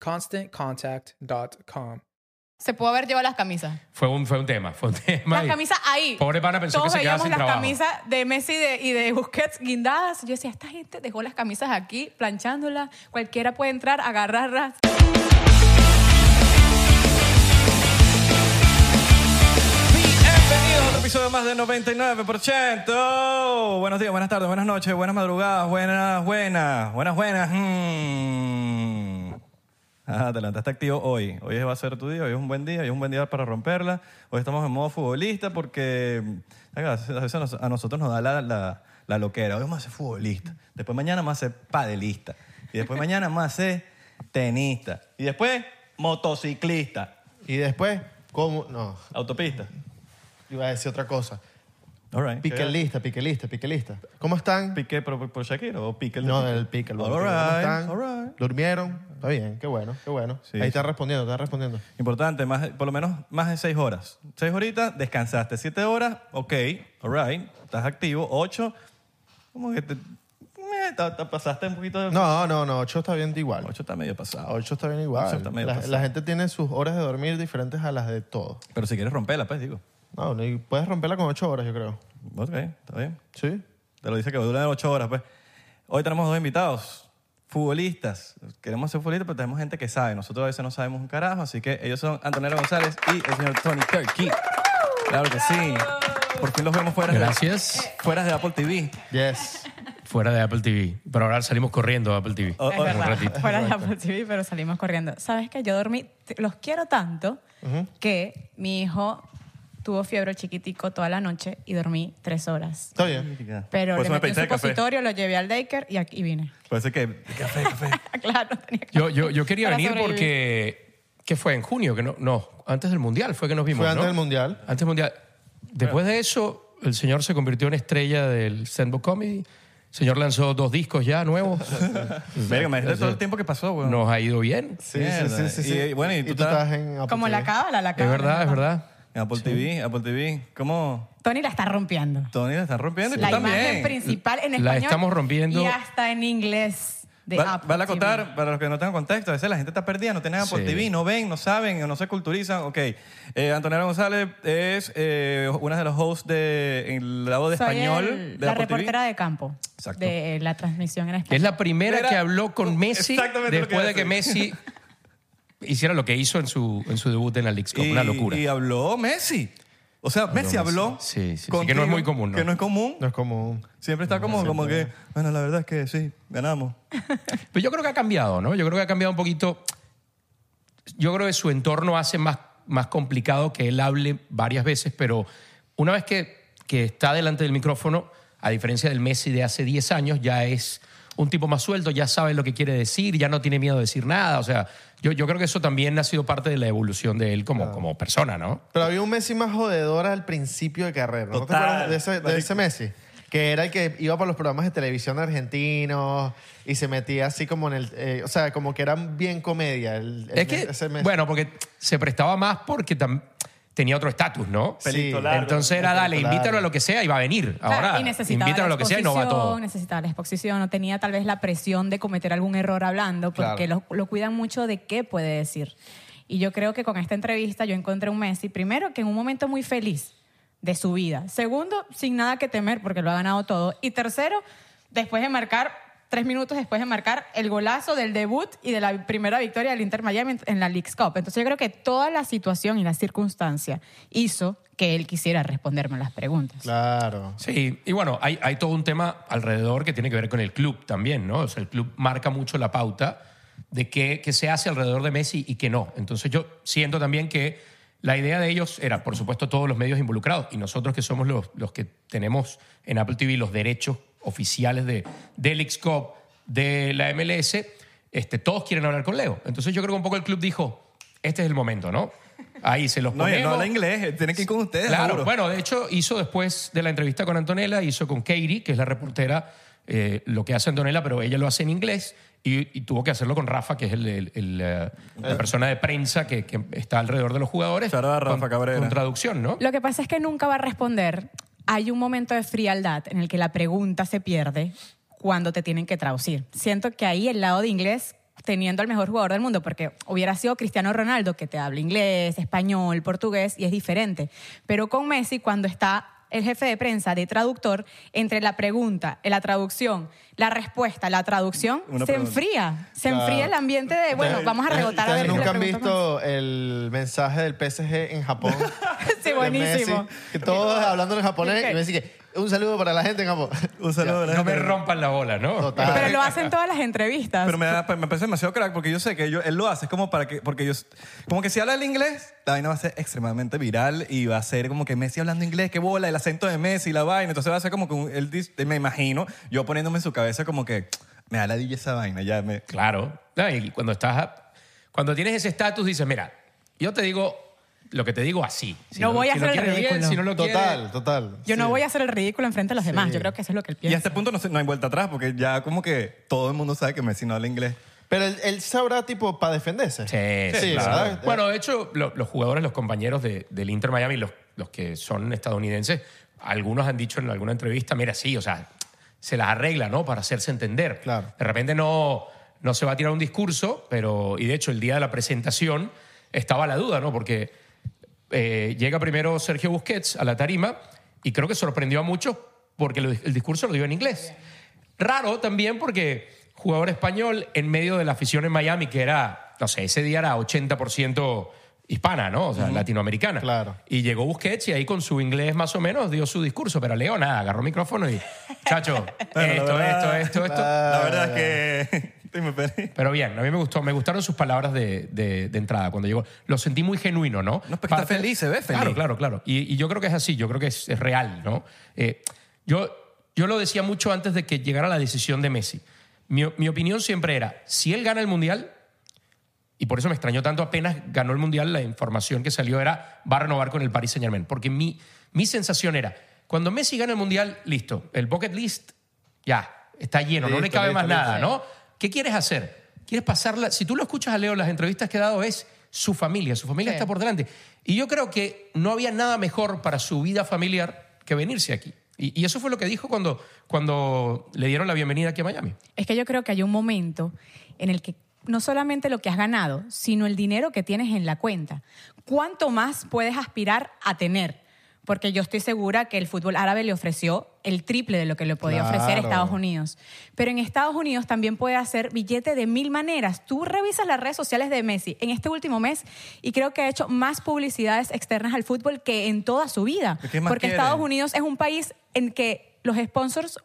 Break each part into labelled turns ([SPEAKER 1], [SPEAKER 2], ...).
[SPEAKER 1] ConstantContact.com.
[SPEAKER 2] Se pudo haber llevado las camisas.
[SPEAKER 3] Fue un, fue un tema, fue un tema.
[SPEAKER 2] Las
[SPEAKER 3] Y
[SPEAKER 2] camisas ahí.
[SPEAKER 3] Pobre pana pensó
[SPEAKER 2] Todos
[SPEAKER 3] que se quedaba
[SPEAKER 2] veíamos
[SPEAKER 3] sin
[SPEAKER 2] las
[SPEAKER 3] trabajo.
[SPEAKER 2] camisas de Messi y de, y de Busquets guindadas. Yo decía, esta gente dejó las camisas aquí, planchándolas. Cualquiera puede entrar, agarrarlas.
[SPEAKER 3] Ah,
[SPEAKER 4] Bienvenidos a otro episodio más de 99%. Buenos días, buenas tardes, buenas noches, buenas madrugadas, buenas, buenas, buenas, buenas. Mm. Ah, Atalanta está activo hoy. Hoy va a ser tu día, hoy es un buen día, hoy es un buen día para romperla. Hoy estamos en modo futbolista porque ¿sabes? a veces nos- a nosotros nos da la, la, la loquera. Hoy vamos a ser futbolista. Después mañana vamos a ser padelista. Y después mañana vamos a ser tenista. Y después motociclista.
[SPEAKER 5] Y después, ¿cómo? No,
[SPEAKER 4] Autopista.
[SPEAKER 5] iba a decir otra cosa.
[SPEAKER 4] All right.
[SPEAKER 5] Piquelista, piquelista, piquelista. ¿Cómo están?
[SPEAKER 4] ¿Piqué por, por- por Shakira o pique
[SPEAKER 5] no, del pique. el
[SPEAKER 4] All
[SPEAKER 5] buen pique. ¿Cómo están?
[SPEAKER 4] right, all right.
[SPEAKER 5] ¿Durmieron? Está bien, qué bueno, qué bueno.
[SPEAKER 4] Sí,
[SPEAKER 5] Ahí
[SPEAKER 4] sí.
[SPEAKER 5] está respondiendo, está respondiendo.
[SPEAKER 4] Importante, más, de- por lo menos más de seis horas. Seis horitas, descansaste. Siete horas, ok, all right, estás activo. Ocho, como que te, eh, ta- ta- pasaste un poquito de...
[SPEAKER 5] No, no, no, 8 está bien de igual.
[SPEAKER 4] Ocho está medio pasado.
[SPEAKER 5] 8 está bien
[SPEAKER 4] Ocho
[SPEAKER 5] igual.
[SPEAKER 4] está medio
[SPEAKER 5] la,
[SPEAKER 4] pasado.
[SPEAKER 5] la gente tiene sus horas de dormir diferentes a las de todos.
[SPEAKER 4] Pero si quieres romperla, pues digo.
[SPEAKER 5] No, no, y puedes romperla con 8 horas, yo creo.
[SPEAKER 4] Ok, está bien.
[SPEAKER 5] ¿Sí?
[SPEAKER 4] Te lo dice que va a durar ocho horas, pues. Hoy tenemos dos invitados, futbolistas. Queremos ser futbolistas, pero tenemos gente que sabe. Nosotros a veces no sabemos un carajo, así que ellos son Antonella González y el señor Tony Turkey. Claro que sí. Por fin los vemos fuera de,
[SPEAKER 3] Gracias.
[SPEAKER 4] fuera de Apple TV.
[SPEAKER 5] Yes.
[SPEAKER 3] Fuera de Apple TV. Pero ahora salimos corriendo a Apple TV.
[SPEAKER 4] Oh,
[SPEAKER 2] Es
[SPEAKER 4] oh,
[SPEAKER 3] un
[SPEAKER 2] verdad.
[SPEAKER 3] ratito.
[SPEAKER 2] Fuera de Apple TV, pero salimos corriendo. ¿Sabes que Yo dormí, te- los quiero tanto que mi hijo tuvo fiebre chiquitico toda la noche y dormí tres horas.
[SPEAKER 5] Está bien.
[SPEAKER 2] Pero le
[SPEAKER 4] Por eso me
[SPEAKER 2] metí un
[SPEAKER 4] pediste de café.
[SPEAKER 2] supositorio, lo llevé al Daker y aquí vine.
[SPEAKER 4] Parece que café, café.
[SPEAKER 2] claro, tenía que...
[SPEAKER 3] Yo, yo, yo quería
[SPEAKER 2] Para
[SPEAKER 3] venir
[SPEAKER 2] sobrevivir.
[SPEAKER 3] porque. ¿Qué fue? ¿En junio? que no, no, antes del Mundial fue que nos vimos.
[SPEAKER 5] Fue antes
[SPEAKER 3] ¿no?
[SPEAKER 5] del Mundial.
[SPEAKER 3] Antes del Mundial. Después de eso, el señor se convirtió en estrella del stand-up comedy. El señor lanzó dos discos ya nuevos.
[SPEAKER 4] Verga, me dijiste todo el tiempo que pasó, weón.
[SPEAKER 3] Nos ha ido bien.
[SPEAKER 5] Sí, sí, sí, sí, sí.
[SPEAKER 4] Y, eh, bueno, y tú,
[SPEAKER 5] estás
[SPEAKER 4] estás
[SPEAKER 5] en Apple
[SPEAKER 2] Como
[SPEAKER 5] TV.
[SPEAKER 2] la cábala, la
[SPEAKER 3] pues Es
[SPEAKER 2] cábala.
[SPEAKER 3] verdad, es verdad.
[SPEAKER 4] en Apple TV, Apple TV. ¿Cómo?
[SPEAKER 2] Tony la está rompiendo.
[SPEAKER 4] Tony la están rompiendo y tú
[SPEAKER 2] la imagen
[SPEAKER 4] también.
[SPEAKER 2] principal en
[SPEAKER 3] La
[SPEAKER 2] español.
[SPEAKER 3] estamos rompiendo.
[SPEAKER 2] Y hasta en inglés de
[SPEAKER 4] Va-
[SPEAKER 2] Apple
[SPEAKER 4] Vale a contar,
[SPEAKER 2] TV.
[SPEAKER 4] para los que no tengan contexto, a veces la gente está perdida, no tienen Apple
[SPEAKER 3] Sí.
[SPEAKER 4] TV, no ven, no saben, o no se culturizan. Ok, eh, Antonella González es eh, una de las hosts de en La Voz de
[SPEAKER 2] Soy
[SPEAKER 4] Español.
[SPEAKER 2] el-
[SPEAKER 4] de
[SPEAKER 2] la
[SPEAKER 4] Apple TV.
[SPEAKER 2] reportera de campo
[SPEAKER 4] Exacto.
[SPEAKER 2] de la transmisión en
[SPEAKER 3] Es
[SPEAKER 2] español.
[SPEAKER 3] la primera
[SPEAKER 4] Era-
[SPEAKER 3] que habló con Messi
[SPEAKER 4] Exactamente lo que
[SPEAKER 3] después de que
[SPEAKER 4] iba a
[SPEAKER 3] Messi hiciera lo que hizo en su, en su debut en la Leagues Cup.
[SPEAKER 4] Y-
[SPEAKER 3] Una locura.
[SPEAKER 4] Y habló Messi. O sea, Messi habló.
[SPEAKER 3] Sí, sí, sí, que no es muy común, ¿no?
[SPEAKER 4] Que no es común.
[SPEAKER 5] No es común.
[SPEAKER 4] Siempre está como, como que, bueno, la verdad es que sí, ganamos.
[SPEAKER 3] Pero Pues yo creo que ha cambiado, ¿no? Yo creo que ha cambiado un poquito. Yo creo que su entorno hace más, más complicado que él hable varias veces, pero una vez que, que está delante del micrófono, a diferencia del Messi de hace 10 años, ya es un tipo más suelto, ya sabe lo que quiere decir, ya no tiene miedo de decir nada. O sea, yo, yo creo que eso también ha sido parte de la evolución de él como, como persona, ¿no?
[SPEAKER 5] Pero había un Messi más jodedor al principio de carrera. ¿No te
[SPEAKER 4] Total,
[SPEAKER 5] acuerdas de ese, de
[SPEAKER 4] marico.
[SPEAKER 5] ese Messi? Que era el que iba para los programas de televisión argentinos y se metía así como en el... eh, o sea, como que era bien comedia. el- el
[SPEAKER 3] Es que,
[SPEAKER 5] Messi- ese Messi.
[SPEAKER 3] bueno, porque se prestaba más porque tam- tenía otro estatus, ¿no?
[SPEAKER 5] Sí.
[SPEAKER 4] Pelito largo.
[SPEAKER 3] Entonces era, dale,
[SPEAKER 5] Claro.
[SPEAKER 3] invítalo a lo que sea y va a venir. Ahora,
[SPEAKER 2] Claro, y necesitaba
[SPEAKER 3] invítalo a
[SPEAKER 2] la
[SPEAKER 3] lo que sea y no va
[SPEAKER 2] exposición,
[SPEAKER 3] todo.
[SPEAKER 2] Necesitaba la exposición, no tenía tal vez la presión de cometer algún error hablando, porque lo, lo cuidan mucho de qué puede decir. Y yo creo que con esta entrevista yo encontré un Messi, primero, que en un momento muy feliz de su vida. Segundo, sin nada que temer, porque lo ha ganado todo. Y tercero, después de marcar, tres minutos después de marcar el golazo del debut y de la primera victoria del Inter Miami en la League's Cup. Entonces yo creo que toda la situación y la circunstancia hizo que él quisiera responderme las preguntas.
[SPEAKER 5] Claro.
[SPEAKER 3] Sí, y bueno, hay, hay todo un tema alrededor que tiene que ver con el club también, ¿no? O sea, el club marca mucho la pauta de qué, qué se hace alrededor de Messi y qué no. Entonces yo siento también que la idea de ellos era, por supuesto, todos los medios involucrados y nosotros que somos los, los que tenemos en Apple TV los derechos oficiales de, del X-Cop, de la MLS, este, todos quieren hablar con Leo. Entonces yo creo que un poco el club dijo, este es el momento, ¿no? Ahí se los
[SPEAKER 4] No,
[SPEAKER 3] ponemos.
[SPEAKER 4] oye, no habla inglés, eh, tiene que ir con ustedes.
[SPEAKER 3] Claro,
[SPEAKER 4] seguro.
[SPEAKER 3] bueno, de hecho hizo después de la entrevista con Antonella, hizo con Katie, que es la reportera, eh, lo que hace Antonella, pero ella lo hace en inglés y, y tuvo que hacerlo con Rafa, que es el, el- el, eh, la persona de prensa que, que está alrededor de los jugadores.
[SPEAKER 4] Shout out a Rafa Cabrera.
[SPEAKER 3] Con traducción, ¿no?
[SPEAKER 2] Lo que pasa es que nunca va a responder. Hay un momento de frialdad en el que la pregunta se pierde cuando te tienen que traducir. Siento que ahí el lado de inglés teniendo al mejor jugador del mundo, porque hubiera sido Cristiano Ronaldo que te habla inglés, español, portugués y es diferente. Pero con Messi cuando está el jefe de prensa de traductor entre la pregunta, la traducción, la respuesta, la traducción,
[SPEAKER 4] Una
[SPEAKER 2] se
[SPEAKER 4] pregunta.
[SPEAKER 2] enfría, se enfría el ambiente de bueno,
[SPEAKER 5] Ustedes-
[SPEAKER 2] vamos a rebotar a
[SPEAKER 5] ustedes
[SPEAKER 2] ver. qué le
[SPEAKER 5] nunca han
[SPEAKER 2] preguntamos.
[SPEAKER 5] visto el mensaje del PSG en Japón.
[SPEAKER 2] Sí,
[SPEAKER 5] De
[SPEAKER 2] buenísimo.
[SPEAKER 5] Messi, que todos hablando en japonés
[SPEAKER 2] Ok.
[SPEAKER 5] y Messi que un saludo para la gente en Japón.
[SPEAKER 4] Un saludo. a la
[SPEAKER 3] No me
[SPEAKER 4] gente.
[SPEAKER 3] rompan la bola, ¿no?
[SPEAKER 5] Total.
[SPEAKER 2] Pero lo hacen todas las entrevistas.
[SPEAKER 4] Pero me, da- me parece demasiado crack porque yo sé que yo- él lo hace es como para que. Porque yo. Como que si habla el inglés, la vaina va a ser extremadamente viral y va a ser como que Messi hablando inglés, que bola, el acento de Messi, la vaina. Entonces va a ser como que un- él. dis- Me imagino, yo poniéndome en su cabeza como que. Me da la dilla esa vaina, ya me.
[SPEAKER 3] Claro. No, y cuando estás, cuando tienes ese estatus, dices, mira, yo te digo lo que te digo así. Si
[SPEAKER 2] No voy a
[SPEAKER 3] si lo
[SPEAKER 2] hacer el
[SPEAKER 3] quieres bien,
[SPEAKER 2] ridículo.
[SPEAKER 3] si no lo quieres-
[SPEAKER 5] Total, total.
[SPEAKER 2] Yo no
[SPEAKER 5] Sí.
[SPEAKER 2] voy a hacer el ridículo enfrente de los demás. Yo creo que eso es lo que él
[SPEAKER 4] Y a
[SPEAKER 2] piensa.
[SPEAKER 4] este punto no, se- no hay vuelta atrás porque ya como que todo el mundo sabe que Messi no habla inglés.
[SPEAKER 5] Pero él, él sabrá, tipo, para defenderse.
[SPEAKER 3] Sí, sí,
[SPEAKER 5] ¿verdad?
[SPEAKER 3] claro. Bueno, de hecho, lo- los jugadores, los compañeros de- del Inter Miami, los, los que son estadounidenses, algunos han dicho en alguna entrevista, mira, sí, o sea, se las arregla, ¿no? Para hacerse entender.
[SPEAKER 5] Claro.
[SPEAKER 3] De repente no, no se va a tirar un discurso, pero, y de hecho, el día de la presentación estaba la duda, ¿no? Porque eh, llega primero Sergio Busquets a la tarima y creo que sorprendió a muchos porque lo- el discurso lo dio en inglés. Raro también porque jugador español en medio de la afición en Miami, que era, no sé, ese día era 80% hispana, ¿no? O sea, latinoamericana.
[SPEAKER 5] Claro.
[SPEAKER 3] Y llegó Busquets y ahí con su inglés más o menos dio su discurso, pero Leo nada, agarró micrófono y, chacho, esto,
[SPEAKER 4] Bueno, la
[SPEAKER 3] esto, esto,
[SPEAKER 4] verdad-
[SPEAKER 3] esto,
[SPEAKER 4] La verdad es que. Estoy muy feliz.
[SPEAKER 3] Pero bien, a mí me gustó, me gustaron sus palabras de, de- de entrada cuando llegó. Lo sentí muy genuino, ¿no?
[SPEAKER 4] No, porque está feliz, se ve feliz.
[SPEAKER 3] Claro, claro, claro. Y, y yo creo que es así, yo creo que es, es real, ¿no? Eh, yo, yo lo decía mucho antes de que llegara la decisión de Messi. Mi, mi opinión siempre era, si él gana el Mundial, y por eso me extrañó tanto apenas ganó el Mundial, la información que salió era, va a renovar con el Paris Saint Germain. Porque mi, mi sensación era, cuando Messi gana el Mundial, listo, el bucket list ya está lleno, no le
[SPEAKER 5] Listo,
[SPEAKER 3] cabe
[SPEAKER 5] listo,
[SPEAKER 3] más
[SPEAKER 5] listo.
[SPEAKER 3] nada, ¿no? ¿Qué quieres hacer? ¿Quieres pasarla? Si tú lo escuchas a Leo, las entrevistas que ha dado es su familia, su familia
[SPEAKER 2] Sí.
[SPEAKER 3] está por delante. Y yo creo que no había nada mejor para su vida familiar que venirse aquí. Y, y eso fue lo que dijo cuando, cuando le dieron la bienvenida aquí a Miami.
[SPEAKER 2] Es que yo creo que hay un momento en el que no solamente lo que has ganado, sino el dinero que tienes en la cuenta. ¿Cuánto más puedes aspirar a tener? porque yo estoy segura que el fútbol árabe le ofreció el triple de lo que le podía ofrecer
[SPEAKER 5] Claro.
[SPEAKER 2] Estados Unidos. Pero en Estados Unidos también puede hacer billete de mil maneras. Tú revisas las redes sociales de Messi en este último mes y creo que ha hecho más publicidades externas al fútbol que en toda su vida.
[SPEAKER 4] ¿Qué más
[SPEAKER 2] Porque
[SPEAKER 4] quiere?
[SPEAKER 2] Estados Unidos es un país en que los sponsors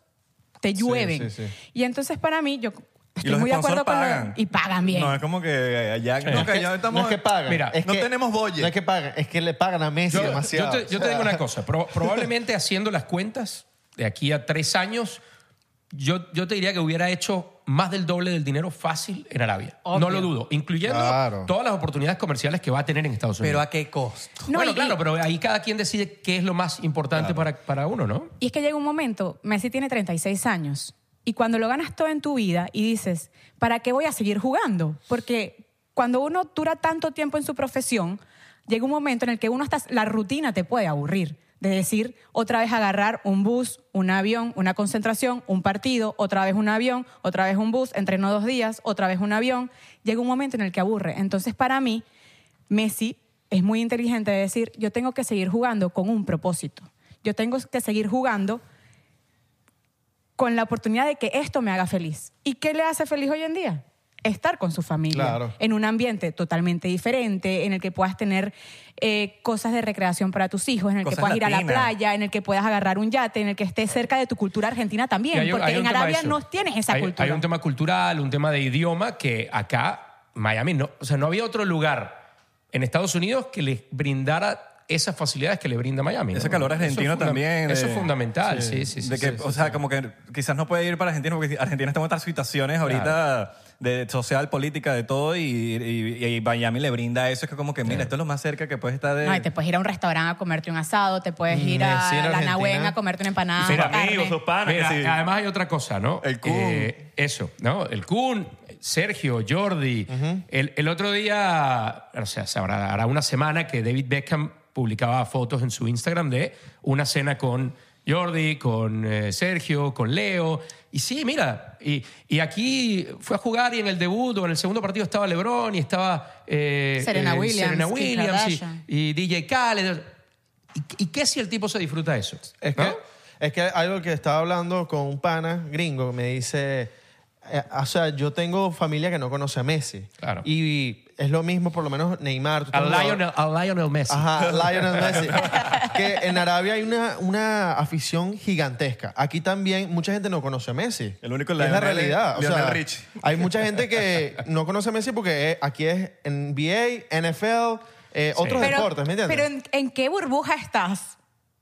[SPEAKER 2] te llueven.
[SPEAKER 4] sí, sí.
[SPEAKER 2] Y entonces para mí, yo
[SPEAKER 4] Y
[SPEAKER 2] estoy
[SPEAKER 4] los
[SPEAKER 2] muy de
[SPEAKER 4] sponsors
[SPEAKER 2] acuerdo con lo-
[SPEAKER 4] pagan.
[SPEAKER 2] Y pagan bien.
[SPEAKER 4] No, es como que allá...
[SPEAKER 3] Sí.
[SPEAKER 4] no, que
[SPEAKER 5] es que-
[SPEAKER 4] allá estamos-
[SPEAKER 5] no es que pagan.
[SPEAKER 3] Mira,
[SPEAKER 5] es
[SPEAKER 4] no
[SPEAKER 5] que-
[SPEAKER 4] tenemos boye.
[SPEAKER 5] No es que pagan, es que le pagan a Messi
[SPEAKER 3] Yo-
[SPEAKER 5] demasiado.
[SPEAKER 3] Yo, te, yo te digo una cosa. Pro- probablemente haciendo las cuentas de aquí a tres años, yo, yo te diría que hubiera hecho más del doble del dinero fácil en Arabia. No lo dudo. Incluyendo
[SPEAKER 5] Claro.
[SPEAKER 3] todas las oportunidades comerciales que va a tener en Estados Unidos.
[SPEAKER 6] Pero a qué costo.
[SPEAKER 2] No,
[SPEAKER 3] bueno,
[SPEAKER 2] y-
[SPEAKER 3] claro, pero ahí cada quien decide qué es lo más importante para, para uno, ¿no?
[SPEAKER 2] Y es que llega un momento, Messi tiene 36 años, y cuando lo ganas todo en tu vida y dices, ¿para qué voy a seguir jugando? Porque cuando uno dura tanto tiempo en su profesión, llega un momento en el que uno hasta la rutina te puede aburrir. De decir, otra vez agarrar un bus, un avión, una concentración, un partido, otra vez un avión, otra vez un bus, entrenó dos días, otra vez un avión. Llega un momento en el que aburre. Entonces, para mí, Messi es muy inteligente de decir, yo tengo que seguir jugando con un propósito. Yo tengo que seguir jugando con la oportunidad de que esto me haga feliz. ¿Y qué le hace feliz hoy en día? Estar con su familia,
[SPEAKER 5] Claro.
[SPEAKER 2] en un ambiente totalmente diferente, en el que puedas tener eh, cosas de recreación para tus hijos, en el
[SPEAKER 4] Cosas
[SPEAKER 2] que puedas ir a la
[SPEAKER 4] latinas.
[SPEAKER 2] playa, en el que puedas agarrar un yate, en el que estés cerca de tu cultura argentina
[SPEAKER 3] Y
[SPEAKER 2] también,
[SPEAKER 3] hay un-
[SPEAKER 2] porque
[SPEAKER 3] hay un
[SPEAKER 2] en
[SPEAKER 3] tema de
[SPEAKER 2] Arabia
[SPEAKER 3] eso.
[SPEAKER 2] no tienes esa
[SPEAKER 3] Hay-
[SPEAKER 2] cultura.
[SPEAKER 3] Hay un tema cultural, un tema de idioma que acá, Miami, no, o sea, no había otro lugar en Estados Unidos que les brindara esas facilidades que le brinda Miami. ¿no?
[SPEAKER 4] Ese calor
[SPEAKER 3] Eso es
[SPEAKER 4] argentino
[SPEAKER 3] funda-
[SPEAKER 4] también.
[SPEAKER 3] Eso
[SPEAKER 4] de-
[SPEAKER 3] es fundamental, sí, sí, sí.
[SPEAKER 4] de
[SPEAKER 3] sí,
[SPEAKER 4] que,
[SPEAKER 3] sí,
[SPEAKER 4] o
[SPEAKER 3] sí.
[SPEAKER 4] sea, como que quizás no puede ir para Argentina porque Argentina está en otras situaciones ahorita de social, política, de todo y, y, y Miami le brinda eso. Es que como que, mira, esto es lo más cerca que puedes estar de...
[SPEAKER 2] No, y te puedes ir a un restaurante a comerte un asado, te puedes ir a
[SPEAKER 5] Mm, sí, en
[SPEAKER 2] la
[SPEAKER 5] Argentina.
[SPEAKER 2] Nahuen a comerte una empanada.
[SPEAKER 4] Sus
[SPEAKER 2] una
[SPEAKER 4] amigos,
[SPEAKER 2] carne.
[SPEAKER 4] sus panas.
[SPEAKER 3] Mira,
[SPEAKER 4] que sí.
[SPEAKER 3] Además hay otra cosa, ¿no? Eh,
[SPEAKER 4] El Kun.
[SPEAKER 3] eso, ¿no? El Kun, Sergio, Jordi. el, el otro día, o sea, se habrá, hará una semana que David Beckham publicaba fotos en su Instagram de una cena con Jordi, con eh, Sergio, con Leo. Y sí, mira, y, y aquí fue a jugar y en el debut o en el segundo partido estaba LeBron y estaba... eh,
[SPEAKER 2] Serena
[SPEAKER 3] eh,
[SPEAKER 2] Williams,
[SPEAKER 3] Serena
[SPEAKER 2] Kim
[SPEAKER 3] Williams y-
[SPEAKER 2] Kardashian.
[SPEAKER 3] y, DJ Khaled. ¿Y, y qué si el tipo se disfruta eso?
[SPEAKER 5] Es
[SPEAKER 3] ¿no?
[SPEAKER 5] que, es que algo que estaba hablando con un pana gringo me dice, eh, o sea, yo tengo familia que no conoce a Messi.
[SPEAKER 3] Claro.
[SPEAKER 5] Y es lo mismo, por lo menos Neymar. tú
[SPEAKER 3] A
[SPEAKER 5] tienes-
[SPEAKER 3] Lionel, a Lionel Messi.
[SPEAKER 5] Ajá, Lionel Messi. que en Arabia hay una, una afición gigantesca. Aquí también mucha gente no conoce a Messi.
[SPEAKER 4] El único
[SPEAKER 5] Y es la
[SPEAKER 4] Lionel-
[SPEAKER 5] realidad. O sea,
[SPEAKER 4] Lionel Richie.
[SPEAKER 5] Hay mucha gente que no conoce a Messi porque eh, aquí es NBA, NFL, eh, otros
[SPEAKER 2] Pero-
[SPEAKER 5] deportes, ¿me entiendes?
[SPEAKER 2] Pero ¿en, en qué burbuja estás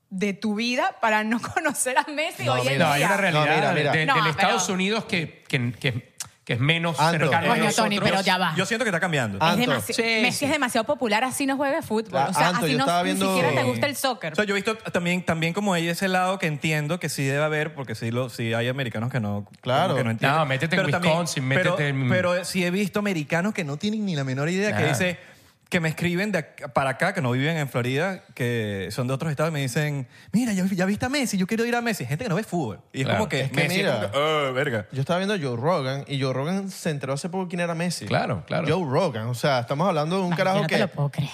[SPEAKER 2] de tu vida para no conocer a Messi
[SPEAKER 5] No,
[SPEAKER 2] hoy en
[SPEAKER 5] mira,
[SPEAKER 3] No, hay
[SPEAKER 2] día?
[SPEAKER 3] una realidad
[SPEAKER 5] No, mira, mira.
[SPEAKER 3] de-
[SPEAKER 2] No,
[SPEAKER 3] del
[SPEAKER 2] pero-
[SPEAKER 3] Estados Unidos que, que, que- que es menos
[SPEAKER 5] Ando.
[SPEAKER 3] cercano a
[SPEAKER 2] Coño, Tony,
[SPEAKER 3] nosotros.
[SPEAKER 2] pero ya va.
[SPEAKER 4] Yo siento que está cambiando.
[SPEAKER 5] Ah,
[SPEAKER 2] Es
[SPEAKER 5] Anto.
[SPEAKER 2] demasi-
[SPEAKER 3] Sí,
[SPEAKER 2] Messi
[SPEAKER 3] sí.
[SPEAKER 2] es demasiado popular, así no juega fútbol. O sea,
[SPEAKER 5] Ah, Anto,
[SPEAKER 2] así
[SPEAKER 5] yo
[SPEAKER 2] no,
[SPEAKER 5] estaba
[SPEAKER 2] ni
[SPEAKER 5] viendo-
[SPEAKER 2] siquiera te
[SPEAKER 5] Sí.
[SPEAKER 2] gusta el soccer.
[SPEAKER 4] O sea, yo he visto también, también como hay ese lado que entiendo que sí debe haber, porque sí, lo, sí hay americanos que no,
[SPEAKER 5] Claro.
[SPEAKER 4] como que no entienden.
[SPEAKER 3] No, métete en Wisconsin,
[SPEAKER 4] pero-
[SPEAKER 3] métete en-
[SPEAKER 4] Pero, sí he visto americanos que no tienen ni la menor idea, que
[SPEAKER 3] Claro.
[SPEAKER 4] dice que me escriben de acá- para acá, que no viven en Florida, que son de otros estados, y me dicen, mira, ya, ya viste a Messi, yo quiero ir a Messi. Gente que no ve fútbol. Y es
[SPEAKER 3] Claro.
[SPEAKER 4] como que,
[SPEAKER 5] Es que
[SPEAKER 4] Messi
[SPEAKER 5] mira.
[SPEAKER 4] es como que, "Ah, verga.
[SPEAKER 5] Yo estaba viendo a Joe Rogan y Joe Rogan se enteró hace poco quién era Messi.
[SPEAKER 3] Claro, claro.
[SPEAKER 5] Joe Rogan, o sea, estamos hablando de un
[SPEAKER 2] Ay, yo
[SPEAKER 5] carajo
[SPEAKER 2] no
[SPEAKER 5] que...
[SPEAKER 2] te lo puedo creer.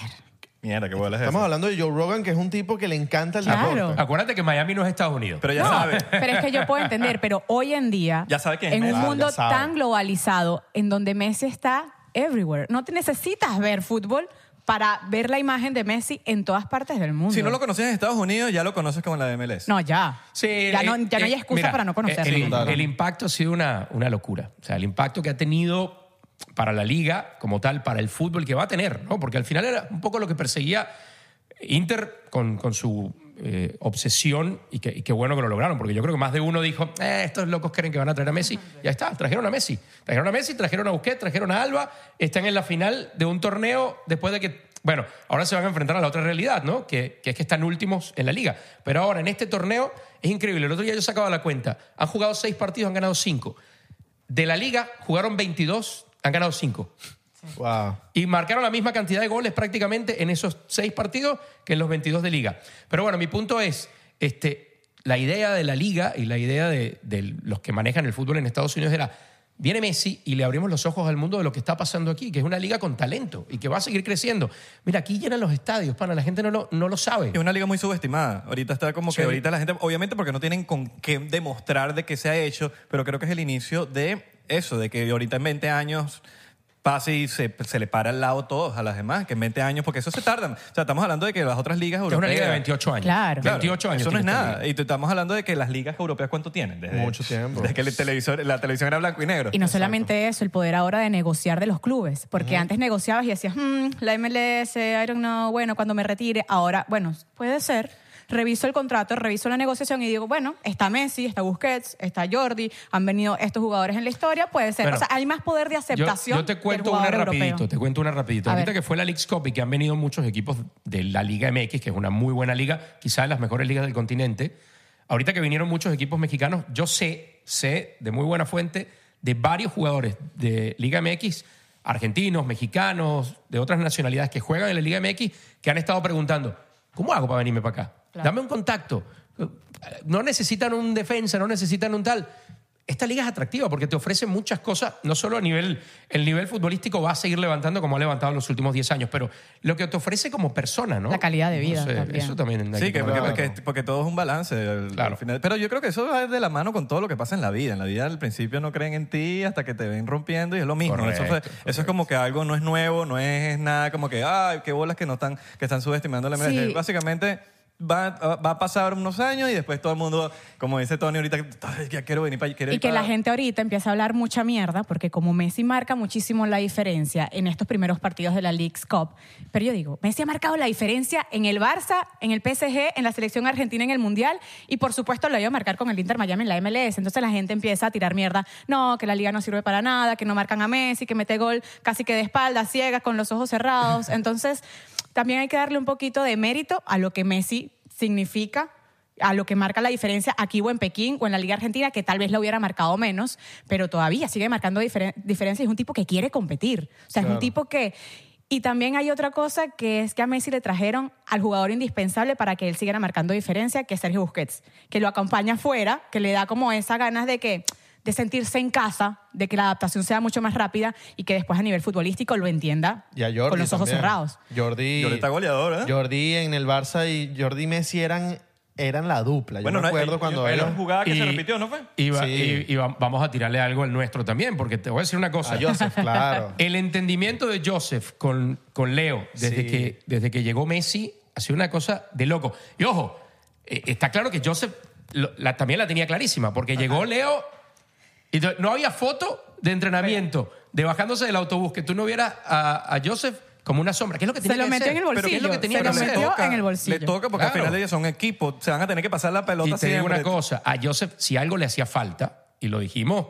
[SPEAKER 4] Mierda, qué bola es
[SPEAKER 5] Estamos
[SPEAKER 4] esa.
[SPEAKER 5] hablando de Joe Rogan, que es un tipo que le encanta el
[SPEAKER 2] Claro.
[SPEAKER 5] deporte.
[SPEAKER 3] Acuérdate que Miami no es Estados Unidos.
[SPEAKER 4] Pero ya
[SPEAKER 2] No,
[SPEAKER 4] sabes.
[SPEAKER 2] pero es que yo puedo entender, pero hoy en día,
[SPEAKER 4] Ya sabe quién es
[SPEAKER 2] en un
[SPEAKER 4] Messi.
[SPEAKER 5] Claro,
[SPEAKER 2] mundo
[SPEAKER 5] ya sabe.
[SPEAKER 2] tan globalizado, en donde Messi está everywhere, no te necesitas ver fútbol para ver la imagen de Messi en todas partes del mundo.
[SPEAKER 4] Si no lo conocías en Estados Unidos, ya lo conoces como la de MLS.
[SPEAKER 2] No, ya.
[SPEAKER 3] Sí,
[SPEAKER 2] ya,
[SPEAKER 3] eh,
[SPEAKER 2] no, ya no hay
[SPEAKER 3] eh,
[SPEAKER 2] excusa
[SPEAKER 3] mira,
[SPEAKER 2] para no conocerlo.
[SPEAKER 3] El,
[SPEAKER 5] Claro.
[SPEAKER 3] el impacto ha sido una, una locura. O sea, el impacto que ha tenido para la liga como tal, para el fútbol que va a tener, ¿no? Porque al final era un poco lo que perseguía Inter con, con su eh, obsesión y que- y qué bueno que lo lograron, porque yo creo que más de uno dijo, "Eh, estos locos creen que van a traer a Messi. Ya está, trajeron a Messi. Trajeron a Messi, trajeron a Busquets, trajeron a Alba, están en la final de un torneo después de que... Bueno, ahora se van a enfrentar a la otra realidad, ¿no? Que, que es que están últimos en la liga. Pero ahora, en este torneo, es increíble. El otro día yo sacaba la cuenta. Han jugado seis partidos, han ganado cinco. De la liga jugaron 22, han ganado 5.
[SPEAKER 5] Wow.
[SPEAKER 3] Y marcaron la misma cantidad de goles prácticamente en esos 6 partidos que en los 22 de liga. Pero bueno, mi punto es, este, la idea de la liga y la idea de, de los que manejan el fútbol en Estados Unidos era, Viene Messi y le abrimos los ojos al mundo de lo que está pasando aquí, que es una liga con talento y que va a seguir creciendo. Mira, aquí llenan los estadios, pana, la gente no lo, no lo sabe.
[SPEAKER 4] Es una liga muy subestimada. Ahorita está como
[SPEAKER 3] Sí.
[SPEAKER 4] que ahorita la gente, obviamente porque no tienen con qué demostrar de que se ha hecho, pero creo que es el inicio de eso, de que ahorita en 20 años pase y se, se le para al lado todos a las demás, que en 20 años, porque eso se tardan. O sea, estamos hablando de que las otras ligas
[SPEAKER 3] Es
[SPEAKER 4] europeas...
[SPEAKER 3] una liga de 28 años.
[SPEAKER 2] Claro.
[SPEAKER 4] Claro,
[SPEAKER 3] 28 años.
[SPEAKER 4] Eso no es
[SPEAKER 3] tiene esta
[SPEAKER 4] nada.
[SPEAKER 3] liga.
[SPEAKER 4] Y te- estamos hablando de que las ligas europeas, ¿cuánto tienen? Desde,
[SPEAKER 5] Mucho tiempo.
[SPEAKER 4] Desde que el televisor, la televisión era blanco y negro.
[SPEAKER 2] Y no solamente eso, el poder ahora de negociar de los clubes. Porque antes negociabas y decías, "Mm, la MLS, I don't know, bueno, cuando me retire. Ahora, bueno, puede ser. Reviso el contrato, reviso la negociación y digo, bueno, está Messi, está Busquets, está Jordi, han venido estos jugadores en la historia, puede ser.
[SPEAKER 3] Bueno,
[SPEAKER 2] o sea, hay más poder de
[SPEAKER 3] Yo,
[SPEAKER 2] aceptación.
[SPEAKER 3] yo te
[SPEAKER 2] del
[SPEAKER 3] cuento una
[SPEAKER 2] jugador
[SPEAKER 3] rapidito,
[SPEAKER 2] europeo.
[SPEAKER 3] te cuento una rapidito.
[SPEAKER 2] A
[SPEAKER 3] Ahorita
[SPEAKER 2] ver.
[SPEAKER 3] que fue la League's Cup y que han venido muchos equipos de la Liga MX, que es una muy buena liga, quizás de las mejores ligas del continente. Ahorita que vinieron muchos equipos mexicanos, yo sé, sé de muy buena fuente de varios jugadores de Liga MX, argentinos, mexicanos, de otras nacionalidades que juegan en la Liga MX, que han estado preguntando, ¿cómo hago para venirme para acá? Dame un contacto. No necesitan un defensa, no necesitan un tal esta liga es atractiva porque te ofrece muchas cosas, no solo a nivel, el nivel futbolístico va a seguir levantando como ha levantado en los últimos 10 años, pero lo que te ofrece como persona, ¿no?
[SPEAKER 2] La calidad de
[SPEAKER 3] No
[SPEAKER 2] vida
[SPEAKER 3] sé,
[SPEAKER 2] también.
[SPEAKER 3] Eso también. hay
[SPEAKER 4] Sí, que, porque,
[SPEAKER 3] tomarlo.
[SPEAKER 4] porque- porque todo es un balance al,
[SPEAKER 3] Claro.
[SPEAKER 4] al final. Pero yo creo que eso va de la mano con todo lo que pasa en la vida. En la vida al principio no creen en ti hasta que te ven rompiendo y es lo mismo.
[SPEAKER 3] Correcto,
[SPEAKER 4] eso, fue- eso es como que algo no es nuevo, no es nada como que, ay, qué bolas que no están, que están subestimando la MLS.
[SPEAKER 2] Sí.
[SPEAKER 4] Básicamente va, va a pasar unos años y después todo el mundo, como dice Tony ahorita, "Ay, ya quiero venir para
[SPEAKER 2] Y que la gente ahorita empieza a hablar mucha mierda, porque como Messi marca muchísimo la diferencia en estos primeros partidos de la League's Cup, pero yo digo, Messi ha marcado la diferencia en el Barça, en el PSG, en la selección argentina, en el Mundial, y por supuesto lo iba a marcar con el Inter Miami en la MLS. Entonces la gente empieza a tirar mierda, no, que la liga no sirve para nada, que no marcan a Messi, que mete gol casi que de espaldas, ciega, con los ojos cerrados. Entonces también hay que darle un poquito de mérito a lo que Messi significa a lo que marca la diferencia aquí o en Pekín o en la Liga Argentina, que tal vez la hubiera marcado menos, pero todavía sigue marcando diferen- diferencia y es un tipo que quiere competir. O sea, es un tipo que... Y también hay otra cosa que es que a Messi le trajeron al jugador indispensable para que él siguiera marcando diferencia, que es Sergio Busquets, que lo acompaña afuera, que le da como esas ganas de que de sentirse en casa, de que la adaptación sea mucho más rápida y que después a nivel futbolístico lo entienda
[SPEAKER 5] Y a Jordi
[SPEAKER 2] con los ojos
[SPEAKER 5] también.
[SPEAKER 2] cerrados.
[SPEAKER 5] Jordi.
[SPEAKER 4] Jordi está goleador, ¿eh?
[SPEAKER 5] Jordi en el Barça y Jordi y Messi eran, eran la dupla. Yo
[SPEAKER 4] Bueno,
[SPEAKER 5] me
[SPEAKER 4] no,
[SPEAKER 5] acuerdo
[SPEAKER 4] ellos-
[SPEAKER 5] cuando
[SPEAKER 4] ellos
[SPEAKER 5] ellos-
[SPEAKER 4] jugaban- Ah, que se repitió, ¿no fue?
[SPEAKER 3] Y, va-
[SPEAKER 5] Sí.
[SPEAKER 3] y- y va- vamos a tirarle algo al nuestro también, porque te voy a decir una
[SPEAKER 4] Ah,
[SPEAKER 3] cosa.
[SPEAKER 5] A Joseph, claro.
[SPEAKER 3] El entendimiento de Joseph con, con Leo desde,
[SPEAKER 5] Sí.
[SPEAKER 3] que, desde que llegó Messi ha sido una cosa de loco. Y ojo, eh, está claro que Joseph lo- la, también la tenía clarísima, porque llegó Leo y to- no había foto de entrenamiento, de bajándose del autobús, que tú no vieras a, a Joseph como una sombra. ¿Qué es lo que
[SPEAKER 2] Se
[SPEAKER 3] tenía
[SPEAKER 2] lo
[SPEAKER 3] que
[SPEAKER 2] metió
[SPEAKER 3] hacer?
[SPEAKER 2] en el
[SPEAKER 3] Pero ¿qué es lo que
[SPEAKER 2] bolsillo,
[SPEAKER 3] tenía
[SPEAKER 2] se
[SPEAKER 3] que
[SPEAKER 2] lo
[SPEAKER 3] hacer?
[SPEAKER 2] metió. en el bolsillo.
[SPEAKER 4] Le toca porque al
[SPEAKER 3] Claro.
[SPEAKER 4] final ellos son equipo, se van a tener que pasar la pelota
[SPEAKER 3] Y te digo
[SPEAKER 4] siempre.
[SPEAKER 3] una cosa, a Joseph, si algo le hacía falta, y lo dijimos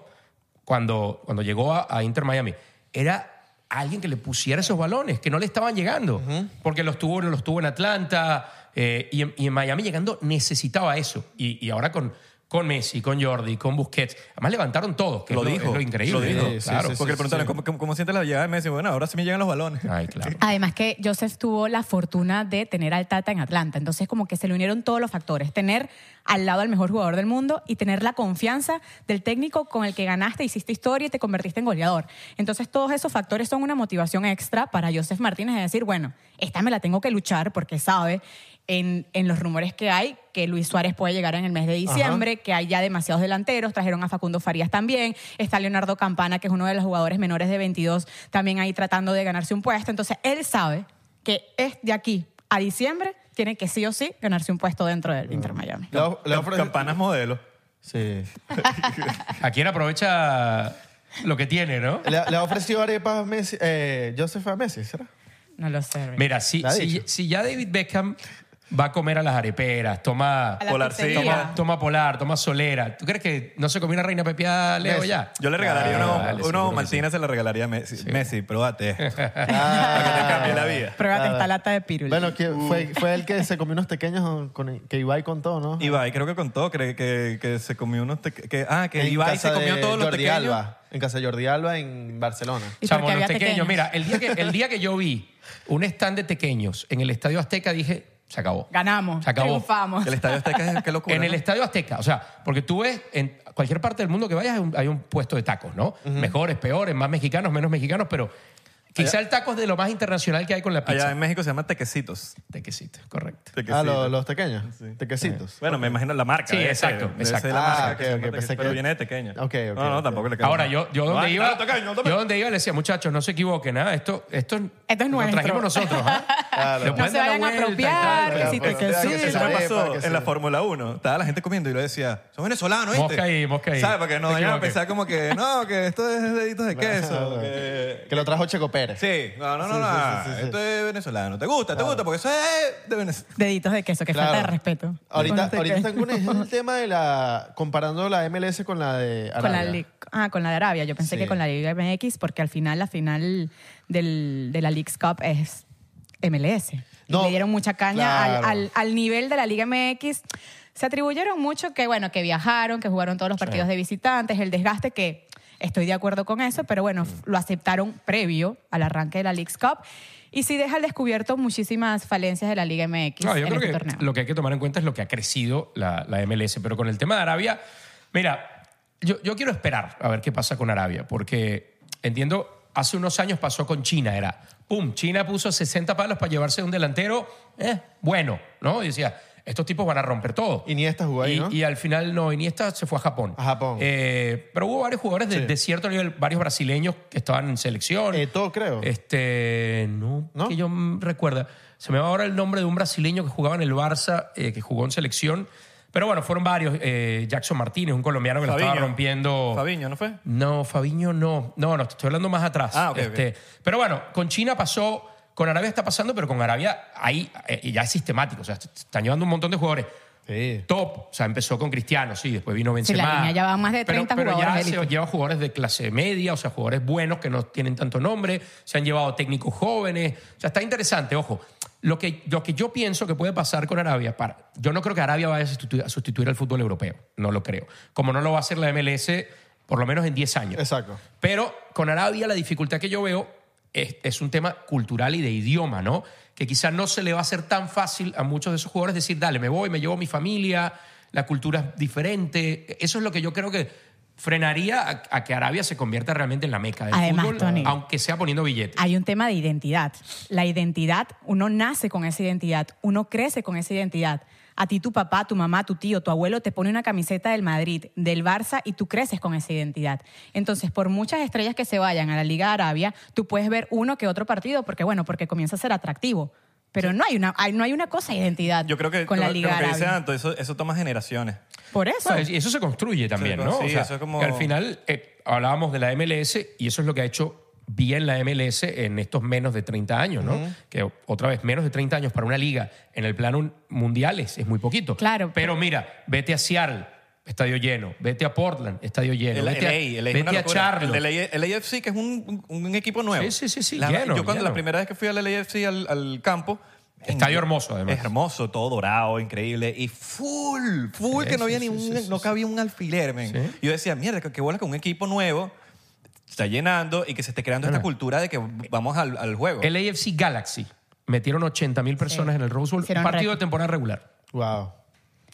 [SPEAKER 3] cuando, cuando llegó a, a Inter Miami, era alguien que le pusiera esos balones, que no le estaban llegando, porque los tuvo, los tuvo en Atlanta eh, y, en, y en Miami llegando necesitaba eso. Y, y ahora con, con Messi, con Jordi, con Busquets, además levantaron todos, que
[SPEAKER 4] lo
[SPEAKER 3] es lo,
[SPEAKER 4] dijo.
[SPEAKER 3] es lo increíble.
[SPEAKER 4] Lo dijo,
[SPEAKER 3] ¿no?
[SPEAKER 5] Sí, sí,
[SPEAKER 3] claro.
[SPEAKER 5] sí,
[SPEAKER 4] Porque le preguntaron,
[SPEAKER 5] sí.
[SPEAKER 4] ¿cómo, cómo, cómo sientes la llegada de Messi? Bueno, ahora sí me llegan los balones.
[SPEAKER 3] Ay, claro.
[SPEAKER 2] Además que Joseph tuvo la fortuna de tener al Tata en Atlanta, entonces como que se le unieron todos los factores, tener al lado al mejor jugador del mundo y tener la confianza del técnico con el que ganaste, hiciste historia y te convertiste en goleador. Entonces todos esos factores son una motivación extra para Joseph Martínez de decir, bueno, esta me la tengo que luchar porque sabe en, en los rumores que hay que Luis Suárez puede llegar en el mes de diciembre, que hay ya demasiados delanteros, trajeron a Facundo Farías también, está Leonardo Campana, que es uno de los jugadores menores de 22, también ahí tratando de ganarse un puesto. Entonces, él sabe que es de aquí a diciembre, tiene que sí o sí ganarse un puesto dentro del Inter Miami.
[SPEAKER 5] Le ha- le ha
[SPEAKER 4] Cam-
[SPEAKER 5] ofrecido-
[SPEAKER 4] Campanas modelo.
[SPEAKER 5] Sí.
[SPEAKER 3] A quien aprovecha lo que tiene, ¿no?
[SPEAKER 5] Le, ha- le ha ofrecido arepas a Messi, eh, Joseph a Messi, ¿será?
[SPEAKER 2] No lo sé.
[SPEAKER 3] Mira, si,
[SPEAKER 5] Lo ha
[SPEAKER 3] si,
[SPEAKER 5] dicho.
[SPEAKER 3] si ya David Beckham va a comer a las areperas, toma...
[SPEAKER 2] A la
[SPEAKER 4] Polar, sí.
[SPEAKER 2] pizzería.
[SPEAKER 3] Toma, toma Polar, toma Solera. ¿Tú crees que no se comió una reina pepiada Leo
[SPEAKER 5] Messi.
[SPEAKER 3] ya?
[SPEAKER 4] Yo le regalaría
[SPEAKER 3] Ah,
[SPEAKER 4] uno,
[SPEAKER 3] dale, seguro
[SPEAKER 4] uno
[SPEAKER 3] que
[SPEAKER 4] Martina se la regalaría a Messi. Messi, probate esto.
[SPEAKER 5] Ah.
[SPEAKER 4] Para que te cambie la vida.
[SPEAKER 2] Pruébate esta lata de pirula.
[SPEAKER 5] Bueno, que fue, fue el que se comió unos pequeños con, que Ibai contó, ¿no?
[SPEAKER 4] Ibai, creo que contó cree que, que se comió unos te- que Ah, que
[SPEAKER 5] En
[SPEAKER 4] Ibai
[SPEAKER 5] casa
[SPEAKER 4] se comió
[SPEAKER 5] de
[SPEAKER 4] todos los
[SPEAKER 5] Jordi
[SPEAKER 4] pequeños.
[SPEAKER 5] Alba, en casa de Jordi Alba en Barcelona.
[SPEAKER 2] ¿Y por
[SPEAKER 3] Chamo,
[SPEAKER 2] qué
[SPEAKER 3] los
[SPEAKER 2] había
[SPEAKER 3] tequeños.
[SPEAKER 2] tequeños?
[SPEAKER 3] Mira, el día, que, el día que yo vi un stand de tequeños en el Estadio Azteca, dije, se acabó.
[SPEAKER 2] Ganamos.
[SPEAKER 3] Se acabó.
[SPEAKER 2] Triunfamos.
[SPEAKER 4] El Estadio Azteca es qué locura.
[SPEAKER 3] En el
[SPEAKER 4] ¿no?
[SPEAKER 3] Estadio Azteca, o sea, porque tú ves en cualquier parte del mundo que vayas hay un, hay un puesto de tacos, ¿no? Mejores, peores, más mexicanos, menos mexicanos, pero quizá el taco es de lo más internacional que hay con la pizza.
[SPEAKER 4] Allá en México se llama Tequecitos.
[SPEAKER 3] Tequecito, correcto.
[SPEAKER 5] Ah,
[SPEAKER 4] Tequecitos.
[SPEAKER 5] lo- los pequeños, tequecitos.
[SPEAKER 4] Bueno, me imagino la marca.
[SPEAKER 3] Sí,
[SPEAKER 4] debe ser,
[SPEAKER 3] exacto,
[SPEAKER 4] debe
[SPEAKER 3] exacto.
[SPEAKER 4] ser la
[SPEAKER 5] Ah,
[SPEAKER 4] marca
[SPEAKER 5] ok,
[SPEAKER 4] que se llama
[SPEAKER 5] ok, pensé
[SPEAKER 4] Tequecitos,
[SPEAKER 5] que-
[SPEAKER 4] Pero viene de pequeño.
[SPEAKER 5] Ok, ok,
[SPEAKER 4] No, no,
[SPEAKER 5] ok.
[SPEAKER 4] tampoco le queda
[SPEAKER 3] Ahora,
[SPEAKER 4] mal.
[SPEAKER 3] yo, yo donde
[SPEAKER 4] Ah,
[SPEAKER 3] iba,
[SPEAKER 4] claro, tequeño,
[SPEAKER 3] yo
[SPEAKER 4] también.
[SPEAKER 3] donde iba le decía, muchachos, no se equivoquen, ¿ah? esto, esto,
[SPEAKER 2] Esto es
[SPEAKER 3] lo
[SPEAKER 2] nuestro.
[SPEAKER 3] trajimos nosotros. ¿ah? Le
[SPEAKER 2] No
[SPEAKER 3] pueden
[SPEAKER 2] se
[SPEAKER 3] dar la
[SPEAKER 2] vayan a
[SPEAKER 3] vuelta y
[SPEAKER 2] apropiar,
[SPEAKER 3] tal,
[SPEAKER 2] que
[SPEAKER 3] pero-
[SPEAKER 2] si te
[SPEAKER 5] Claro,
[SPEAKER 2] que
[SPEAKER 5] que
[SPEAKER 4] Eso
[SPEAKER 2] sí.
[SPEAKER 5] se-
[SPEAKER 4] me
[SPEAKER 5] Arepa,
[SPEAKER 4] pasó
[SPEAKER 5] que
[SPEAKER 4] en
[SPEAKER 5] sí.
[SPEAKER 4] la Fórmula 1. Estaba la gente comiendo y yo decía, son venezolanos, ¿viste?
[SPEAKER 3] Mosca ahí, mosca ahí.
[SPEAKER 4] ¿Sabes? Para que no
[SPEAKER 3] Te
[SPEAKER 4] vayan a
[SPEAKER 3] equivoques.
[SPEAKER 4] pensar como que, no, que esto es deditos de queso. que-
[SPEAKER 5] Que lo trajo Checo Pérez.
[SPEAKER 4] Sí, no, no, no,
[SPEAKER 5] Sí,
[SPEAKER 4] no.
[SPEAKER 5] sí, sí, sí, sí.
[SPEAKER 4] Esto es venezolano. ¿Te gusta? ¿Te gusta? Porque eso es de Venezuela.
[SPEAKER 2] Deditos de queso, que
[SPEAKER 5] Claro.
[SPEAKER 2] falta de respeto. Con
[SPEAKER 5] Ahorita,
[SPEAKER 2] este
[SPEAKER 5] ahorita
[SPEAKER 2] queso.
[SPEAKER 5] están con el tema de la. comparando la MLS con la de
[SPEAKER 2] Con la,
[SPEAKER 5] Arabia.
[SPEAKER 2] li- ah, con la de Arabia. Yo pensé
[SPEAKER 5] Sí.
[SPEAKER 2] que con la Liga MX, porque al final la final del, de la League's Cup es MLS. Y
[SPEAKER 5] No,
[SPEAKER 2] le dieron mucha caña
[SPEAKER 5] claro.
[SPEAKER 2] al, al- al nivel de la Liga MX. Se atribuyeron mucho que, bueno, que viajaron, que jugaron todos los partidos de visitantes, el desgaste que estoy de acuerdo con eso, pero bueno, f- lo aceptaron previo al arranque de la League's Cup. Y sí deja al descubierto muchísimas falencias de la Liga MX
[SPEAKER 3] No,
[SPEAKER 2] en
[SPEAKER 3] yo creo
[SPEAKER 2] este
[SPEAKER 3] que
[SPEAKER 2] torneo.
[SPEAKER 3] lo que hay que tomar en cuenta es lo que ha crecido la, la MLS. Pero con el tema de Arabia, mira, yo, yo quiero esperar a ver qué pasa con Arabia, porque entiendo, hace unos años pasó con China, era, pum, China puso 60 palos para llevarse un delantero, eh, bueno, ¿no? Y decía, estos tipos van a romper todo.
[SPEAKER 5] Iniesta jugó ahí,
[SPEAKER 3] Y-
[SPEAKER 5] ¿no?
[SPEAKER 3] y al final no, Iniesta se fue a Japón.
[SPEAKER 5] A Japón.
[SPEAKER 3] Eh, pero hubo varios jugadores de, de cierto nivel, varios brasileños que estaban en selección.
[SPEAKER 5] todo creo.
[SPEAKER 3] Este, no,
[SPEAKER 5] Eh, ¿No?
[SPEAKER 3] que yo m- recuerda. Se me va ahora el nombre de un brasileño que jugaba en el Barça, eh, que jugó en selección. Pero bueno, fueron varios. Eh, Jackson Martínez, un colombiano que lo
[SPEAKER 4] Fabiño.
[SPEAKER 3] estaba rompiendo.
[SPEAKER 4] Fabiño, ¿no fue?
[SPEAKER 3] No, Fabiño no. No, no, te estoy hablando más atrás. Este,
[SPEAKER 4] Ah, ok, ok.
[SPEAKER 3] Pero bueno, con China pasó, con Arabia está pasando, pero con Arabia ahí eh, ya es sistemático. O sea, est- están llevando un montón de jugadores
[SPEAKER 5] Sí.
[SPEAKER 3] top. O sea, empezó con Cristiano, sí, después vino Benzema.
[SPEAKER 2] la línea ya va más de
[SPEAKER 3] Pero-
[SPEAKER 2] 30
[SPEAKER 3] pero,
[SPEAKER 2] jugadores de
[SPEAKER 3] ya se
[SPEAKER 2] élite.
[SPEAKER 3] lleva jugadores de clase media, o sea, jugadores buenos que no tienen tanto nombre. Se han llevado técnicos jóvenes. O sea, está interesante, ojo. Lo que, lo que yo pienso que puede pasar con Arabia, para, yo no creo que Arabia vaya a sustituir, a sustituir al fútbol europeo, no lo creo. Como no lo va a hacer la MLS, por lo menos en 10 años.
[SPEAKER 5] Exacto.
[SPEAKER 3] Pero con Arabia la dificultad que yo veo es, es un tema cultural y de idioma, ¿no? Que quizás no se le va a hacer tan fácil a muchos de esos jugadores decir, dale, me voy, me llevo a mi familia, la cultura es diferente. Eso es lo que yo creo que frenaría a, a que Arabia se convierta realmente en la meca del
[SPEAKER 2] Además,
[SPEAKER 3] fútbol,
[SPEAKER 2] Tony.
[SPEAKER 3] aunque sea poniendo billetes.
[SPEAKER 2] Hay un tema de identidad. La identidad, uno nace con esa identidad, uno crece con esa identidad. A ti tu papá, tu mamá, tu tío, tu abuelo te pone una camiseta del Madrid, del Barça y tú creces con esa identidad. Entonces, por muchas estrellas que se vayan a la Liga de Arabia, tú puedes ver uno que otro partido porque bueno, porque comienza a ser atractivo. Pero no hay una, hay- no hay una cosa de identidad
[SPEAKER 4] Yo creo que
[SPEAKER 2] con la
[SPEAKER 4] lo-
[SPEAKER 2] Liga
[SPEAKER 4] lo que dice
[SPEAKER 2] Arabia.
[SPEAKER 4] Anto, eso, eso toma generaciones.
[SPEAKER 2] Por eso.
[SPEAKER 3] Bueno, y eso se construye también,
[SPEAKER 4] Se-
[SPEAKER 3] ¿no?
[SPEAKER 4] sí, eso es como-
[SPEAKER 3] que al final eh, hablábamos de la MLS y eso es lo que ha hecho bien la MLS en estos menos de 30 años, ¿no? Que otra vez, menos de 30 años para una liga en el plano mundial es, es muy poquito.
[SPEAKER 2] Claro.
[SPEAKER 3] Pero mira, vete a Seattle, estadio lleno. Vete a Portland, estadio lleno.
[SPEAKER 4] El, el,
[SPEAKER 3] vete
[SPEAKER 4] LA,
[SPEAKER 3] a,
[SPEAKER 4] el, LA es
[SPEAKER 3] vete
[SPEAKER 4] una
[SPEAKER 3] a
[SPEAKER 4] locura.
[SPEAKER 3] Charlotte.
[SPEAKER 4] El del LA el AFC, que es un, un, un equipo nuevo.
[SPEAKER 3] Sí, sí, sí, sí,
[SPEAKER 4] La-
[SPEAKER 3] lleno,
[SPEAKER 4] yo cuando la
[SPEAKER 3] lleno.
[SPEAKER 4] primera vez que fui al LAFC al, al campo... eh,
[SPEAKER 3] Estadio hermoso, además.
[SPEAKER 4] Es hermoso, todo dorado, increíble. Y full, full,
[SPEAKER 3] Sí,
[SPEAKER 4] que no había
[SPEAKER 3] sí,
[SPEAKER 4] ni
[SPEAKER 3] sí,
[SPEAKER 4] un...
[SPEAKER 3] sí,
[SPEAKER 4] no
[SPEAKER 3] sí,
[SPEAKER 4] cabía un alfiler, men.
[SPEAKER 3] Sí.
[SPEAKER 4] Yo decía, mierda, qué bueno que un equipo nuevo está llenando y que se esté creando esta
[SPEAKER 3] Bueno.
[SPEAKER 4] cultura de que vamos al, al juego.
[SPEAKER 3] El AFC Galaxy. Metieron 80 mil personas en el Rose Bowl.
[SPEAKER 2] Hicieron
[SPEAKER 3] un partido
[SPEAKER 2] récord.
[SPEAKER 3] de temporada regular.
[SPEAKER 5] Wow.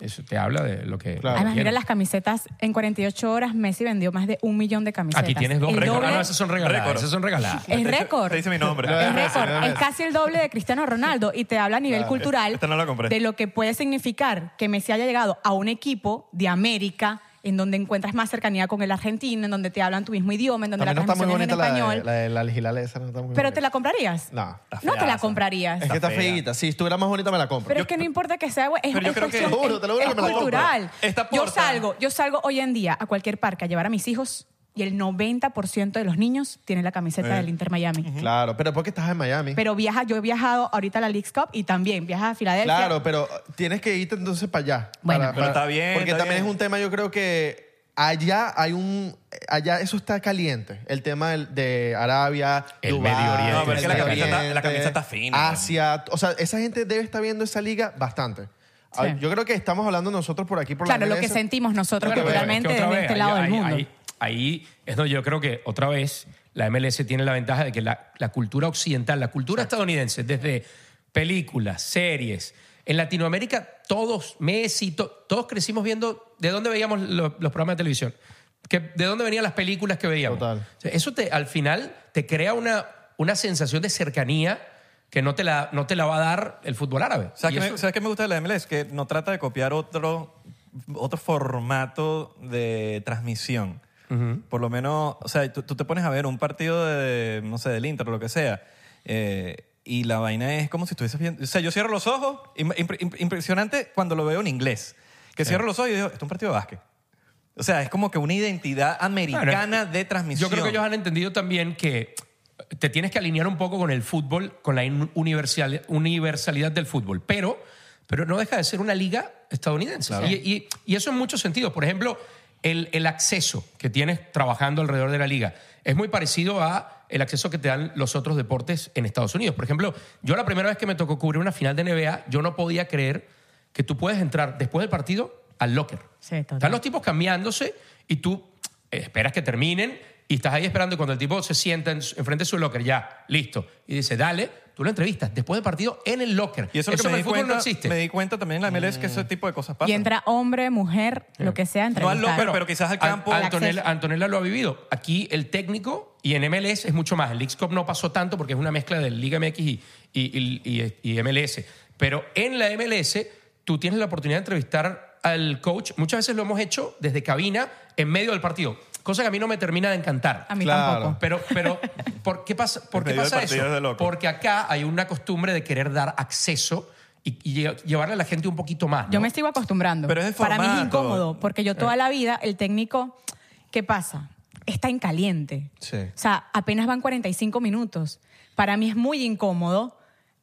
[SPEAKER 3] Eso te habla de lo que...
[SPEAKER 5] Claro.
[SPEAKER 2] Además, mira
[SPEAKER 3] Lleno.
[SPEAKER 2] las camisetas. En 48 horas, Messi vendió más de un millón de camisetas.
[SPEAKER 3] Aquí tienes dos
[SPEAKER 2] El
[SPEAKER 3] récords. Ah,
[SPEAKER 2] doble-
[SPEAKER 3] no, esas son regaladas.
[SPEAKER 4] Récord.
[SPEAKER 3] Esas son regaladas.
[SPEAKER 2] Es récord.
[SPEAKER 4] Te dice mi nombre.
[SPEAKER 5] Lo
[SPEAKER 2] Es
[SPEAKER 5] Ah, sí,
[SPEAKER 2] récord,
[SPEAKER 5] no,
[SPEAKER 2] es
[SPEAKER 5] no.
[SPEAKER 2] casi el doble de Cristiano Ronaldo y te habla a nivel cultural
[SPEAKER 4] esta no la compré.
[SPEAKER 2] de lo que puede significar que Messi haya llegado a un equipo de América en donde encuentras más cercanía con el argentino, en donde te hablan tu mismo idioma, en donde
[SPEAKER 5] También no
[SPEAKER 2] la
[SPEAKER 5] está muy
[SPEAKER 2] transmisión es en
[SPEAKER 5] bonita la,
[SPEAKER 2] español.
[SPEAKER 5] de- la, de- la legislala esa, no está muy
[SPEAKER 2] pero
[SPEAKER 5] bonita.
[SPEAKER 2] te la comprarías.
[SPEAKER 5] No.
[SPEAKER 2] No te
[SPEAKER 4] feaza.
[SPEAKER 2] la comprarías.
[SPEAKER 5] Es que está
[SPEAKER 4] fea.
[SPEAKER 5] feíta. Si estuviera más bonita me la compro.
[SPEAKER 2] Pero es que no importa que sea, güey, es,
[SPEAKER 4] Pero yo
[SPEAKER 2] es
[SPEAKER 4] creo que-
[SPEAKER 2] cuestión-
[SPEAKER 5] Te lo juro, te lo juro
[SPEAKER 2] es
[SPEAKER 5] que me la
[SPEAKER 2] cultural.
[SPEAKER 4] compro. Esta
[SPEAKER 2] Yo
[SPEAKER 4] porta-
[SPEAKER 2] salgo, yo salgo hoy en día a cualquier parque a llevar a mis hijos y el 90% de los niños tienen la camiseta
[SPEAKER 5] Eh.
[SPEAKER 2] del Inter Miami.
[SPEAKER 5] Claro, pero porque estás en Miami.
[SPEAKER 2] Pero viaja, yo he viajado ahorita a la Leagues Cup y también viajas a Filadelfia.
[SPEAKER 5] Claro, pero eh, tienes que irte entonces para allá.
[SPEAKER 2] Bueno.
[SPEAKER 5] Para-
[SPEAKER 4] Pero
[SPEAKER 5] para-
[SPEAKER 4] está bien,
[SPEAKER 5] Porque
[SPEAKER 4] está
[SPEAKER 5] también
[SPEAKER 4] bien.
[SPEAKER 5] es un tema, yo creo que allá hay un. Allá eso está caliente. El tema del- de Arabia,
[SPEAKER 3] El
[SPEAKER 5] Dubái,
[SPEAKER 3] Medio Oriente. No, pero es que la
[SPEAKER 5] Medio
[SPEAKER 3] camisa
[SPEAKER 4] está- la
[SPEAKER 5] Oriente,
[SPEAKER 4] camisa está fina,
[SPEAKER 5] Asia. O sea, esa gente debe estar viendo esa liga bastante. Ah,
[SPEAKER 2] Sí.
[SPEAKER 5] Yo creo que estamos hablando nosotros por aquí, por la
[SPEAKER 2] Claro, lo que
[SPEAKER 5] MLS.
[SPEAKER 2] sentimos nosotros
[SPEAKER 3] Claro, pero es
[SPEAKER 2] particularmente
[SPEAKER 3] que otra
[SPEAKER 2] desde
[SPEAKER 3] vez,
[SPEAKER 2] este
[SPEAKER 3] ahí-
[SPEAKER 2] lado del
[SPEAKER 3] ahí-
[SPEAKER 2] mundo.
[SPEAKER 3] Ahí, ahí es donde yo creo que otra vez la MLS tiene la ventaja de que la, la cultura occidental, la cultura estadounidense, desde películas, series, En Latinoamérica, todos, Messi, to- todos crecimos viendo de dónde veíamos lo- los programas de televisión, que, de dónde venían las películas que veíamos.
[SPEAKER 5] Total.
[SPEAKER 3] O sea, eso te, al final te crea una, una sensación de cercanía que no te la, no te la va a dar el fútbol árabe.
[SPEAKER 4] ¿Sabes
[SPEAKER 3] Y
[SPEAKER 4] qué,
[SPEAKER 3] eso-
[SPEAKER 4] me, sabes qué me gusta de la MLS? Que no trata de copiar otro, otro formato de transmisión. Por lo menos, o sea, tú, tú te pones a ver un partido de, no sé, del Inter o lo que sea, eh, y la vaina es como si estuvieses viendo... O sea, yo cierro los ojos, im- impre- imp- impresionante cuando lo veo en inglés, que cierro los ojos y digo, esto es un partido de básquet. O sea, es como que una identidad americana de transmisión.
[SPEAKER 3] Yo creo que ellos han entendido también que te tienes que alinear un poco con el fútbol, con la in- universal- universalidad del fútbol, pero, pero no deja de ser una liga estadounidense. Y, y- y eso en muchos sentidos. Por ejemplo, el, el acceso que tienes trabajando alrededor de la liga es muy parecido a el acceso que te dan los otros deportes en Estados Unidos. Por ejemplo, yo la primera vez que me tocó cubrir una final de NBA, yo no podía creer que tú puedes entrar después del partido al locker.
[SPEAKER 2] Sí, total.
[SPEAKER 3] Están los tipos cambiándose y tú eh, esperas que terminen y estás ahí esperando y cuando el tipo se sienta en- enfrente de su locker, ya, listo. Y dice, dale, tú lo entrevistas después del partido en el locker.
[SPEAKER 4] Y eso, es lo que
[SPEAKER 3] en el
[SPEAKER 4] me di,
[SPEAKER 3] fútbol
[SPEAKER 4] cuenta,
[SPEAKER 3] no existe. Mm.
[SPEAKER 4] me di cuenta también en la MLS que ese tipo de cosas pasan.
[SPEAKER 2] Y entra hombre, mujer, lo que sea,
[SPEAKER 4] No al
[SPEAKER 2] entrevistar.
[SPEAKER 4] locker, pero quizás al
[SPEAKER 3] An-
[SPEAKER 4] campo...
[SPEAKER 3] Antonella, Antonella lo ha vivido. Aquí el técnico y en MLS es mucho más. El Leagues Cup no pasó tanto porque es una mezcla del Liga MX y, y- y- y- y MLS. Pero en la MLS tú tienes la oportunidad de entrevistar al coach. Muchas veces lo hemos hecho desde cabina en medio del partido. Cosa que a mí no me termina de encantar.
[SPEAKER 2] A mí
[SPEAKER 5] Claro.
[SPEAKER 2] tampoco.
[SPEAKER 3] Pero, pero ¿por qué pasa, por
[SPEAKER 4] En
[SPEAKER 3] qué
[SPEAKER 4] medio del
[SPEAKER 3] pasa
[SPEAKER 4] partido
[SPEAKER 3] eso?
[SPEAKER 4] es de loco.
[SPEAKER 3] Porque acá hay una costumbre de querer dar acceso y, y lle- llevarle a la gente un poquito más. ¿no?
[SPEAKER 2] Yo me sigo acostumbrando.
[SPEAKER 4] Pero es el
[SPEAKER 2] Para mí es
[SPEAKER 4] formato. Eh.
[SPEAKER 2] incómodo, porque yo toda la vida, el técnico, ¿qué pasa? Está en caliente.
[SPEAKER 5] Sí.
[SPEAKER 2] O sea, apenas van 45 minutos. Para mí es muy incómodo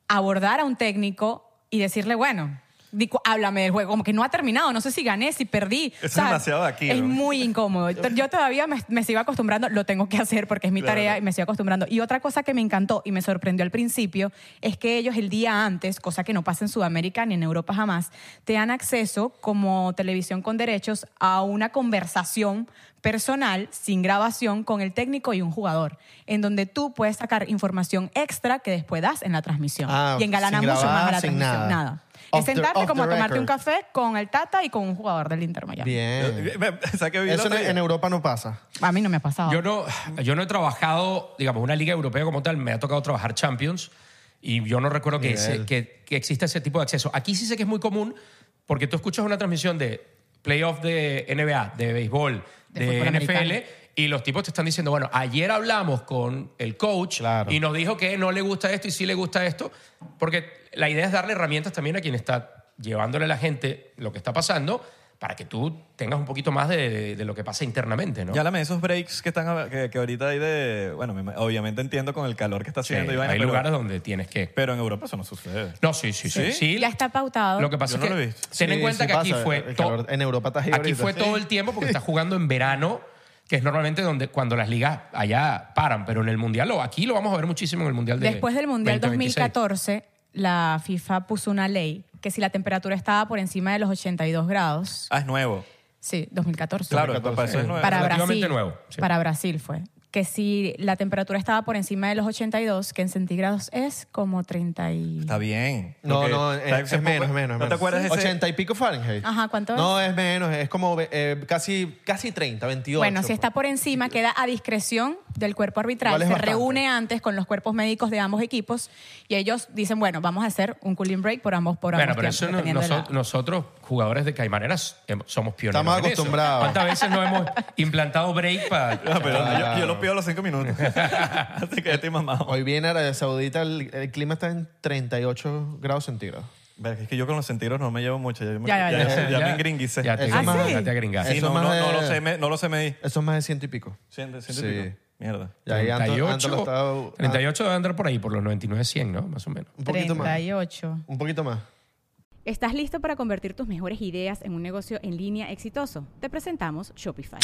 [SPEAKER 2] abordar a un técnico y decirle, bueno, dicu- háblame del juego. Como que no ha terminado, no sé si gané, si perdí.
[SPEAKER 4] Eso es
[SPEAKER 2] O sea,
[SPEAKER 4] demasiado de aquí,
[SPEAKER 2] Es
[SPEAKER 4] ¿no?
[SPEAKER 2] muy incómodo. T- Yo todavía me, me sigo acostumbrando, lo tengo que hacer porque es mi
[SPEAKER 4] Claro.
[SPEAKER 2] tarea y me sigo acostumbrando. Y otra cosa que me encantó y me sorprendió al principio es que ellos el día antes, cosa que no pasa en Sudamérica ni en Europa jamás, te dan acceso como televisión con derechos a una conversación personal sin grabación con el técnico y un jugador, en donde tú puedes sacar información extra que después das en la transmisión
[SPEAKER 5] Ah,
[SPEAKER 2] y engalanas
[SPEAKER 5] sin
[SPEAKER 2] mucho más a
[SPEAKER 5] grabar,
[SPEAKER 2] la
[SPEAKER 5] sin
[SPEAKER 2] transmisión.
[SPEAKER 5] nada.
[SPEAKER 2] Nada.
[SPEAKER 5] Off
[SPEAKER 2] es
[SPEAKER 5] the-
[SPEAKER 2] sentarte
[SPEAKER 5] off
[SPEAKER 2] como a
[SPEAKER 5] the
[SPEAKER 2] tomarte un
[SPEAKER 5] record.
[SPEAKER 2] café con el Tata y con un jugador del Inter Miami.
[SPEAKER 5] Bien.
[SPEAKER 4] ¿Sabes qué vi el
[SPEAKER 5] Eso
[SPEAKER 4] otro
[SPEAKER 5] en,
[SPEAKER 4] día?
[SPEAKER 5] en Europa no pasa.
[SPEAKER 2] A mí no me ha pasado.
[SPEAKER 3] Yo no, yo no he trabajado, digamos, una liga europea como tal, me ha tocado trabajar Champions y yo no recuerdo que, ese- que, que exista ese tipo de acceso. Aquí sí sé que es muy común porque tú escuchas una transmisión de playoff de NBA, de béisbol,
[SPEAKER 2] De
[SPEAKER 3] de,
[SPEAKER 2] fútbol
[SPEAKER 3] NFL
[SPEAKER 2] americano.
[SPEAKER 3] y los tipos te están diciendo, bueno, ayer hablamos con el coach
[SPEAKER 5] Claro.
[SPEAKER 3] y nos dijo que no le gusta esto y sí le gusta esto, porque la idea es darle herramientas también a quien está llevándole a la gente lo que está pasando para que tú tengas un poquito más de, de- de lo que pasa internamente, ¿no?
[SPEAKER 4] Y háblame de esos breaks que, están, que, que ahorita hay de... Bueno, me- obviamente entiendo con el calor que está
[SPEAKER 3] Sí,
[SPEAKER 4] haciendo. y vaina,
[SPEAKER 3] hay
[SPEAKER 4] pero,
[SPEAKER 3] lugares donde tienes que.
[SPEAKER 4] pero en Europa eso no sucede.
[SPEAKER 3] No, sí, sí, sí.
[SPEAKER 4] ¿Sí?
[SPEAKER 3] sí.
[SPEAKER 2] Ya está pautado.
[SPEAKER 3] Lo que pasa
[SPEAKER 4] Yo
[SPEAKER 3] es
[SPEAKER 4] no
[SPEAKER 3] que
[SPEAKER 4] lo he visto.
[SPEAKER 3] ten en
[SPEAKER 5] Sí,
[SPEAKER 3] cuenta
[SPEAKER 5] sí
[SPEAKER 3] que aquí
[SPEAKER 5] pasa,
[SPEAKER 3] fue
[SPEAKER 5] el
[SPEAKER 3] to-
[SPEAKER 5] calor- en Europa estás ahí
[SPEAKER 3] aquí
[SPEAKER 5] ahorita.
[SPEAKER 3] fue todo el tiempo porque está jugando en verano, que es normalmente donde cuando las ligas allá paran, pero en el mundial o aquí lo vamos a ver muchísimo en el mundial de
[SPEAKER 2] Después del Mundial
[SPEAKER 3] 2026.
[SPEAKER 2] 2014, la FIFA puso una ley que si la temperatura estaba por encima de los 82 grados,
[SPEAKER 4] Ah, es nuevo.
[SPEAKER 2] sí, 2014.
[SPEAKER 4] Claro, para eso es nuevo.
[SPEAKER 2] para
[SPEAKER 3] relativamente
[SPEAKER 2] Brasil,
[SPEAKER 3] nuevo, sí.
[SPEAKER 2] para Brasil fue que si la temperatura estaba por encima de los 82, que en centígrados es como 30 y...
[SPEAKER 4] Está bien.
[SPEAKER 5] No,
[SPEAKER 4] Porque-
[SPEAKER 5] no, es,
[SPEAKER 4] ¿sabes?
[SPEAKER 5] es
[SPEAKER 4] Se poco-
[SPEAKER 5] menos, es menos. es
[SPEAKER 4] ¿No te
[SPEAKER 5] menos.
[SPEAKER 4] acuerdas de ese?
[SPEAKER 5] 80 y pico Fahrenheit.
[SPEAKER 2] Ajá, ¿cuánto es?
[SPEAKER 5] No, es menos, es como eh, casi, casi 30, 28.
[SPEAKER 2] Bueno, si
[SPEAKER 3] pues.
[SPEAKER 2] está por encima, queda a discreción del cuerpo arbitral.
[SPEAKER 5] Igual es
[SPEAKER 2] Se
[SPEAKER 5] bastante.
[SPEAKER 2] reúne antes con los cuerpos médicos de ambos equipos y ellos dicen, bueno, vamos a hacer un cooling break por ambos por
[SPEAKER 3] Bueno,
[SPEAKER 2] ambos
[SPEAKER 3] pero
[SPEAKER 2] tiempos,
[SPEAKER 3] eso no-
[SPEAKER 2] dependiendo de la-
[SPEAKER 3] noso- nosotros, jugadores de Caimaneras, em- somos pioneros.
[SPEAKER 5] Estamos
[SPEAKER 3] en eso.
[SPEAKER 5] acostumbrados.
[SPEAKER 3] ¿Cuántas veces no hemos implantado break para.?
[SPEAKER 4] Ah, pero
[SPEAKER 5] Ah.
[SPEAKER 4] yo, yo lo pido a los cinco minutos. Así que ya estoy mamado.
[SPEAKER 5] Hoy viene Arabia Saudita, el, el clima está en 38 grados centígrados.
[SPEAKER 4] Verga, Es que yo con los sentidos no me llevo mucho. Ya, yo me,
[SPEAKER 2] Ya, ya,
[SPEAKER 4] ya-
[SPEAKER 2] ya.
[SPEAKER 4] ya- ya me engringuicé.
[SPEAKER 3] Ya te,
[SPEAKER 5] Eso
[SPEAKER 2] es más-
[SPEAKER 3] ya te agringaste.
[SPEAKER 4] Sí,
[SPEAKER 5] Eso
[SPEAKER 4] no,
[SPEAKER 5] más
[SPEAKER 4] no,
[SPEAKER 5] de-
[SPEAKER 4] no lo sé, me- no lo sé medir.
[SPEAKER 5] Eso es más de ciento y pico.
[SPEAKER 4] Ciento, ciento
[SPEAKER 5] Sí.
[SPEAKER 4] y pico. Mierda.
[SPEAKER 5] Y ahí Anto- Anto lo
[SPEAKER 3] 38,
[SPEAKER 5] estaba- ah,
[SPEAKER 3] 38 debe andar por ahí, por los 99-100, ¿no? Más o menos.
[SPEAKER 5] un poquito más.
[SPEAKER 2] 38.
[SPEAKER 5] Un poquito más.
[SPEAKER 7] ¿Estás listo para convertir tus mejores ideas en un negocio en línea exitoso? Te presentamos Shopify.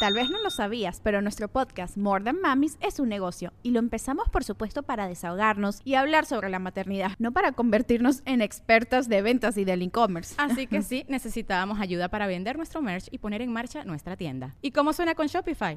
[SPEAKER 8] Tal vez no lo sabías, pero nuestro podcast More Than Mamis es un negocio y lo empezamos por supuesto para desahogarnos y hablar sobre la maternidad, no para convertirnos en expertas de ventas y del e-commerce.
[SPEAKER 7] Así que sí, necesitábamos ayuda para vender nuestro merch y poner en marcha nuestra tienda. ¿Y cómo suena con Shopify?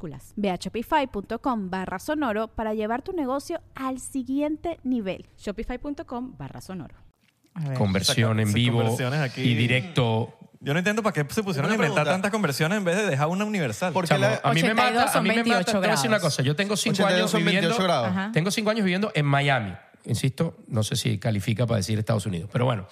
[SPEAKER 8] Ve a shopify.com barra sonoro para llevar tu negocio al siguiente nivel.
[SPEAKER 7] Shopify.com barra sonoro.
[SPEAKER 2] A ver.
[SPEAKER 3] Conversión
[SPEAKER 4] Saca-
[SPEAKER 3] en
[SPEAKER 4] saca
[SPEAKER 3] vivo
[SPEAKER 4] conversiones aquí.
[SPEAKER 3] y directo.
[SPEAKER 4] Yo no entiendo para qué se pusieron
[SPEAKER 5] Una
[SPEAKER 4] a inventar
[SPEAKER 5] pregunta.
[SPEAKER 4] tantas conversiones en vez de dejar una universal.
[SPEAKER 5] Porque
[SPEAKER 3] Chamo,
[SPEAKER 5] la-
[SPEAKER 3] a mí me
[SPEAKER 2] 82
[SPEAKER 3] mata, a
[SPEAKER 2] son
[SPEAKER 3] mí me mata.
[SPEAKER 2] 28
[SPEAKER 3] Te voy a decir una
[SPEAKER 2] grados.
[SPEAKER 3] cosa. Yo tengo cinco
[SPEAKER 5] 82
[SPEAKER 3] años
[SPEAKER 5] son 28
[SPEAKER 3] viviendo.
[SPEAKER 5] grados.
[SPEAKER 2] Ajá.
[SPEAKER 3] Tengo cinco años viviendo en Miami. Insisto, no sé si califica para decir Estados Unidos, pero bueno.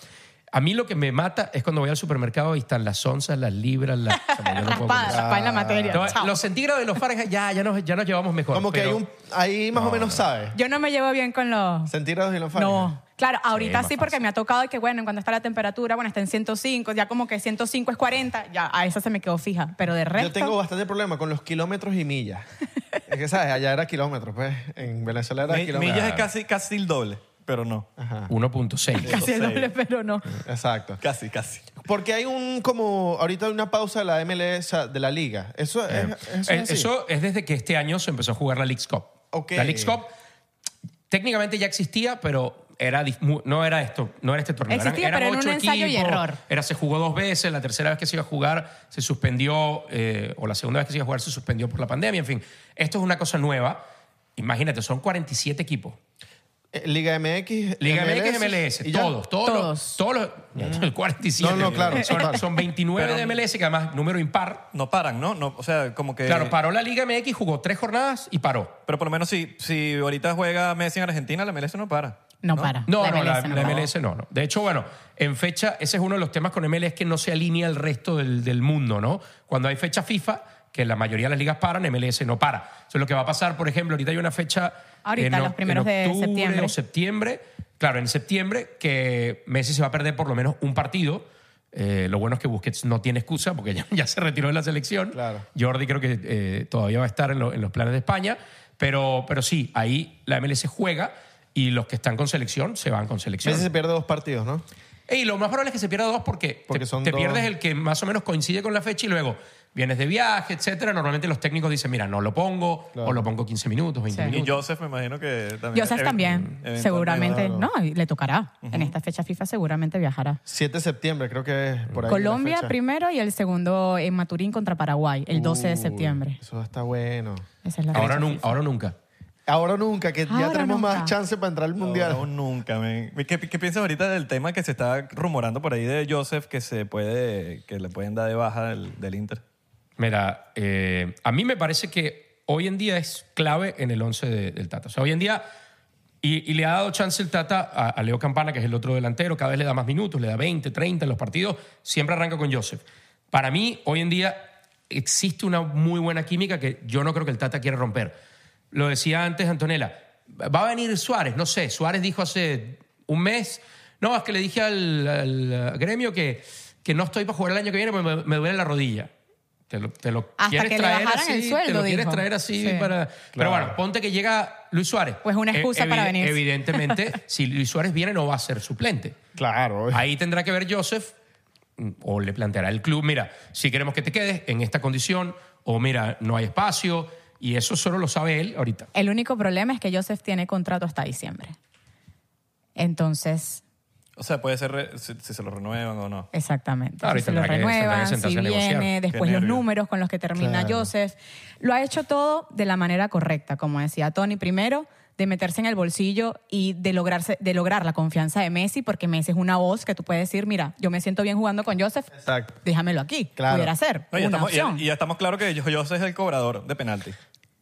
[SPEAKER 3] A mí lo que me mata es cuando voy al supermercado y están las onzas, las libras, las... Chamo, yo no puedo con
[SPEAKER 2] Raspada,
[SPEAKER 3] eso.
[SPEAKER 2] raspada en la materia.
[SPEAKER 3] Entonces,
[SPEAKER 2] Chao.
[SPEAKER 3] los centígrados de los Fahrenheit ya, ya, nos, ya nos llevamos mejor.
[SPEAKER 5] como que
[SPEAKER 3] pero-
[SPEAKER 5] hay un, ahí más o menos sabes.
[SPEAKER 2] Yo no me llevo bien con los...
[SPEAKER 5] Centígrados y los
[SPEAKER 2] No. Claro, ahorita
[SPEAKER 3] más
[SPEAKER 2] sí, porque
[SPEAKER 3] fácil.
[SPEAKER 2] me ha tocado de que, bueno, cuando está la temperatura, bueno, está en 105, ya como que 105 es 40, ya a esa se me quedó fija. Pero de resto...
[SPEAKER 5] Yo tengo bastante problema con los kilómetros y millas. es que, ¿sabes? Allá era kilómetros, pues. En Venezuela era
[SPEAKER 4] Mi-
[SPEAKER 5] kilómetros.
[SPEAKER 4] millas es casi, casi el doble, pero no.
[SPEAKER 5] Ajá.
[SPEAKER 3] 1.6.
[SPEAKER 2] Casi el
[SPEAKER 4] seis.
[SPEAKER 2] doble, pero no.
[SPEAKER 5] Exacto.
[SPEAKER 4] Casi, casi.
[SPEAKER 5] Porque hay un, como, ahorita hay una pausa de la MLS, de la liga. Eso es, eso
[SPEAKER 3] Eh,
[SPEAKER 5] es así.
[SPEAKER 3] Eso es desde que este año se empezó a jugar la Leagues Cup.
[SPEAKER 5] Ok.
[SPEAKER 3] La Leagues Cup técnicamente ya existía, pero era dif- mu- no era esto, no era este torneo. Eran-
[SPEAKER 2] Existía,
[SPEAKER 3] eran
[SPEAKER 2] pero era
[SPEAKER 3] ocho
[SPEAKER 2] un ensayo y
[SPEAKER 3] equipos,
[SPEAKER 2] error.
[SPEAKER 3] Era, se jugó dos veces, la tercera vez que se iba a jugar se suspendió, eh, o la segunda vez que se iba a jugar se suspendió por la pandemia, en fin. Esto es una cosa nueva. Imagínate, son 47 equipos.
[SPEAKER 5] Eh, Liga MX,
[SPEAKER 3] Liga MX, MLS,
[SPEAKER 5] y ya. Mm.
[SPEAKER 3] todos, todos,
[SPEAKER 2] Todos.
[SPEAKER 3] los- todos los, 47.
[SPEAKER 5] No, no, claro,
[SPEAKER 3] Son,
[SPEAKER 5] claro.
[SPEAKER 3] son 29
[SPEAKER 4] Pero-
[SPEAKER 3] de MLS, que además número impar.
[SPEAKER 4] No paran, ¿no? no o sea, como que...
[SPEAKER 3] Claro, paró la Liga MX, jugó tres jornadas y paró.
[SPEAKER 4] Pero por lo menos si, si ahorita juega Messi en Argentina, la MLS no para.
[SPEAKER 2] No para.
[SPEAKER 3] No, no, la,
[SPEAKER 2] no
[SPEAKER 3] la
[SPEAKER 2] para.
[SPEAKER 3] MLS no, no. De hecho, bueno, en fecha, ese es uno de los temas con MLS que no se alinea al resto del, del mundo, ¿no? Cuando hay fecha FIFA, que la mayoría de las ligas paran, MLS no para. Entonces, lo que va a pasar, por ejemplo, ahorita hay una fecha.
[SPEAKER 2] Ahorita,
[SPEAKER 3] o-
[SPEAKER 2] los primeros de
[SPEAKER 3] octubre
[SPEAKER 2] septiembre.
[SPEAKER 3] O septiembre. Claro, en septiembre, que Messi se va a perder por lo menos un partido. Eh, lo bueno es que Busquets no tiene excusa porque ya, ya se retiró de la selección.
[SPEAKER 5] Claro.
[SPEAKER 3] Jordi creo que eh, todavía va a estar en, lo- en los planes de España, pero, pero sí, ahí la MLS juega y los que están con selección se van con selección.
[SPEAKER 5] Messi se pierde dos partidos, ¿no?
[SPEAKER 3] Y lo más probable es que se pierda dos porque,
[SPEAKER 5] Porque
[SPEAKER 3] te,
[SPEAKER 5] son
[SPEAKER 3] te
[SPEAKER 5] dos.
[SPEAKER 3] pierdes el que más o menos coincide con la fecha y luego vienes de viaje, etcétera. Normalmente los técnicos dicen, mira, no lo pongo
[SPEAKER 5] Claro.
[SPEAKER 3] o lo pongo 15 minutos, 20
[SPEAKER 2] Sí.
[SPEAKER 3] minutos.
[SPEAKER 4] Y Joseph me imagino que
[SPEAKER 5] Eh,
[SPEAKER 4] también.
[SPEAKER 2] Joseph
[SPEAKER 4] Ev-
[SPEAKER 2] también,
[SPEAKER 4] eventualmente.
[SPEAKER 2] seguramente. No, y le tocará. En esta fecha FIFA seguramente viajará.
[SPEAKER 5] 7 de septiembre, creo que es por ahí. la
[SPEAKER 2] Colombia
[SPEAKER 5] fecha.
[SPEAKER 2] primero y el segundo en Maturín contra Paraguay, el 12 de
[SPEAKER 5] Uy,
[SPEAKER 2] septiembre.
[SPEAKER 5] Eso está bueno.
[SPEAKER 2] Esa es la
[SPEAKER 3] ahora,
[SPEAKER 2] fecha
[SPEAKER 3] nun-
[SPEAKER 2] FIFA.
[SPEAKER 3] ahora nunca.
[SPEAKER 5] Ahora nunca, que ya
[SPEAKER 2] Ahora
[SPEAKER 5] tenemos
[SPEAKER 2] nunca.
[SPEAKER 5] más chance para entrar al mundial.
[SPEAKER 4] No, nunca, men. ¿Qué, ¿Qué piensas ahorita del tema que se está rumorando por ahí de Joseph que se puede, que le pueden dar de baja del, del Inter?
[SPEAKER 3] Mira, eh, a mí me parece que hoy en día es clave en el 11 del Tata. O sea, hoy en día, y, y le ha dado chance el Tata a, a Leo Campana, que es el otro delantero, cada vez le da más minutos, le da 20, 30 en los partidos, siempre arranca con Joseph. Para mí, hoy en día existe una muy buena química que yo no creo que el Tata quiera romper. Lo decía antes Antonella, va a venir Suárez, no sé, Suárez dijo hace un mes, no, es que le dije al, al gremio que, que no estoy para jugar el año que viene porque me- me duele la rodilla. Te lo, te lo
[SPEAKER 2] Hasta
[SPEAKER 3] quieres
[SPEAKER 2] que le
[SPEAKER 3] traer
[SPEAKER 2] bajaran
[SPEAKER 3] así,
[SPEAKER 2] el
[SPEAKER 3] te
[SPEAKER 2] sueldo,
[SPEAKER 3] lo quieres
[SPEAKER 2] dijo.
[SPEAKER 3] traer así
[SPEAKER 2] Sí.
[SPEAKER 3] para... Pero bueno, ponte que llega Luis Suárez.
[SPEAKER 2] Pues una excusa para venir.
[SPEAKER 3] Evidentemente, si Luis Suárez viene no va a ser suplente.
[SPEAKER 5] Claro.
[SPEAKER 3] Ahí tendrá que ver Joseph mm, o le planteará el club, mira, si queremos que te quedes en esta condición o mira, no hay espacio y eso solo lo sabe él ahorita.
[SPEAKER 2] El único problema es que Joseph tiene contrato hasta diciembre. Entonces,
[SPEAKER 4] O sea, puede ser re- si, si se lo renuevan o no.
[SPEAKER 2] Exactamente.
[SPEAKER 3] Claro, y
[SPEAKER 2] si se lo
[SPEAKER 3] tendrá que- tendrá
[SPEAKER 2] renuevan,
[SPEAKER 3] que sentarse
[SPEAKER 2] si
[SPEAKER 3] a negociar.
[SPEAKER 2] viene, después
[SPEAKER 4] Qué
[SPEAKER 2] los
[SPEAKER 4] nervio.
[SPEAKER 2] números con los que termina
[SPEAKER 5] Claro.
[SPEAKER 2] Joseph. Lo ha hecho todo de la manera correcta, como decía Tony, primero de meterse en el bolsillo y de, lograrse, de lograr la confianza de Messi, porque Messi es una voz que tú puedes decir, mira, yo me siento bien jugando con Joseph,
[SPEAKER 5] Exacto.
[SPEAKER 2] déjamelo aquí,
[SPEAKER 5] Claro.
[SPEAKER 2] pudiera ser
[SPEAKER 4] No, ya,
[SPEAKER 2] una
[SPEAKER 4] estamos, ya,
[SPEAKER 2] opción.
[SPEAKER 4] ya estamos claros que yo- Joseph es el cobrador de penalti.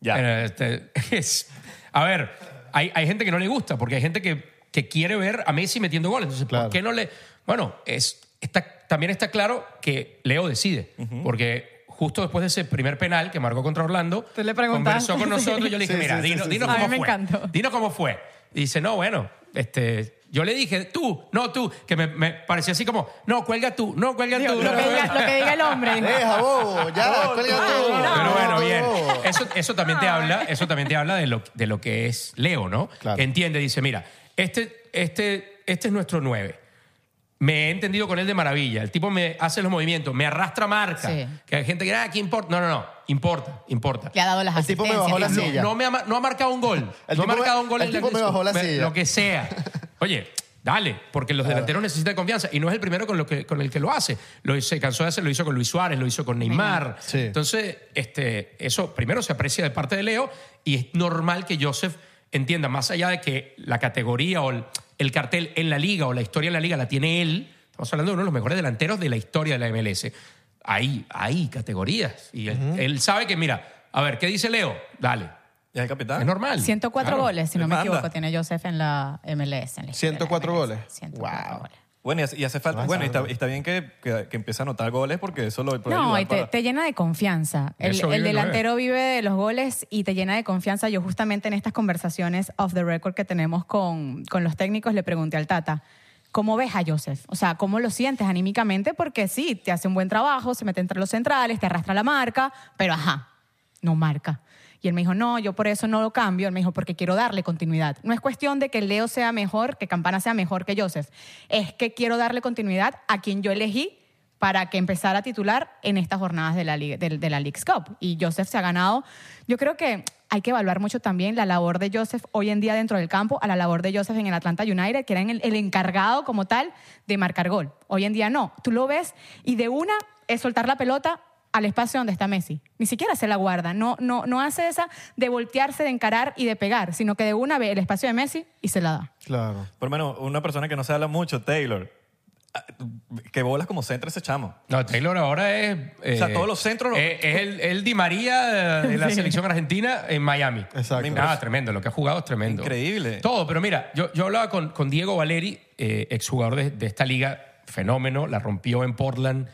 [SPEAKER 4] Ya.
[SPEAKER 3] Pero, este, es- a ver, hay, hay gente que no le gusta, porque hay gente que, que quiere ver a Messi metiendo goles. Entonces,
[SPEAKER 5] Claro.
[SPEAKER 3] ¿por qué no le.? Bueno, es, está, también está claro que Leo decide, porque justo después de ese primer penal que marcó contra Orlando,
[SPEAKER 2] Tú le preguntaste.
[SPEAKER 3] conversó con nosotros y yo le dije,
[SPEAKER 5] Sí,
[SPEAKER 3] mira,
[SPEAKER 5] sí, sí,
[SPEAKER 3] dinos,
[SPEAKER 5] sí,
[SPEAKER 3] dinos
[SPEAKER 2] sí. A mí
[SPEAKER 3] cómo
[SPEAKER 2] me
[SPEAKER 3] fue.
[SPEAKER 2] encantó.
[SPEAKER 3] Dinos cómo fue. Y dice, no, bueno, este, Yo le dije, tú, no tú, que me, me parecía así como, no, cuelga tú, no, cuelga tú. no,
[SPEAKER 2] Lo que
[SPEAKER 3] cuelga
[SPEAKER 2] diga, lo que diga el hombre.
[SPEAKER 5] Deja, bobo, ya, cuelga todo.
[SPEAKER 3] Pero bueno, bien.
[SPEAKER 5] Todo.
[SPEAKER 3] Eso, eso también te habla, eso también te habla de lo, de lo que es Leo, ¿no?
[SPEAKER 5] Claro.
[SPEAKER 3] Que Entiende, dice, mira, este, este, este es nuestro 9. Me he entendido con él de maravilla. El tipo me hace los movimientos, me arrastra marca.
[SPEAKER 6] Sí.
[SPEAKER 3] Que hay gente que, ah, ¿qué importa? No, no, no. Importa, importa.
[SPEAKER 6] Le ha dado las
[SPEAKER 5] El tipo me
[SPEAKER 6] asistencias.
[SPEAKER 5] bajó la
[SPEAKER 6] también.
[SPEAKER 5] silla.
[SPEAKER 3] No, me ha, ma- no ha marcado un gol.
[SPEAKER 5] El
[SPEAKER 3] no ha
[SPEAKER 5] tipo me-
[SPEAKER 3] marcado un gol
[SPEAKER 5] el
[SPEAKER 3] en
[SPEAKER 5] tipo me bajó la
[SPEAKER 3] me-
[SPEAKER 5] silla.
[SPEAKER 3] Lo que sea. Oye, dale, porque los delanteros necesitan confianza. Y no es el primero con, lo que, con el que lo hace. Lo, se cansó de hacer, lo hizo con Luis Suárez, lo hizo con Neymar.
[SPEAKER 5] Sí.
[SPEAKER 3] Entonces, este, eso primero se aprecia de parte de Leo y es normal que Joseph entienda, más allá de que la categoría o el, el cartel en la liga o la historia en la liga la tiene él, estamos hablando de uno de los mejores delanteros de la historia de la MLS. Hay, hay categorías. Y él, él sabe que, mira, a ver, ¿qué dice Leo? Dale.
[SPEAKER 4] ¿Y el capitán?
[SPEAKER 3] Es normal.
[SPEAKER 6] 104
[SPEAKER 3] Claro.
[SPEAKER 6] goles, si no me
[SPEAKER 4] Manda.
[SPEAKER 6] equivoco, tiene Joseph en la MLS. en la historia de la
[SPEAKER 5] 104
[SPEAKER 6] MLS.
[SPEAKER 5] goles.
[SPEAKER 6] 104
[SPEAKER 5] Wow.
[SPEAKER 6] goles.
[SPEAKER 4] Bueno, y hace, y hace
[SPEAKER 5] Ah,
[SPEAKER 4] falta. Bueno, y está, y está bien que, que, que empiece a anotar goles porque eso lo puede
[SPEAKER 6] No,
[SPEAKER 4] ayudar
[SPEAKER 6] y te,
[SPEAKER 4] para-
[SPEAKER 6] te llena de confianza.
[SPEAKER 3] De
[SPEAKER 6] El,
[SPEAKER 3] eso
[SPEAKER 6] el
[SPEAKER 3] vive el
[SPEAKER 6] delantero vive de los goles y te llena de confianza. Yo justamente en estas conversaciones off the record que tenemos con, con los técnicos le pregunté al Tata, ¿cómo ves a Joseph? O sea, ¿cómo lo sientes anímicamente? Porque sí, te hace un buen trabajo, se mete entre los centrales, te arrastra la marca, pero ajá, no marca. Y él me dijo, no, yo por eso no lo cambio. Él me dijo, porque quiero darle continuidad. No es cuestión de que Leo sea mejor, que Campana sea mejor que Joseph. Es que quiero darle continuidad a quien yo elegí para que empezara a titular en estas jornadas de la, Liga- de, de la League's Cup. Y Joseph se ha ganado. Yo creo que hay que evaluar mucho también la labor de Joseph hoy en día dentro del campo, a la labor de Joseph en el Atlanta United, que era el, el encargado como tal de marcar gol. Hoy en día no. Tú lo ves y de una es soltar la pelota al espacio donde está Messi. Ni siquiera se la guarda. No, no, no hace esa de voltearse, de encarar y de pegar, sino que de una ve el espacio de Messi y se la da.
[SPEAKER 5] Claro.
[SPEAKER 4] Por lo menos una persona que no se habla mucho, Taylor. Ah, Que bolas como centro ese chamo.
[SPEAKER 3] No, Taylor ahora es. eh,
[SPEAKER 4] O sea, todos los centros lo-
[SPEAKER 3] Es, es el, el Di María de la selección argentina en Miami.
[SPEAKER 5] Exacto.
[SPEAKER 3] Nada, tremendo. Lo que ha jugado es tremendo.
[SPEAKER 4] Increíble.
[SPEAKER 3] Todo, pero mira, yo, yo hablaba con, con Diego Valeri, eh, exjugador de, de esta liga, fenómeno, la rompió en Portland,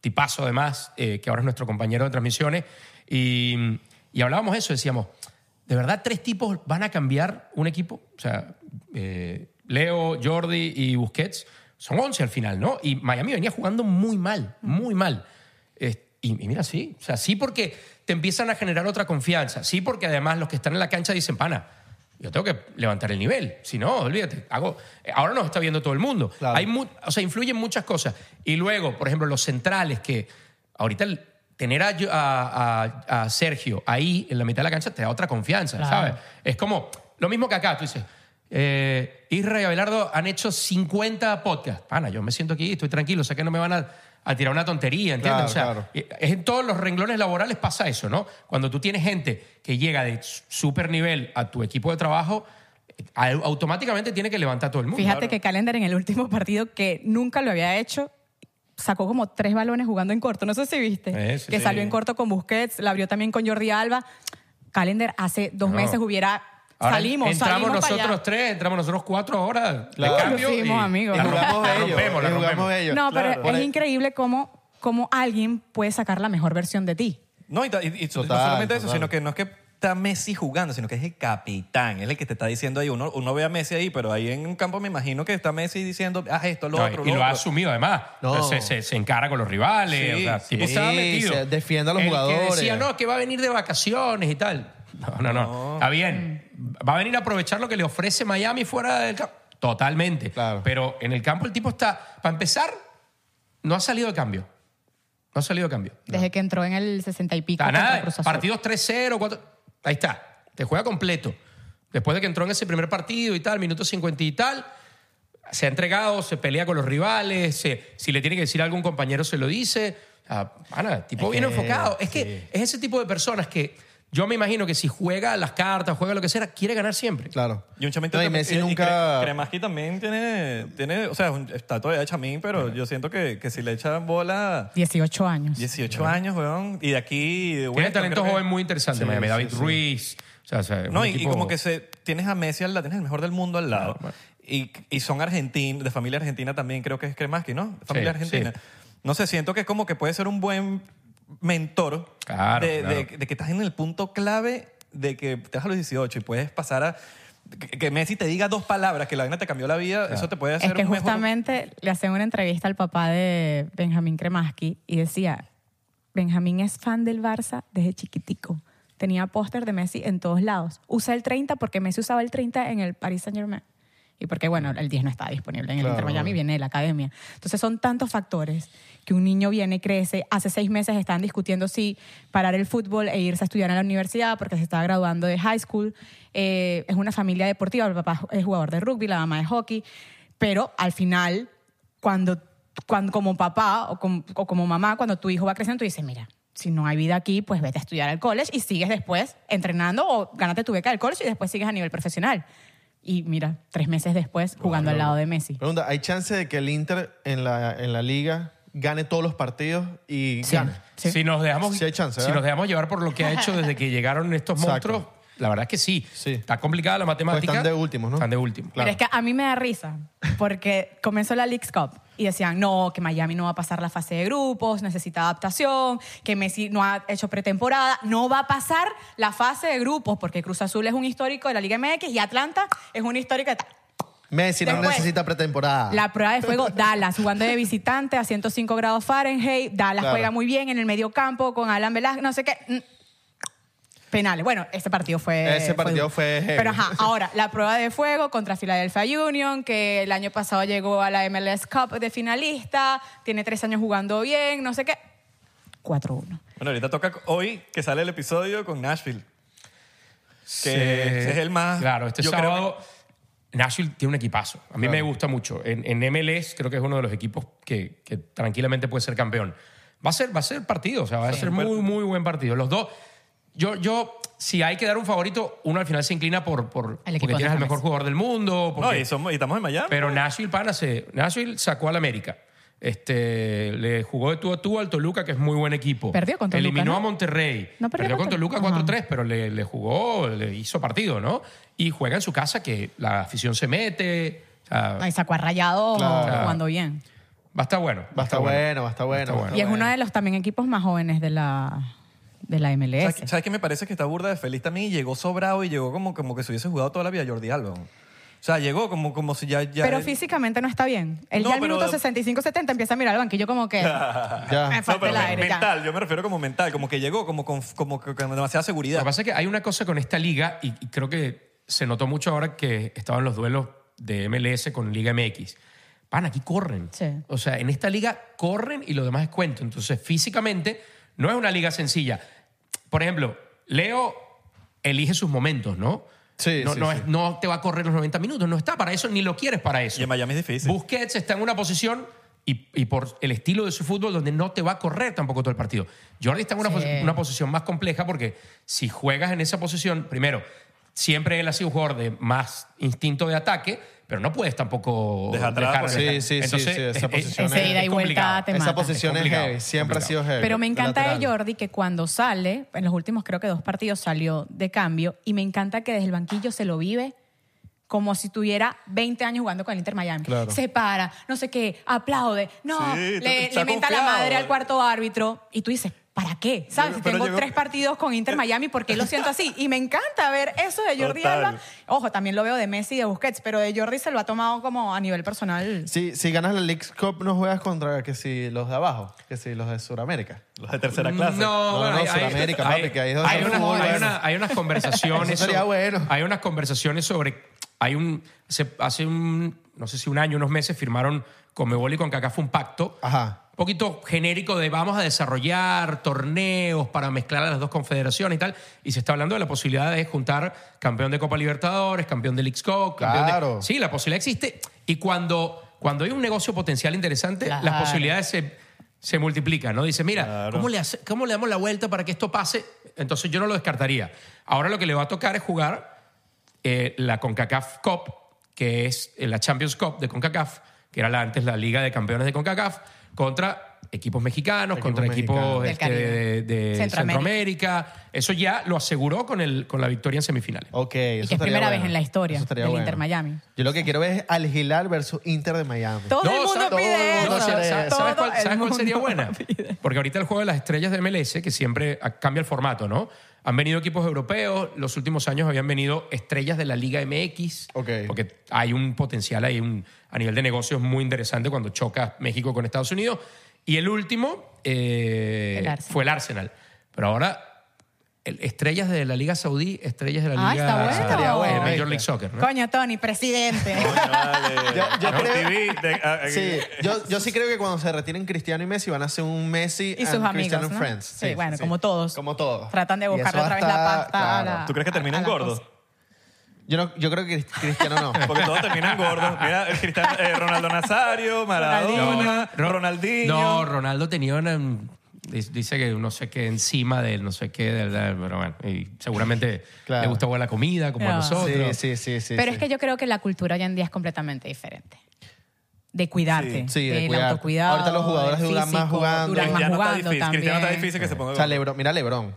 [SPEAKER 3] tipazo además, eh, que ahora es nuestro compañero de transmisiones. Y, y hablábamos eso, decíamos, ¿de verdad tres tipos van a cambiar un equipo? O sea, eh, Leo, Jordi y Busquets, son 11 al final, ¿no? Y Miami venía jugando muy mal, muy mal. Es- y, y mira, sí. O sea, sí porque te empiezan a generar otra confianza. Sí porque además los que están en la cancha dicen, pana, yo tengo que levantar el nivel. Si no, olvídate. Hago... eh, Ahora nos está viendo todo el mundo.
[SPEAKER 5] Claro.
[SPEAKER 3] Hay mu- O sea, influyen muchas cosas. Y luego, por ejemplo, los centrales que ahorita... el- Tener a, Yo- a- a- a Sergio ahí en la mitad de la cancha te da otra confianza, ¿sabes? Es como lo mismo que acá. Tú dices, eh, Isra y Abelardo han hecho 50 podcasts. Pana, yo me siento aquí, estoy tranquilo, sé que no me van a, a tirar una tontería, ¿entiendes?
[SPEAKER 5] Claro,
[SPEAKER 3] o sea,
[SPEAKER 5] claro.
[SPEAKER 3] eh, es en todos los renglones laborales pasa eso, ¿no? Cuando tú tienes gente que llega de super nivel a tu equipo de trabajo, eh, au- automáticamente tiene que levantar a todo el mundo.
[SPEAKER 6] Fíjate que Calendar en el último partido, que nunca lo había hecho, sacó como tres balones jugando en corto. No sé si viste.
[SPEAKER 3] Eh, sí,
[SPEAKER 6] que
[SPEAKER 3] sí.
[SPEAKER 6] salió en corto con Busquets, la abrió también con Jordi Alba. Calendar hace dos
[SPEAKER 3] No.
[SPEAKER 6] meses hubiera...
[SPEAKER 3] Ahora
[SPEAKER 6] salimos,
[SPEAKER 3] entramos
[SPEAKER 6] salimos para allá.
[SPEAKER 3] nosotros tres, entramos nosotros cuatro ahora.
[SPEAKER 5] Claro.
[SPEAKER 3] De cambio,
[SPEAKER 6] Lucimos,
[SPEAKER 3] y-
[SPEAKER 6] amigos.
[SPEAKER 3] y
[SPEAKER 5] Y
[SPEAKER 3] la
[SPEAKER 5] jugamos
[SPEAKER 3] rompemos,
[SPEAKER 5] ellos.
[SPEAKER 3] la rompemos, la
[SPEAKER 5] y jugamos
[SPEAKER 3] rompemos.
[SPEAKER 5] ellos.
[SPEAKER 6] No,
[SPEAKER 4] Claro.
[SPEAKER 6] pero
[SPEAKER 5] Por
[SPEAKER 6] es
[SPEAKER 5] ahí-
[SPEAKER 6] increíble cómo, cómo alguien puede sacar la mejor versión de ti.
[SPEAKER 4] No, y, ta- y- y no
[SPEAKER 5] Total,
[SPEAKER 4] solamente eso,
[SPEAKER 5] total.
[SPEAKER 4] sino que no es que está Messi jugando, sino que es el capitán, es el que te está diciendo ahí. Uno, uno ve a Messi ahí, pero ahí en un campo me imagino que está Messi diciendo, haz esto, lo
[SPEAKER 3] No,
[SPEAKER 4] otro,
[SPEAKER 3] y lo ha
[SPEAKER 4] otro".
[SPEAKER 3] asumido además.
[SPEAKER 5] No.
[SPEAKER 3] Se, se- se encara con los rivales.
[SPEAKER 4] Sí,
[SPEAKER 3] o sea, el
[SPEAKER 4] sí.
[SPEAKER 3] tipo estaba
[SPEAKER 5] Sí,
[SPEAKER 3] metido.
[SPEAKER 5] se defiende a los
[SPEAKER 3] El Que
[SPEAKER 5] jugadores.
[SPEAKER 3] decía, no, que va a venir de vacaciones y tal. No, no, no, Está bien. Va a venir a aprovechar lo que le ofrece Miami fuera del campo. Totalmente.
[SPEAKER 5] Claro.
[SPEAKER 3] Pero en el campo el tipo está. Para empezar, no ha salido de cambio. No ha salido de cambio.
[SPEAKER 6] Desde que entró en el 60 y pico.
[SPEAKER 3] Está
[SPEAKER 6] contra
[SPEAKER 3] nada.
[SPEAKER 6] Cruz Azul.
[SPEAKER 3] Partidos 3-0, 4. Ahí está. Te juega completo. Después de que entró en ese primer partido y tal, minuto 50 y tal, se ha entregado, se pelea con los rivales, se- si le tiene que decir a algún compañero se lo dice. Ah, pana, tipo bien enfocado. Es que es ese tipo de personas que yo me imagino que si juega las cartas, juega lo que sea, quiere ganar siempre.
[SPEAKER 5] Claro.
[SPEAKER 4] Y un chamito
[SPEAKER 5] No, y
[SPEAKER 4] también-
[SPEAKER 5] Messi
[SPEAKER 4] y- y
[SPEAKER 5] nunca.
[SPEAKER 4] Cre- Kremaski también tiene, tiene, o sea, es un- está todavía chamín, pero yo siento que, que si le echan bola
[SPEAKER 6] 18 años.
[SPEAKER 4] 18 años, weón, y de aquí... De
[SPEAKER 3] Tiene
[SPEAKER 4] Wellington,
[SPEAKER 3] talento
[SPEAKER 4] creo que-
[SPEAKER 3] joven muy interesante,
[SPEAKER 5] Sí,
[SPEAKER 3] Miami.
[SPEAKER 5] sí,
[SPEAKER 3] David
[SPEAKER 5] sí.
[SPEAKER 3] Ruiz. O sea, o sea, es
[SPEAKER 4] No,
[SPEAKER 3] un
[SPEAKER 4] y, y
[SPEAKER 3] tipo-
[SPEAKER 4] como que se, tienes a Messi al lado, tienes el mejor del mundo al lado. Y, y son argentinos, de familia argentina también, creo que es Kremaski, ¿no? Familia
[SPEAKER 3] Sí,
[SPEAKER 4] argentina. No sé, siento que como que puede ser un buen mentor
[SPEAKER 3] Claro,
[SPEAKER 4] de,
[SPEAKER 3] claro.
[SPEAKER 4] de- de que estás en el punto clave de que te vas a los 18 y puedes pasar a Que, que Messi te diga dos palabras que la vaina te cambió la vida, eso te puede hacer
[SPEAKER 2] Es que
[SPEAKER 4] un mejor-
[SPEAKER 2] justamente le hacen una entrevista al papá de Benjamín Kremaski y decía, Benjamín es fan del Barça desde chiquitico. Tenía póster de Messi en todos lados. Usa el 30 porque Messi usaba el 30 en el Paris Saint-Germain. Y porque, bueno, el 10 no está disponible en el Inter Miami, viene de la academia. Entonces son tantos factores que un niño viene, crece. Hace seis meses estaban discutiendo si parar el fútbol e irse a estudiar a la universidad porque se estaba graduando de high school. Eh, es una familia deportiva, el papá es jugador de rugby, la mamá de hockey. Pero al final, cuando, cuando como papá o com- o como, mamá, cuando tu hijo va creciendo, tú dices, mira, si no hay vida aquí, pues vete a estudiar al college y sigues después entrenando o gánate tu beca del college y después sigues a nivel profesional. Y mira, tres meses después jugando al lado de Messi.
[SPEAKER 5] Pregunta, ¿hay chance de que el Inter en la, en la liga gane todos los partidos y gane?
[SPEAKER 2] Sí.
[SPEAKER 3] Si, nos dejamos,
[SPEAKER 5] Sí hay chance,
[SPEAKER 3] si
[SPEAKER 5] ¿verdad?
[SPEAKER 3] nos dejamos llevar por lo que ha hecho desde que llegaron estos
[SPEAKER 5] Exacto.
[SPEAKER 3] monstruos, la verdad es que sí.
[SPEAKER 5] Sí.
[SPEAKER 3] Está complicada la matemática.
[SPEAKER 5] Pues están de últimos, ¿no?
[SPEAKER 3] Están de últimos.
[SPEAKER 5] Claro.
[SPEAKER 2] Pero es que a mí me da risa, porque comenzó la Leagues Cup y decían, no, que Miami no va a pasar la fase de grupos, necesita adaptación, que Messi no ha hecho pretemporada, no va a pasar la fase de grupos, porque Cruz Azul es un histórico de la Liga MX y Atlanta es un histórico de tal.
[SPEAKER 5] Messi no
[SPEAKER 2] Después-
[SPEAKER 5] necesita pretemporada.
[SPEAKER 2] La prueba de fuego, Dallas, jugando de visitante a 105 grados Fahrenheit, Dallas
[SPEAKER 5] Claro.
[SPEAKER 2] juega muy bien en el medio campo con Alan Velázquez, no sé qué. Mm. Penales. Bueno, ese partido fue.
[SPEAKER 5] Ese partido
[SPEAKER 2] duro.
[SPEAKER 5] fue heavy.
[SPEAKER 2] Pero ajá, ahora, la prueba de fuego contra Philadelphia Union, que el año pasado llegó a la MLS Cup de finalista, tiene tres años jugando bien, no sé qué. 4-1.
[SPEAKER 4] Bueno, ahorita toca hoy que sale el episodio con Nashville.
[SPEAKER 3] Sí.
[SPEAKER 4] que es el más-
[SPEAKER 3] Claro, este
[SPEAKER 4] yo creo
[SPEAKER 3] sábado Nashville tiene un equipazo. A mí me gusta mucho. En, en MLS creo que es uno de los equipos que, que tranquilamente puede ser campeón. Va a ser, va a ser partido, o sea, va a ser muy, muy buen partido. Los dos, yo, yo, si hay que dar un favorito, uno al final se inclina por, por
[SPEAKER 2] Al equipo
[SPEAKER 3] porque
[SPEAKER 2] de
[SPEAKER 3] tienes al
[SPEAKER 2] James.
[SPEAKER 3] mejor jugador del mundo.
[SPEAKER 4] No,
[SPEAKER 3] porque-
[SPEAKER 4] y, somos- y estamos en Miami.
[SPEAKER 3] pero Nashville, pana, se, Nashville sacó al América. Este, le jugó de tú a tú al Toluca, que es muy buen equipo.
[SPEAKER 2] Perdió con Toluca,
[SPEAKER 3] Eliminó
[SPEAKER 2] ¿no?
[SPEAKER 3] a Monterrey.
[SPEAKER 2] No,
[SPEAKER 3] perdió,
[SPEAKER 2] perdió
[SPEAKER 3] con
[SPEAKER 2] con Toluca.
[SPEAKER 3] Toluca 4-3, pero le, le jugó, le hizo partido, ¿no? Y juega en su casa, que la afición se mete. O sea,
[SPEAKER 2] Ahí sacó a rayado
[SPEAKER 5] Claro.
[SPEAKER 2] jugando bien.
[SPEAKER 3] va a estar bueno.
[SPEAKER 5] Va a estar bueno, va a estar bueno.
[SPEAKER 3] bueno.
[SPEAKER 5] va a estar
[SPEAKER 2] Y es
[SPEAKER 5] bueno.
[SPEAKER 2] uno de los también equipos más jóvenes de la, de la MLS.
[SPEAKER 4] ¿Sabes, ¿Sabes qué me parece que está burda de feliz también? Y llegó sobrado y llegó como, como que se hubiese jugado toda la vida Jordi Alba. O sea, llegó como, como si ya... ya
[SPEAKER 2] Pero físicamente no está bien. Él
[SPEAKER 4] No,
[SPEAKER 2] ya al
[SPEAKER 4] pero-
[SPEAKER 2] minuto 65-70 empieza a mirar al banquillo como que me
[SPEAKER 5] Ya.
[SPEAKER 2] falta
[SPEAKER 4] pero
[SPEAKER 2] el
[SPEAKER 4] me-
[SPEAKER 2] aire. ya.
[SPEAKER 4] mental, yo me refiero como mental, como que llegó como con, como que con demasiada
[SPEAKER 3] Lo que
[SPEAKER 4] seguridad.
[SPEAKER 3] pasa es que hay una cosa con esta liga, y, y creo que se notó mucho ahora que estaban los duelos de MLS con Liga MX. Van, aquí corren.
[SPEAKER 2] Sí.
[SPEAKER 3] O sea, en esta liga corren y lo demás es cuento. Entonces, físicamente, no es una liga sencilla. Por ejemplo, Leo elige sus momentos, ¿no?
[SPEAKER 5] Sí,
[SPEAKER 3] no,
[SPEAKER 5] sí,
[SPEAKER 3] no,
[SPEAKER 5] sí.
[SPEAKER 3] es- no te va a correr los 90 minutos, no está para eso, ni lo quieres para eso.
[SPEAKER 4] Y en Miami es difícil.
[SPEAKER 3] Busquets está en una posición y, y por el estilo de su fútbol donde no te va a correr tampoco todo el partido. Jordi está en una,
[SPEAKER 2] Sí.
[SPEAKER 3] posi- una posición más compleja porque si juegas en esa posición, primero, siempre él ha sido un jugador de más instinto de ataque, pero no puedes tampoco
[SPEAKER 4] Dejar atrás,
[SPEAKER 3] dejar
[SPEAKER 4] pues,
[SPEAKER 5] sí, sí, sí, sí, esa posición
[SPEAKER 2] Ese ida y vuelta te
[SPEAKER 5] Esa
[SPEAKER 2] mata.
[SPEAKER 5] posición
[SPEAKER 3] Es
[SPEAKER 5] es,
[SPEAKER 3] complicado,
[SPEAKER 5] heavy, siempre
[SPEAKER 3] complicado.
[SPEAKER 5] ha sido heavy.
[SPEAKER 2] Pero me encanta de
[SPEAKER 5] Lateral.
[SPEAKER 2] Jordi que cuando sale, en los últimos creo que dos partidos salió de cambio, y me encanta que desde el banquillo se lo vive como si tuviera 20 años jugando con el Inter Miami.
[SPEAKER 5] Claro.
[SPEAKER 2] Se para, no sé qué, aplaude, no,
[SPEAKER 4] Sí, está-
[SPEAKER 2] le,
[SPEAKER 4] está
[SPEAKER 2] le menta la
[SPEAKER 4] confiado.
[SPEAKER 2] madre al cuarto árbitro, y tú dices, ¿para qué? ¿Sabes? Si
[SPEAKER 4] Pero
[SPEAKER 2] tengo
[SPEAKER 4] llegó-
[SPEAKER 2] tres partidos con Inter Miami, ¿por qué lo siento así? Y me encanta ver eso de Jordi
[SPEAKER 4] Total.
[SPEAKER 2] Alba. Ojo, también lo veo de Messi y de Busquets, pero de Jordi se lo ha tomado como a nivel personal.
[SPEAKER 5] Si, si ganas la League Cup, no juegas contra que si los de abajo, que si los de Sudamérica.
[SPEAKER 4] Los de
[SPEAKER 2] Mm,
[SPEAKER 4] tercera clase.
[SPEAKER 3] Mm, No,
[SPEAKER 5] No,
[SPEAKER 3] bueno,
[SPEAKER 5] no,
[SPEAKER 3] hay- hay-
[SPEAKER 5] Sudamérica,
[SPEAKER 3] hay-
[SPEAKER 5] papi, que ahí es donde
[SPEAKER 3] hay
[SPEAKER 5] se
[SPEAKER 3] unas-
[SPEAKER 5] fútbol,
[SPEAKER 3] hay
[SPEAKER 5] bueno.
[SPEAKER 3] una- Hay unas conversaciones.
[SPEAKER 5] Eso sería
[SPEAKER 3] sobre-
[SPEAKER 5] bueno.
[SPEAKER 3] Hay unas conversaciones sobre. Hay un. se- hace un. No sé si un año, unos meses, firmaron con Mebol y con Kaká fue un pacto.
[SPEAKER 5] Ajá.
[SPEAKER 3] Un poquito genérico de vamos a desarrollar torneos para mezclar a las dos confederaciones y tal. Y se está hablando de la posibilidad de juntar campeón de Copa Libertadores, campeón de League's Cup, campeón de-
[SPEAKER 5] Claro.
[SPEAKER 3] Sí, la posibilidad existe. Y cuando, cuando hay un negocio potencial interesante, las
[SPEAKER 2] Claro.
[SPEAKER 3] posibilidades se, se multiplican, ¿no? Dice, mira,
[SPEAKER 4] Claro.
[SPEAKER 3] ¿cómo le, hace- ¿cómo le damos la vuelta para que esto pase? Entonces yo no lo descartaría. Ahora lo que le va a tocar es jugar eh, la CONCACAF Cup, que es eh, la Champions Cup de CONCACAF, que era la- antes la Liga de Campeones de CONCACAF, contra equipos mexicanos,
[SPEAKER 5] Equipos
[SPEAKER 3] contra equipos
[SPEAKER 5] mexicanos.
[SPEAKER 3] este, de,
[SPEAKER 2] Del Caribe.
[SPEAKER 3] de
[SPEAKER 2] Centroamérica.
[SPEAKER 3] Centroamérica. Eso ya lo aseguró con, el, con la victoria en semifinales.
[SPEAKER 5] Ok,
[SPEAKER 2] Y
[SPEAKER 5] eso
[SPEAKER 2] que es
[SPEAKER 5] estaría
[SPEAKER 2] primera
[SPEAKER 5] bueno.
[SPEAKER 2] vez en la historia
[SPEAKER 5] Eso estaría
[SPEAKER 2] del
[SPEAKER 5] bueno.
[SPEAKER 2] Inter Miami.
[SPEAKER 5] Yo lo que quiero ver es Al Hilal versus Inter de Miami.
[SPEAKER 2] Todo el mundo
[SPEAKER 3] ¿sabes-
[SPEAKER 2] pide
[SPEAKER 3] no,
[SPEAKER 2] eso.
[SPEAKER 3] ¿sabes- ¿Sabes,
[SPEAKER 2] Todo
[SPEAKER 3] cuál,
[SPEAKER 2] el
[SPEAKER 3] sabes cuál sería
[SPEAKER 2] mundo
[SPEAKER 3] buena?
[SPEAKER 2] pide.
[SPEAKER 3] Porque ahorita el juego de las estrellas de MLS, que siempre ah, cambia el formato, ¿no? Han venido equipos europeos, los últimos años habían venido estrellas de la Liga MX,
[SPEAKER 5] Ok.
[SPEAKER 3] porque hay un potencial ahí un, a nivel de negocios muy interesante cuando choca México con Estados Unidos. Y el último eh,
[SPEAKER 2] El Arsenal.
[SPEAKER 3] fue el Arsenal. Pero ahora, el- estrellas de la Liga Saudí, estrellas de la
[SPEAKER 2] Ah,
[SPEAKER 3] Liga
[SPEAKER 2] está bueno. Estaría
[SPEAKER 3] eh,
[SPEAKER 5] bueno,
[SPEAKER 3] Major
[SPEAKER 5] ¿viste?
[SPEAKER 3] League Soccer. ¿no?
[SPEAKER 2] Coño, Tony, presidente.
[SPEAKER 5] Yo, yo creo...
[SPEAKER 4] TV, de- ah,
[SPEAKER 5] Sí, yo, yo sí creo que cuando se retiren Cristiano y Messi van a ser un Messi
[SPEAKER 2] Y sus
[SPEAKER 5] and
[SPEAKER 2] amigos,
[SPEAKER 5] Cristiano
[SPEAKER 2] ¿no?
[SPEAKER 5] Friends.
[SPEAKER 2] Sí, bueno, como todos.
[SPEAKER 5] Como todos.
[SPEAKER 2] Tratan de
[SPEAKER 5] Y eso
[SPEAKER 2] buscarle otra vez
[SPEAKER 5] hasta-
[SPEAKER 2] la pasta a
[SPEAKER 5] claro.
[SPEAKER 2] la-
[SPEAKER 4] ¿Tú crees que
[SPEAKER 2] a-
[SPEAKER 4] terminen
[SPEAKER 2] a la
[SPEAKER 4] gordos?
[SPEAKER 2] cosa.
[SPEAKER 5] Yo, no, yo creo que Crist- Cristiano no.
[SPEAKER 4] Porque todos terminan gordos. Mira, el Cristiano, eh, Ronaldo Nazario, Maradona,
[SPEAKER 3] Ro-
[SPEAKER 4] Ronaldinho.
[SPEAKER 3] No, Ronaldo tenía una. mm, dis- Dice que no sé qué encima del no sé qué, del- del- pero bueno, y seguramente
[SPEAKER 5] Claro.
[SPEAKER 3] le gusta buena la comida, como a
[SPEAKER 2] No.
[SPEAKER 3] nosotros.
[SPEAKER 5] Sí, sí, sí, sí.
[SPEAKER 2] Pero es
[SPEAKER 5] sí.
[SPEAKER 2] que yo creo que la cultura hoy en día es completamente diferente. De cuidarte,
[SPEAKER 5] Sí, de
[SPEAKER 2] del
[SPEAKER 5] cuidar.
[SPEAKER 2] autocuidado.
[SPEAKER 5] Ahorita los jugadores
[SPEAKER 2] del
[SPEAKER 5] duran más
[SPEAKER 2] físico,
[SPEAKER 5] jugando.
[SPEAKER 2] Duran más
[SPEAKER 4] Cristiano está
[SPEAKER 2] jugando
[SPEAKER 4] difícil. Cristiano está
[SPEAKER 2] también.
[SPEAKER 4] difícil que se ponga
[SPEAKER 5] O sea,
[SPEAKER 4] gordo.
[SPEAKER 5] Lebron, mira Lebron.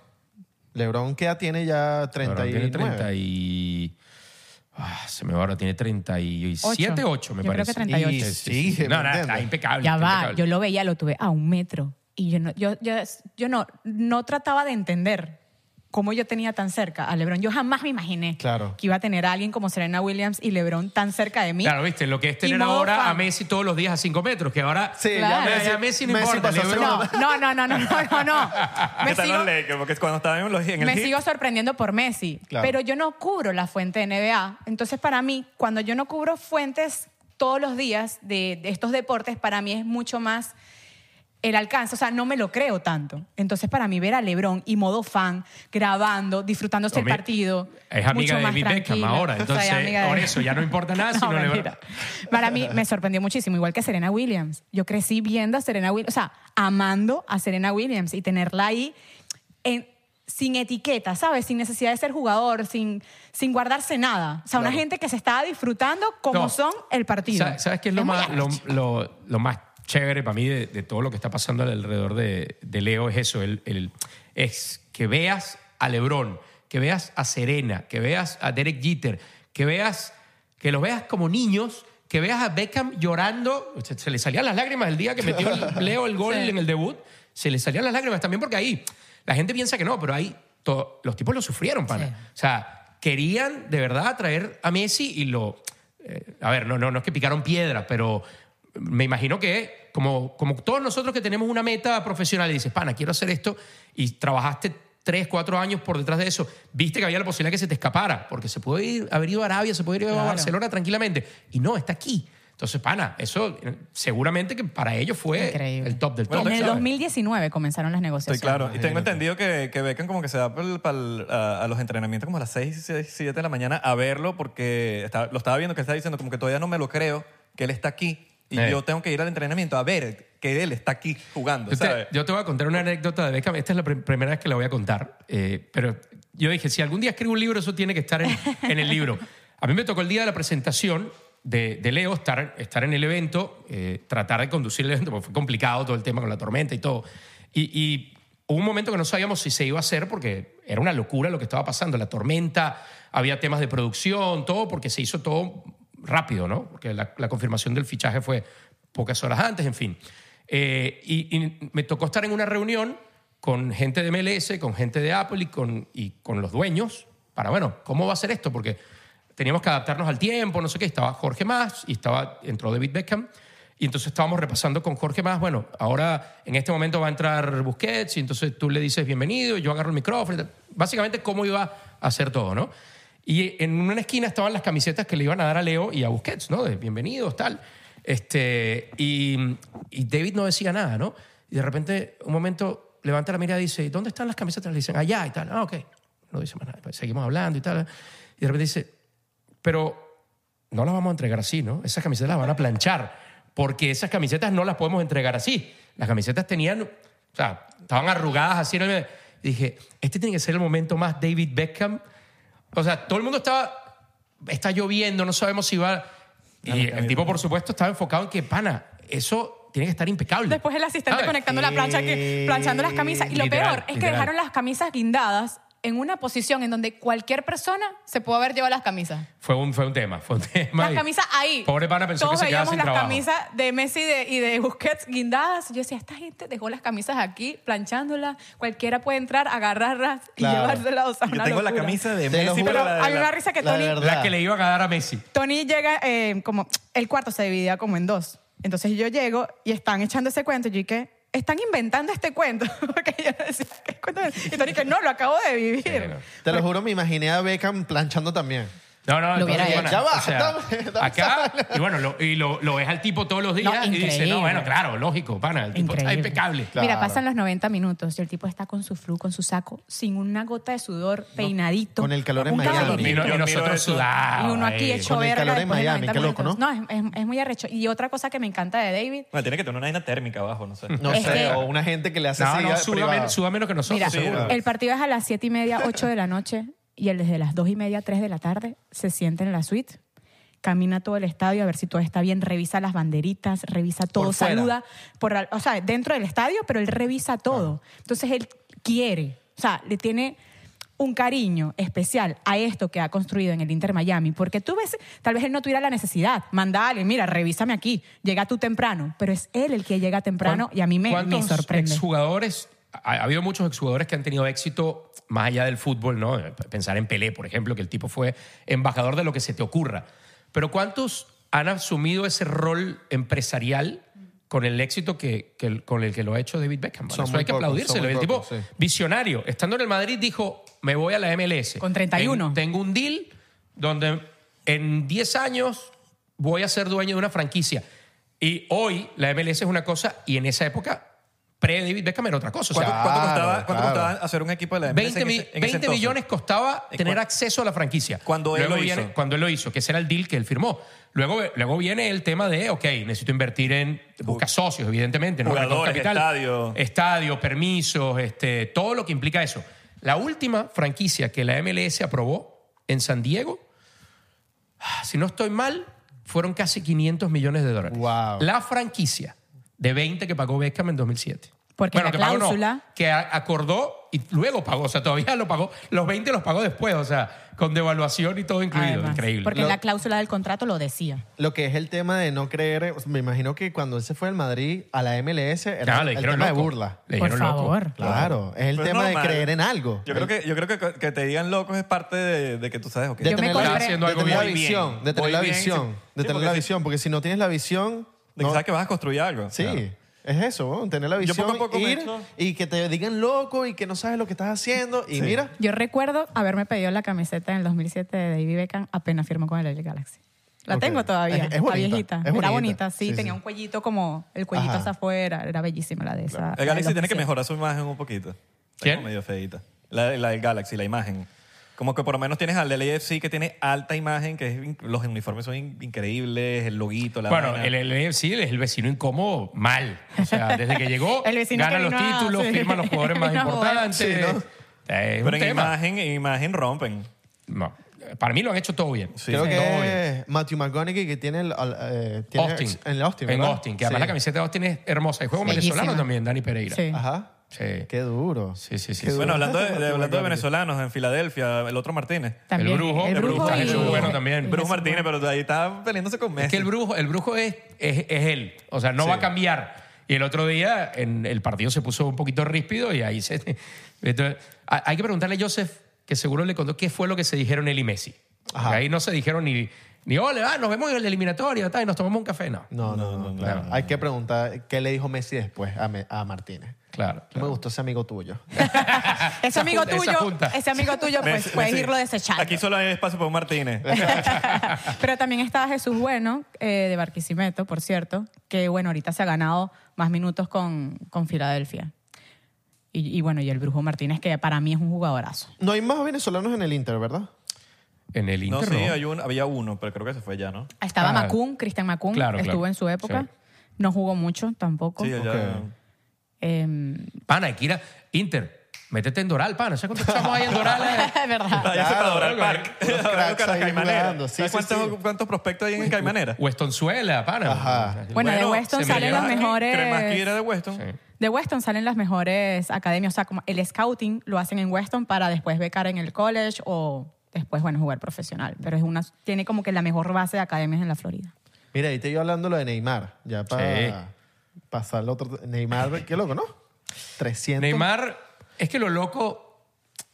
[SPEAKER 5] Lebron, ¿qué edad tiene ya?
[SPEAKER 3] Pero
[SPEAKER 5] 39.
[SPEAKER 3] tiene 30 y. Ah, se me va ahora, tiene 37,
[SPEAKER 2] Ocho.
[SPEAKER 3] 8, me
[SPEAKER 2] Yo creo
[SPEAKER 3] parece.
[SPEAKER 2] que 38.
[SPEAKER 3] Y-
[SPEAKER 5] Sí, me
[SPEAKER 3] no, no,
[SPEAKER 5] entiendo.
[SPEAKER 3] está impecable.
[SPEAKER 2] Ya
[SPEAKER 3] está
[SPEAKER 2] va,
[SPEAKER 3] impecable.
[SPEAKER 2] yo lo veía, lo tuve a un metro. Y yo no, yo, yo, yo no, no trataba de entender cómo yo tenía tan cerca a LeBron. Yo jamás me imaginé
[SPEAKER 5] Claro.
[SPEAKER 2] que iba a tener a alguien como Serena Williams y LeBron tan cerca de mí.
[SPEAKER 3] Claro, viste, lo que es
[SPEAKER 2] Y
[SPEAKER 3] tener
[SPEAKER 2] modo
[SPEAKER 3] ahora
[SPEAKER 2] fan.
[SPEAKER 3] a Messi todos los días a 5 metros, que ahora.
[SPEAKER 5] Sí,
[SPEAKER 2] Claro.
[SPEAKER 3] ya, Messi,
[SPEAKER 5] ya
[SPEAKER 3] Messi no
[SPEAKER 5] Messi
[SPEAKER 3] importa.
[SPEAKER 5] pasó a ser
[SPEAKER 3] LeBron-
[SPEAKER 5] uno.
[SPEAKER 2] No, no, no, no, no, no, no.
[SPEAKER 4] ¿Qué
[SPEAKER 2] Me
[SPEAKER 4] tal
[SPEAKER 2] sigo,
[SPEAKER 4] los Lakers? Porque cuando estaba en los en el
[SPEAKER 2] me
[SPEAKER 4] Heat,
[SPEAKER 2] sigo sorprendiendo por Messi,
[SPEAKER 5] Claro.
[SPEAKER 2] pero yo no cubro la fuente de NBA. Entonces, para mí, cuando yo no cubro fuentes todos los días de, de estos deportes, para mí es mucho más el alcance, o sea, no me lo creo tanto. Entonces, para mí, ver a LeBron y modo fan, grabando, disfrutándose el
[SPEAKER 3] Tommy
[SPEAKER 2] partido.
[SPEAKER 3] Es amiga
[SPEAKER 2] mucho
[SPEAKER 3] de
[SPEAKER 2] más
[SPEAKER 3] David Beckham
[SPEAKER 2] tranquila.
[SPEAKER 3] ahora,
[SPEAKER 2] O sea, es
[SPEAKER 3] entonces
[SPEAKER 2] amiga de-
[SPEAKER 3] por eso ya no importa nada, sino
[SPEAKER 2] no,
[SPEAKER 3] LeBron.
[SPEAKER 2] mentira. Para mí me sorprendió muchísimo, igual que Serena Williams. Yo crecí viendo a Serena Williams, o sea, amando a Serena Williams y tenerla ahí en- sin etiqueta, ¿sabes? Sin necesidad de ser jugador, sin, sin guardarse nada. O sea, una gente que se estaba disfrutando como
[SPEAKER 3] No.
[SPEAKER 2] son el partido.
[SPEAKER 3] Sa- ¿Sabes qué es lo,
[SPEAKER 2] muy
[SPEAKER 3] más, lo,
[SPEAKER 2] arrecho.
[SPEAKER 3] lo- lo más chévere para mí de, de todo lo que está pasando alrededor de, de Leo? Es eso, el, el- es que veas a Lebron, que veas a Serena, que veas a Derek Jeter, que veas, que los veas como niños, que veas a Beckham llorando, se, se le salían las lágrimas el día que metió el- Leo el gol en el debut, se le salían las lágrimas también porque ahí, la gente piensa que no, pero ahí to- los tipos lo sufrieron, pana. O sea, querían de verdad traer a Messi y lo... Eh, a ver, no, no, no es que picaron piedra, pero me imagino que como, como todos nosotros que tenemos una meta profesional y dices, pana, quiero hacer esto, y trabajaste tres, cuatro años por detrás de eso, viste que había la posibilidad que se te escapara, porque se puede ir, haber ido a Arabia, se puede ir a Barcelona tranquilamente, y no, está aquí. Entonces, pana, eso eh, seguramente que para ellos fue
[SPEAKER 2] Increíble.
[SPEAKER 3] el top del top.
[SPEAKER 2] en el
[SPEAKER 3] ¿sabes?
[SPEAKER 2] 2019 comenzaron las negociaciones.
[SPEAKER 4] Estoy claro. Y tengo entendido que, que Beckham como que se va pa'l- pa'l- a, a los entrenamientos como a las 6, 6, 7 de la mañana a verlo porque está- lo estaba viendo que estaba diciendo como que todavía no me lo creo que él está aquí y
[SPEAKER 3] Eh.
[SPEAKER 4] yo tengo que ir al entrenamiento a ver que él está aquí jugando,
[SPEAKER 3] Yo te-
[SPEAKER 4] ¿sabes?
[SPEAKER 3] Este, yo te voy a contar una anécdota de Beckham. Esta es la prim- primera vez que la voy a contar. Eh, pero yo dije, si algún día escribo un libro, eso tiene que estar en, en el libro. A mí me tocó el día de la presentación de, de Leo estar, estar en el evento, eh, tratar de conducir el evento, porque fue complicado todo el tema con la tormenta y todo. Y, y hubo un momento que no sabíamos si se iba a hacer porque era una locura lo que estaba pasando. La tormenta, había temas de producción, todo, porque se hizo todo rápido, ¿no? Porque la, la confirmación del fichaje fue pocas horas antes, en fin. Eh, y, y me tocó estar en una reunión con gente de MLS, con gente de Apple y con, y con los dueños para, bueno, ¿cómo va a ser esto? Porque teníamos que adaptarnos al tiempo, no sé qué. Estaba Jorge Más y estaba, entró David Beckham. Y entonces estábamos repasando con Jorge Más, bueno, ahora en este momento va a entrar Busquets y entonces tú le dices bienvenido y yo agarro el micrófono. y tal. Básicamente cómo iba a hacer todo, ¿no? Y en una esquina estaban las camisetas que le iban a dar a Leo y a Busquets, ¿no? De bienvenidos, tal. Este, y, y David no decía nada, ¿no? Y de repente, un momento, levanta la mirada y dice, ¿dónde están las camisetas? Le dicen, allá y tal. Ah, ok. No dice más nada. Pues Seguimos hablando y tal. Y de repente dice, pero no las vamos a entregar así, ¿no? Esas camisetas las van a planchar, porque esas camisetas no las podemos entregar así. Las camisetas tenían, o sea, estaban arrugadas así. en el- Y dije, este tiene que ser el momento más David Beckham. O sea, todo el mundo estaba, está lloviendo, no sabemos si va... Y el tipo, por supuesto, estaba enfocado en que, pana, eso tiene que estar impecable.
[SPEAKER 2] Después el asistente
[SPEAKER 3] ¿Sabes? Eh,
[SPEAKER 2] conectando la plancha, que, planchando las camisas. Y lo
[SPEAKER 3] Literal,
[SPEAKER 2] peor es que
[SPEAKER 3] literal.
[SPEAKER 2] dejaron las camisas guindadas en una posición en donde cualquier persona se pudo haber llevado las camisas.
[SPEAKER 3] Fue un, fue un tema, fue un tema.
[SPEAKER 2] Las
[SPEAKER 3] y-
[SPEAKER 2] camisas ahí.
[SPEAKER 3] Pobre pana pensó
[SPEAKER 2] Todos
[SPEAKER 3] que se quedaba
[SPEAKER 2] veíamos
[SPEAKER 3] sin
[SPEAKER 2] las
[SPEAKER 3] trabajo.
[SPEAKER 2] camisas de Messi y de, y de Busquets guindadas. Yo decía, esta gente dejó las camisas aquí, planchándolas. Cualquiera puede entrar, agarrarlas y
[SPEAKER 5] Claro.
[SPEAKER 2] llevárselas. O sea,
[SPEAKER 4] Yo
[SPEAKER 2] una
[SPEAKER 4] tengo la
[SPEAKER 2] locura.
[SPEAKER 4] camisa de
[SPEAKER 5] Te lo
[SPEAKER 4] Messi,
[SPEAKER 5] juro.
[SPEAKER 4] pero la de
[SPEAKER 2] Hay
[SPEAKER 4] la-
[SPEAKER 2] una risa que
[SPEAKER 5] la
[SPEAKER 2] Tony...
[SPEAKER 5] verdad.
[SPEAKER 3] La que le iba a dar a Messi.
[SPEAKER 6] Tony llega eh, como el cuarto se dividía como en dos. Entonces yo llego y están echando ese cuento. Y yo dije, están inventando este cuento. Porque yo decía, ¿qué cuento es? Y Tony que no, lo acabo de vivir.
[SPEAKER 3] Sí, no.
[SPEAKER 5] Te lo juro, me imaginé a Beckham planchando también.
[SPEAKER 3] No, no,
[SPEAKER 6] Lo
[SPEAKER 3] no,
[SPEAKER 6] hubiera
[SPEAKER 3] no,
[SPEAKER 6] hecho.
[SPEAKER 3] no,
[SPEAKER 5] Ya va,
[SPEAKER 3] o sea,
[SPEAKER 5] dame- dame
[SPEAKER 3] acá,
[SPEAKER 5] esa vaina.
[SPEAKER 3] y bueno, lo, y lo, lo ves al tipo todos los días y dice,
[SPEAKER 6] increíble.
[SPEAKER 3] no, bueno, claro, lógico, pana, el tipo está impecable.
[SPEAKER 5] Claro.
[SPEAKER 6] Mira, pasan los 90 minutos y el tipo está con su flu, con su saco, sin una gota de sudor, peinadito.
[SPEAKER 5] Con el calor en
[SPEAKER 6] Un
[SPEAKER 5] Miami. Ah,
[SPEAKER 6] caballero.
[SPEAKER 3] Y, no- y
[SPEAKER 4] Yo miro
[SPEAKER 3] nosotros
[SPEAKER 4] eso.
[SPEAKER 3] sudados.
[SPEAKER 6] Y uno
[SPEAKER 3] ahí.
[SPEAKER 6] aquí hecho
[SPEAKER 5] Con el
[SPEAKER 6] verga
[SPEAKER 5] calor en
[SPEAKER 6] después de
[SPEAKER 5] Miami,
[SPEAKER 6] 90
[SPEAKER 5] qué loco,
[SPEAKER 6] minutos. No, es, es- es muy arrecho. Y otra cosa que me encanta de David
[SPEAKER 4] Bueno, tiene que tener una vaina térmica abajo, no sé.
[SPEAKER 5] No
[SPEAKER 6] Es
[SPEAKER 5] sé,
[SPEAKER 6] que-
[SPEAKER 5] o una gente que le hace
[SPEAKER 3] No,
[SPEAKER 5] así
[SPEAKER 3] no,
[SPEAKER 5] a-
[SPEAKER 3] suda
[SPEAKER 5] privado.
[SPEAKER 3] menos, suda menos que nosotros,
[SPEAKER 6] Mira,
[SPEAKER 3] seguro.
[SPEAKER 6] el partido es a las 7 y media, 8 de la noche, y él desde las 2 y media, 3 de la tarde se sienta en la suite, camina todo el estadio a ver si todo está bien, revisa las banderitas, revisa todo,
[SPEAKER 4] Por fuera.
[SPEAKER 6] saluda, por, al- o sea, dentro del estadio, pero él revisa todo. Entonces él quiere, o sea, le tiene un cariño especial a esto que ha construido en el Inter Miami, porque tú ves, tal vez él no tuviera la necesidad, manda a alguien, mira, revísame aquí, llega tú temprano, pero es él el que llega temprano y a mí me, me
[SPEAKER 3] ¿Cuántos
[SPEAKER 6] sorprende.
[SPEAKER 3] Exjugadores, ha, ha habido muchos exjugadores que han tenido éxito más allá del fútbol, ¿no? Eh, Pensar en Pelé, por ejemplo, que el tipo fue embajador de lo que se te ocurra. Pero ¿cuántos han asumido ese rol empresarial con el éxito que, que el- con el que lo ha hecho David Beckham?
[SPEAKER 5] Son
[SPEAKER 3] Eso
[SPEAKER 5] muy
[SPEAKER 3] hay que
[SPEAKER 5] pocos,
[SPEAKER 3] aplaudírselo.
[SPEAKER 5] son muy
[SPEAKER 3] El tipo,
[SPEAKER 5] pocos, sí.
[SPEAKER 3] visionario, estando en el Madrid, dijo, me voy a la MLS.
[SPEAKER 6] Con 31.
[SPEAKER 3] Ten- tengo un deal donde en 10 años voy a ser dueño de una franquicia. Y hoy la MLS es una cosa y en esa época, pre-David Beckham era otra cosa. O
[SPEAKER 4] ¿Cuánto,
[SPEAKER 3] sea,
[SPEAKER 4] cuánto
[SPEAKER 5] Claro,
[SPEAKER 4] costaba, cuánto
[SPEAKER 5] claro.
[SPEAKER 4] costaba hacer un equipo de la MLS
[SPEAKER 3] 20,
[SPEAKER 4] en
[SPEAKER 3] mi-
[SPEAKER 4] ese- en ese
[SPEAKER 3] 20
[SPEAKER 4] entonces?
[SPEAKER 3] millones costaba
[SPEAKER 4] ¿En
[SPEAKER 3] tener
[SPEAKER 4] cuán-
[SPEAKER 3] acceso a la franquicia.
[SPEAKER 4] Cuando él
[SPEAKER 3] Luego
[SPEAKER 4] lo
[SPEAKER 3] viene-
[SPEAKER 4] hizo.
[SPEAKER 3] Cuando él lo hizo, que ese era el deal que él firmó. Luego, luego viene el tema de, ok, necesito invertir en... Busca socios, evidentemente. ¿no?
[SPEAKER 4] Jugadores,
[SPEAKER 3] Recaudo capital.
[SPEAKER 4] estadio.
[SPEAKER 3] Estadio, permisos, este, todo lo que implica eso. La última franquicia que la MLS aprobó en San Diego, si no estoy mal, fueron casi 500 millones de dólares.
[SPEAKER 5] Wow.
[SPEAKER 3] La franquicia de 20 que pagó Beckham en 2007.
[SPEAKER 6] Porque la
[SPEAKER 3] que pagó no,
[SPEAKER 6] cláusula-
[SPEAKER 3] que a- acordó y luego pagó, o sea, todavía lo pagó, los 20 los pagó después, o sea, con devaluación y todo incluido,
[SPEAKER 6] Además,
[SPEAKER 3] increíble.
[SPEAKER 6] Porque
[SPEAKER 5] Lo-
[SPEAKER 6] la cláusula del contrato lo decía.
[SPEAKER 5] Lo que es el tema de no creer, me imagino que cuando él se fue al Madrid a la MLS era
[SPEAKER 3] Claro, le
[SPEAKER 5] el
[SPEAKER 3] dijeron
[SPEAKER 5] tema de
[SPEAKER 3] loco.
[SPEAKER 5] burla.
[SPEAKER 3] Le
[SPEAKER 6] Por
[SPEAKER 3] dijeron loco.
[SPEAKER 6] favor.
[SPEAKER 5] Claro, es el
[SPEAKER 4] Pero es
[SPEAKER 5] tema de
[SPEAKER 4] normal.
[SPEAKER 5] creer en algo.
[SPEAKER 4] Yo creo que, yo creo que, que te digan locos es parte de, de que tú sabes, ok.
[SPEAKER 6] Yo
[SPEAKER 5] de
[SPEAKER 6] me
[SPEAKER 5] tener, la,
[SPEAKER 6] compré-
[SPEAKER 5] de
[SPEAKER 3] Haciendo algo
[SPEAKER 5] tener la
[SPEAKER 3] muy bien.
[SPEAKER 5] visión, de tener
[SPEAKER 4] Muy
[SPEAKER 5] la
[SPEAKER 4] bien,
[SPEAKER 5] visión,
[SPEAKER 4] sí.
[SPEAKER 5] de
[SPEAKER 4] Sí,
[SPEAKER 5] tener
[SPEAKER 4] porque
[SPEAKER 5] la
[SPEAKER 4] sí.
[SPEAKER 5] visión, porque si no tienes la visión,
[SPEAKER 4] De que
[SPEAKER 5] no-
[SPEAKER 4] sabes que vas a construir algo.
[SPEAKER 5] sí,
[SPEAKER 4] Claro.
[SPEAKER 5] es eso, ¿no? tener la
[SPEAKER 4] Yo
[SPEAKER 5] visión,
[SPEAKER 4] poco a poco me
[SPEAKER 5] ir
[SPEAKER 4] echo-
[SPEAKER 5] y que te digan loco y que no sabes lo que estás haciendo y mira,
[SPEAKER 6] Yo recuerdo haberme pedido la camiseta en el 2007 de David Beckham apenas firmó con el LA Galaxy. La
[SPEAKER 5] Ok.
[SPEAKER 6] tengo todavía.
[SPEAKER 5] Es- es
[SPEAKER 6] está
[SPEAKER 5] bonita,
[SPEAKER 6] viejita.
[SPEAKER 5] es
[SPEAKER 6] era
[SPEAKER 5] bonita.
[SPEAKER 6] bonita, sí.
[SPEAKER 5] Sí, sí.
[SPEAKER 6] tenía un cuellito como el cuellito
[SPEAKER 5] Ajá.
[SPEAKER 6] hacia afuera. Era bellísima la de esa. Ah, la
[SPEAKER 4] El
[SPEAKER 6] del
[SPEAKER 4] Galaxy tiene que
[SPEAKER 6] 2007.
[SPEAKER 4] mejorar su imagen un poquito. Está
[SPEAKER 3] ¿Quién?
[SPEAKER 4] como medio feita. La, la del Galaxy, la imagen. Como que por lo menos tienes al LAFC que tiene alta imagen, que es in- los uniformes son in- increíbles, el loguito, la
[SPEAKER 3] Bueno,
[SPEAKER 4] vaina.
[SPEAKER 3] el LFC es el vecino incómodo mal. O sea, desde que llegó,
[SPEAKER 6] El vecino
[SPEAKER 3] gana
[SPEAKER 6] que
[SPEAKER 3] los
[SPEAKER 6] vino a-
[SPEAKER 3] títulos,
[SPEAKER 6] sí.
[SPEAKER 3] firma los jugadores más
[SPEAKER 6] Vino a joder.
[SPEAKER 3] importantes. Eh, Es un
[SPEAKER 4] Pero en
[SPEAKER 3] tema.
[SPEAKER 4] imagen, en imagen rompen.
[SPEAKER 3] No, para mí lo han hecho todo bien.
[SPEAKER 4] Sí,
[SPEAKER 5] creo
[SPEAKER 4] sí.
[SPEAKER 5] que
[SPEAKER 3] Todo bien.
[SPEAKER 5] es Matthew McConaughey que tiene, el, al- eh, tiene
[SPEAKER 3] Austin.
[SPEAKER 5] ex- en Austin,
[SPEAKER 3] En
[SPEAKER 5] ¿verdad?
[SPEAKER 3] Austin, que además
[SPEAKER 5] Sí.
[SPEAKER 3] la camiseta de Austin es hermosa. Y juega un
[SPEAKER 6] Bellísima.
[SPEAKER 3] venezolano también, Dani Pereira.
[SPEAKER 6] Sí.
[SPEAKER 5] Ajá.
[SPEAKER 3] Sí.
[SPEAKER 5] Qué duro.
[SPEAKER 3] Sí, sí, sí,
[SPEAKER 5] Qué
[SPEAKER 3] sí.
[SPEAKER 5] duro.
[SPEAKER 4] Bueno, hablando de, de-
[SPEAKER 5] Matthew
[SPEAKER 4] hablando de
[SPEAKER 5] McConaughey.
[SPEAKER 4] venezolanos en Filadelfia, el otro Martínez.
[SPEAKER 6] También.
[SPEAKER 3] El brujo,
[SPEAKER 6] El
[SPEAKER 3] el
[SPEAKER 6] brujo
[SPEAKER 3] brujo está
[SPEAKER 6] y-
[SPEAKER 3] muy bueno también.
[SPEAKER 4] Bruce Martínez, pero ahí está peleándose con Messi.
[SPEAKER 3] Es que el brujo, el brujo es, es, es él. O sea, no va a cambiar. Y el otro día en el partido se puso un poquito ríspido y ahí se. Entonces, a- hay que preguntarle a Joseph, que seguro le contó qué fue lo que se dijeron él y Messi.
[SPEAKER 5] Ajá.
[SPEAKER 3] Porque Ahí no se dijeron ni, ni ole, ah, nos vemos en el eliminatorio tal, y nos tomamos un café. No.
[SPEAKER 5] No, no, no, claro. Hay que preguntar qué le dijo Messi después a, Me- a Martínez.
[SPEAKER 3] Claro.
[SPEAKER 5] No me gustó ese amigo tuyo.
[SPEAKER 6] Ese
[SPEAKER 3] Esa
[SPEAKER 6] amigo
[SPEAKER 3] junta, esa
[SPEAKER 6] tuyo,
[SPEAKER 3] junta.
[SPEAKER 6] ese amigo tuyo, pues
[SPEAKER 4] Messi-
[SPEAKER 6] puedes
[SPEAKER 4] Messi,
[SPEAKER 6] irlo desechando.
[SPEAKER 4] Aquí solo hay espacio para un Martínez.
[SPEAKER 6] Pero también estaba Jesús Bueno, eh, de Barquisimeto, por cierto, que bueno, ahorita se ha ganado más minutos con, con Filadelfia. Y, y, bueno, y el Brujo Martínez, que para mí es un jugadorazo.
[SPEAKER 5] No hay más venezolanos en el Inter, ¿verdad?
[SPEAKER 3] En el
[SPEAKER 4] no,
[SPEAKER 3] Inter.
[SPEAKER 4] sí,
[SPEAKER 3] no.
[SPEAKER 4] hay un- había uno, pero creo que se fue ya, ¿no?
[SPEAKER 6] Estaba
[SPEAKER 3] Ah.
[SPEAKER 6] Macún, Cristian Macún,
[SPEAKER 3] Claro,
[SPEAKER 6] estuvo
[SPEAKER 3] claro.
[SPEAKER 6] en su época.
[SPEAKER 3] Sí.
[SPEAKER 6] No jugó mucho tampoco.
[SPEAKER 4] Sí, ya.
[SPEAKER 5] Ok.
[SPEAKER 6] Em,
[SPEAKER 3] Pana, hay que ir a Inter. Métete en Doral, pana. ¿Sabes cuántos chamos hay en Doral?
[SPEAKER 6] Es verdad.
[SPEAKER 4] Váyase
[SPEAKER 5] Claro,
[SPEAKER 4] para Doral
[SPEAKER 5] loco,
[SPEAKER 4] Park.
[SPEAKER 5] los cracks
[SPEAKER 4] Váyase para
[SPEAKER 5] ahí
[SPEAKER 4] Caimanera.
[SPEAKER 5] jugando. Sí,
[SPEAKER 4] ¿Sabes
[SPEAKER 5] sí,
[SPEAKER 4] cuántos,
[SPEAKER 5] sí.
[SPEAKER 4] cuántos prospectos hay en Caimanera?
[SPEAKER 3] Westonzuela, pana.
[SPEAKER 5] Ajá.
[SPEAKER 6] Bueno, de Weston
[SPEAKER 3] se me
[SPEAKER 6] salen
[SPEAKER 3] lleva
[SPEAKER 6] los
[SPEAKER 3] aquí.
[SPEAKER 6] mejores.
[SPEAKER 4] Cremaski era de Weston.
[SPEAKER 3] Sí.
[SPEAKER 6] De Weston salen las mejores academias. O sea, como el scouting lo hacen en Weston para después becar en el college o después, bueno, jugar profesional. Pero es una, tiene como que la mejor base de academias en la Florida.
[SPEAKER 5] Mira, ahí te yo hablando lo de Neymar. Ya para pasar al otro. Neymar, qué loco, ¿no? 300.
[SPEAKER 3] Neymar, es que lo loco.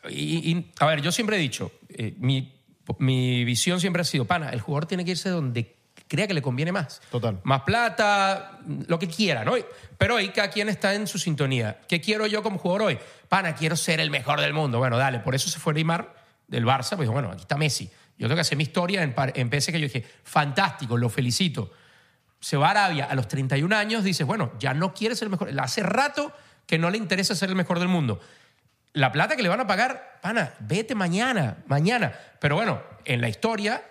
[SPEAKER 3] y- y- a ver, yo siempre he dicho, eh, mi, mi visión siempre ha sido, pana, el jugador tiene que irse donde crea que le conviene más.
[SPEAKER 5] Total.
[SPEAKER 3] Más plata, lo que quiera, ¿no? Pero ahí cada quien está en su sintonía. ¿Qué quiero yo como jugador hoy? Pana, quiero ser el mejor del mundo. Bueno, dale, por eso se fue Neymar del Barça, pues dijo, bueno, aquí está Messi. Yo tengo que hacer mi historia en, par- en PSG, que yo dije, fantástico, lo felicito se va a Arabia a los 31 años, dices, bueno, ya no quiere ser el mejor. Hace rato que no le interesa ser el mejor del mundo. La plata que le van a pagar, pana, vete mañana, mañana. Pero bueno, en la historia,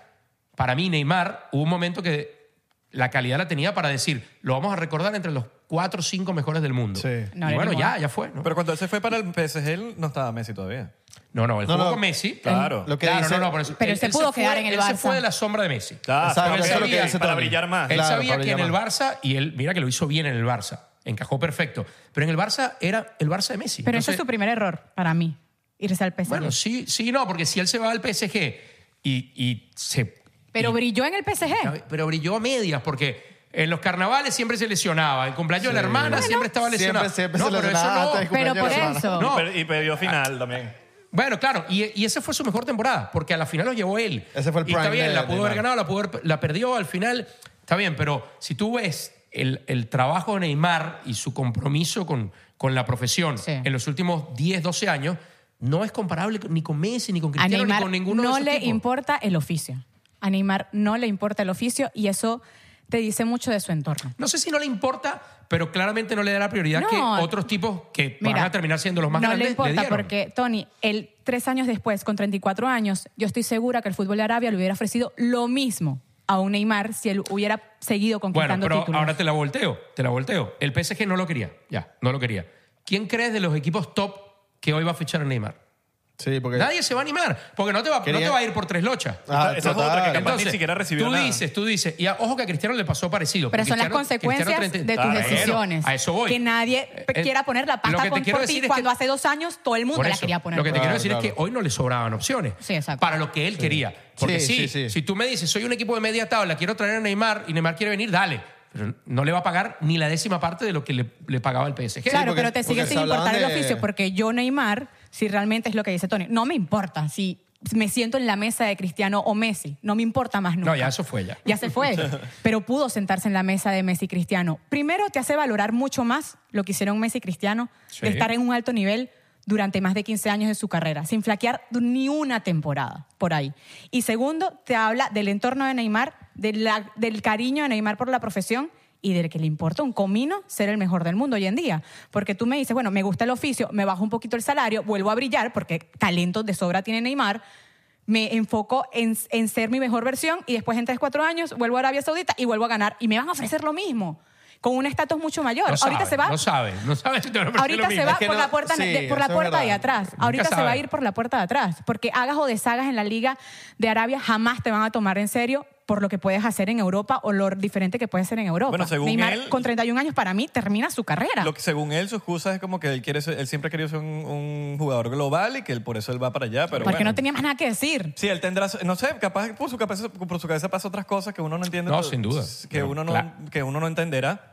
[SPEAKER 3] para mí, Neymar, hubo un momento que la calidad la tenía para decir, lo vamos a recordar entre los cuatro o cinco mejores del mundo.
[SPEAKER 5] Sí.
[SPEAKER 6] No,
[SPEAKER 3] y
[SPEAKER 6] era
[SPEAKER 3] bueno,
[SPEAKER 6] Neymar.
[SPEAKER 3] ya, ya fue. ¿no?
[SPEAKER 4] Pero cuando él se fue para el PSG, él no estaba Messi todavía.
[SPEAKER 3] no, no, el
[SPEAKER 5] No,
[SPEAKER 3] jugó
[SPEAKER 5] no.
[SPEAKER 3] con Messi.
[SPEAKER 4] Claro.
[SPEAKER 5] Lo que
[SPEAKER 3] Claro,
[SPEAKER 5] dice-
[SPEAKER 3] no, no, pero, eso-
[SPEAKER 6] Pero él se pudo
[SPEAKER 3] fue-
[SPEAKER 6] quedar en el
[SPEAKER 3] Él se
[SPEAKER 6] Barça.
[SPEAKER 3] fue de la sombra de Messi.
[SPEAKER 4] Claro,
[SPEAKER 5] Exacto,
[SPEAKER 4] porque
[SPEAKER 3] eso es lo que
[SPEAKER 4] sabía-
[SPEAKER 3] dice
[SPEAKER 4] para
[SPEAKER 5] Tony.
[SPEAKER 4] brillar más.
[SPEAKER 3] Él
[SPEAKER 5] Clal- Claro,
[SPEAKER 3] sabía
[SPEAKER 5] Pablo
[SPEAKER 3] que en el
[SPEAKER 5] Llamar.
[SPEAKER 3] Barça, y él, mira que lo hizo bien en el Barça, encajó perfecto, pero en el Barça era el Barça de Messi.
[SPEAKER 6] Pero eso
[SPEAKER 3] Entonces,
[SPEAKER 6] es su primer error para mí, irse al PSG.
[SPEAKER 3] Bueno, sí, sí, no, porque si él se va al PSG y, y se...
[SPEAKER 6] pero
[SPEAKER 3] y-
[SPEAKER 6] brilló en el PSG.
[SPEAKER 3] pero brilló a medias, porque en los carnavales siempre se lesionaba, el cumpleaños de la hermana siempre estaba lesionada.
[SPEAKER 5] Siempre, siempre
[SPEAKER 3] No,
[SPEAKER 5] se
[SPEAKER 3] pero eso
[SPEAKER 5] lesionaba
[SPEAKER 3] no.
[SPEAKER 5] antes del
[SPEAKER 6] Pero por
[SPEAKER 5] cumpleaños de la semana.
[SPEAKER 6] eso.
[SPEAKER 3] No.
[SPEAKER 4] Y per- Y perdió final también.
[SPEAKER 3] Bueno, claro, y, y esa fue su mejor temporada, porque a la final lo llevó él.
[SPEAKER 5] Ese fue el
[SPEAKER 3] Y está
[SPEAKER 5] prime
[SPEAKER 3] bien,
[SPEAKER 5] de-
[SPEAKER 3] la
[SPEAKER 5] de
[SPEAKER 3] pudo haber
[SPEAKER 5] Neymar.
[SPEAKER 3] ganado, la, pudo haber- la perdió al final, está bien, pero si tú ves el, el trabajo de Neymar y su compromiso con, con la profesión
[SPEAKER 6] Sí.
[SPEAKER 3] en los últimos 10, 12 años, no es comparable ni con Messi, ni con
[SPEAKER 6] A
[SPEAKER 3] Cristiano, ni
[SPEAKER 6] Neymar
[SPEAKER 3] con ninguno de
[SPEAKER 6] no
[SPEAKER 3] esos
[SPEAKER 6] le
[SPEAKER 3] tipos.
[SPEAKER 6] importa el oficio. A Neymar no le importa el oficio y eso te dice mucho de su entorno.
[SPEAKER 3] No sé si no le importa, pero claramente no le da la prioridad
[SPEAKER 6] No.
[SPEAKER 3] que otros tipos que van a terminar siendo los más
[SPEAKER 6] no
[SPEAKER 3] grandes
[SPEAKER 6] le importa
[SPEAKER 3] dieron.
[SPEAKER 6] Ah, porque, Tony, él tres años después, con 34 años, yo estoy segura que el fútbol de Arabia le hubiera ofrecido lo mismo a un Neymar si él hubiera seguido
[SPEAKER 3] Bueno,
[SPEAKER 6] conquistando
[SPEAKER 3] pero
[SPEAKER 6] títulos.
[SPEAKER 3] ahora te la volteo, te la volteo. El PSG no lo quería, ya, no lo quería. ¿Quién crees de los equipos top que hoy va a fichar a Neymar?
[SPEAKER 5] Sí, porque.
[SPEAKER 3] Nadie se va a animar, porque no te va, no
[SPEAKER 5] Querían-
[SPEAKER 3] te va a ir por tres lochas.
[SPEAKER 5] Ah,
[SPEAKER 4] Esa es otra que
[SPEAKER 5] total.
[SPEAKER 4] capaz ni siquiera recibió
[SPEAKER 3] tú
[SPEAKER 4] nada.
[SPEAKER 3] dices, tú dices, y a- ojo que a Cristiano le pasó parecido.
[SPEAKER 6] Pero
[SPEAKER 3] porque
[SPEAKER 6] son las
[SPEAKER 3] Cristiano- Cristiano
[SPEAKER 6] consecuencias
[SPEAKER 3] 30
[SPEAKER 6] de tus
[SPEAKER 3] Ah, bueno,
[SPEAKER 6] decisiones.
[SPEAKER 3] A eso voy.
[SPEAKER 6] Que nadie
[SPEAKER 3] Eh, eh,
[SPEAKER 6] quiera poner la
[SPEAKER 3] lo que
[SPEAKER 6] pasta
[SPEAKER 3] te
[SPEAKER 6] con,
[SPEAKER 3] quiero
[SPEAKER 6] por ti
[SPEAKER 3] decir es que-
[SPEAKER 6] cuando hace dos años todo el mundo
[SPEAKER 3] Por
[SPEAKER 6] la
[SPEAKER 3] eso,
[SPEAKER 6] quería poner.
[SPEAKER 3] Lo que
[SPEAKER 6] por
[SPEAKER 3] te quiero
[SPEAKER 5] Claro,
[SPEAKER 3] decir es
[SPEAKER 5] claro.
[SPEAKER 3] que hoy no le sobraban opciones
[SPEAKER 6] Sí, exacto.
[SPEAKER 3] para lo que él quería. Porque sí,
[SPEAKER 5] Sí, sí, sí.
[SPEAKER 3] si tú me dices, soy un equipo de media tabla, quiero traer a Neymar y Neymar quiere venir, dale. Pero no le va a pagar ni la décima parte de lo que le, le pagaba el PSG.
[SPEAKER 6] Claro,
[SPEAKER 5] porque-
[SPEAKER 6] pero te
[SPEAKER 5] porque
[SPEAKER 6] sigue
[SPEAKER 5] se
[SPEAKER 6] sin importar
[SPEAKER 5] hablaban
[SPEAKER 6] el
[SPEAKER 5] de-
[SPEAKER 6] oficio, porque yo, Neymar, si realmente es lo que dice Tony, no me importa si me siento en la mesa de Cristiano o Messi, no me importa más nunca.
[SPEAKER 3] No, ya eso fue ya.
[SPEAKER 6] Ya se fue, pero pudo sentarse en la mesa de Messi y Cristiano. Primero te hace valorar mucho más lo que hicieron Messi y Cristiano
[SPEAKER 3] Sí.
[SPEAKER 6] de estar en un alto nivel durante más de 15 años de su carrera, sin flaquear ni una temporada por ahí. Y segundo, te habla del entorno de Neymar, de la- del cariño de Neymar por la profesión y del que le importa un comino ser el mejor del mundo hoy en día. Porque tú me dices, bueno, me gusta el oficio, me bajo un poquito el salario, vuelvo a brillar porque talento de sobra tiene Neymar, me enfoco en, en ser mi mejor versión y después en 3, 4 años vuelvo a Arabia Saudita y vuelvo a ganar y me van a ofrecer lo mismo, con un estatus mucho mayor.
[SPEAKER 3] No
[SPEAKER 6] Ahorita
[SPEAKER 3] sabe,
[SPEAKER 6] se va
[SPEAKER 3] No sabe, no sabe si te van a ofrecer lo
[SPEAKER 6] Ahorita se
[SPEAKER 3] mismo.
[SPEAKER 6] va
[SPEAKER 5] Es que
[SPEAKER 6] por
[SPEAKER 5] no-
[SPEAKER 6] la puerta,
[SPEAKER 5] sí,
[SPEAKER 6] de, por
[SPEAKER 5] eso
[SPEAKER 6] la
[SPEAKER 5] es
[SPEAKER 6] puerta de
[SPEAKER 5] verdad.
[SPEAKER 6] atrás.
[SPEAKER 3] Nunca
[SPEAKER 6] Ahorita se
[SPEAKER 3] sabe.
[SPEAKER 6] va a ir por la puerta de atrás. Porque hagas o deshagas en la liga de Arabia, jamás te van a tomar en serio por lo que puedes hacer en Europa o lo diferente que puedes hacer en Europa.
[SPEAKER 4] Bueno, según
[SPEAKER 6] Neymar,
[SPEAKER 4] él-
[SPEAKER 6] con 31 años, para mí, termina su carrera.
[SPEAKER 4] Lo que, según él, su excusa es como que él, quiere ser- él siempre ha querido ser un, un jugador global y que él, por eso él va para allá. Pero
[SPEAKER 6] porque
[SPEAKER 4] bueno.
[SPEAKER 6] no tenía más nada que decir.
[SPEAKER 4] Sí, él tendrá, no sé, capaz por su cabeza, por su cabeza pasa otras cosas que uno no entiende.
[SPEAKER 3] No,
[SPEAKER 4] pero-
[SPEAKER 3] sin duda.
[SPEAKER 4] Que,
[SPEAKER 3] Pero,
[SPEAKER 4] uno no,
[SPEAKER 3] claro.
[SPEAKER 4] que uno no entenderá.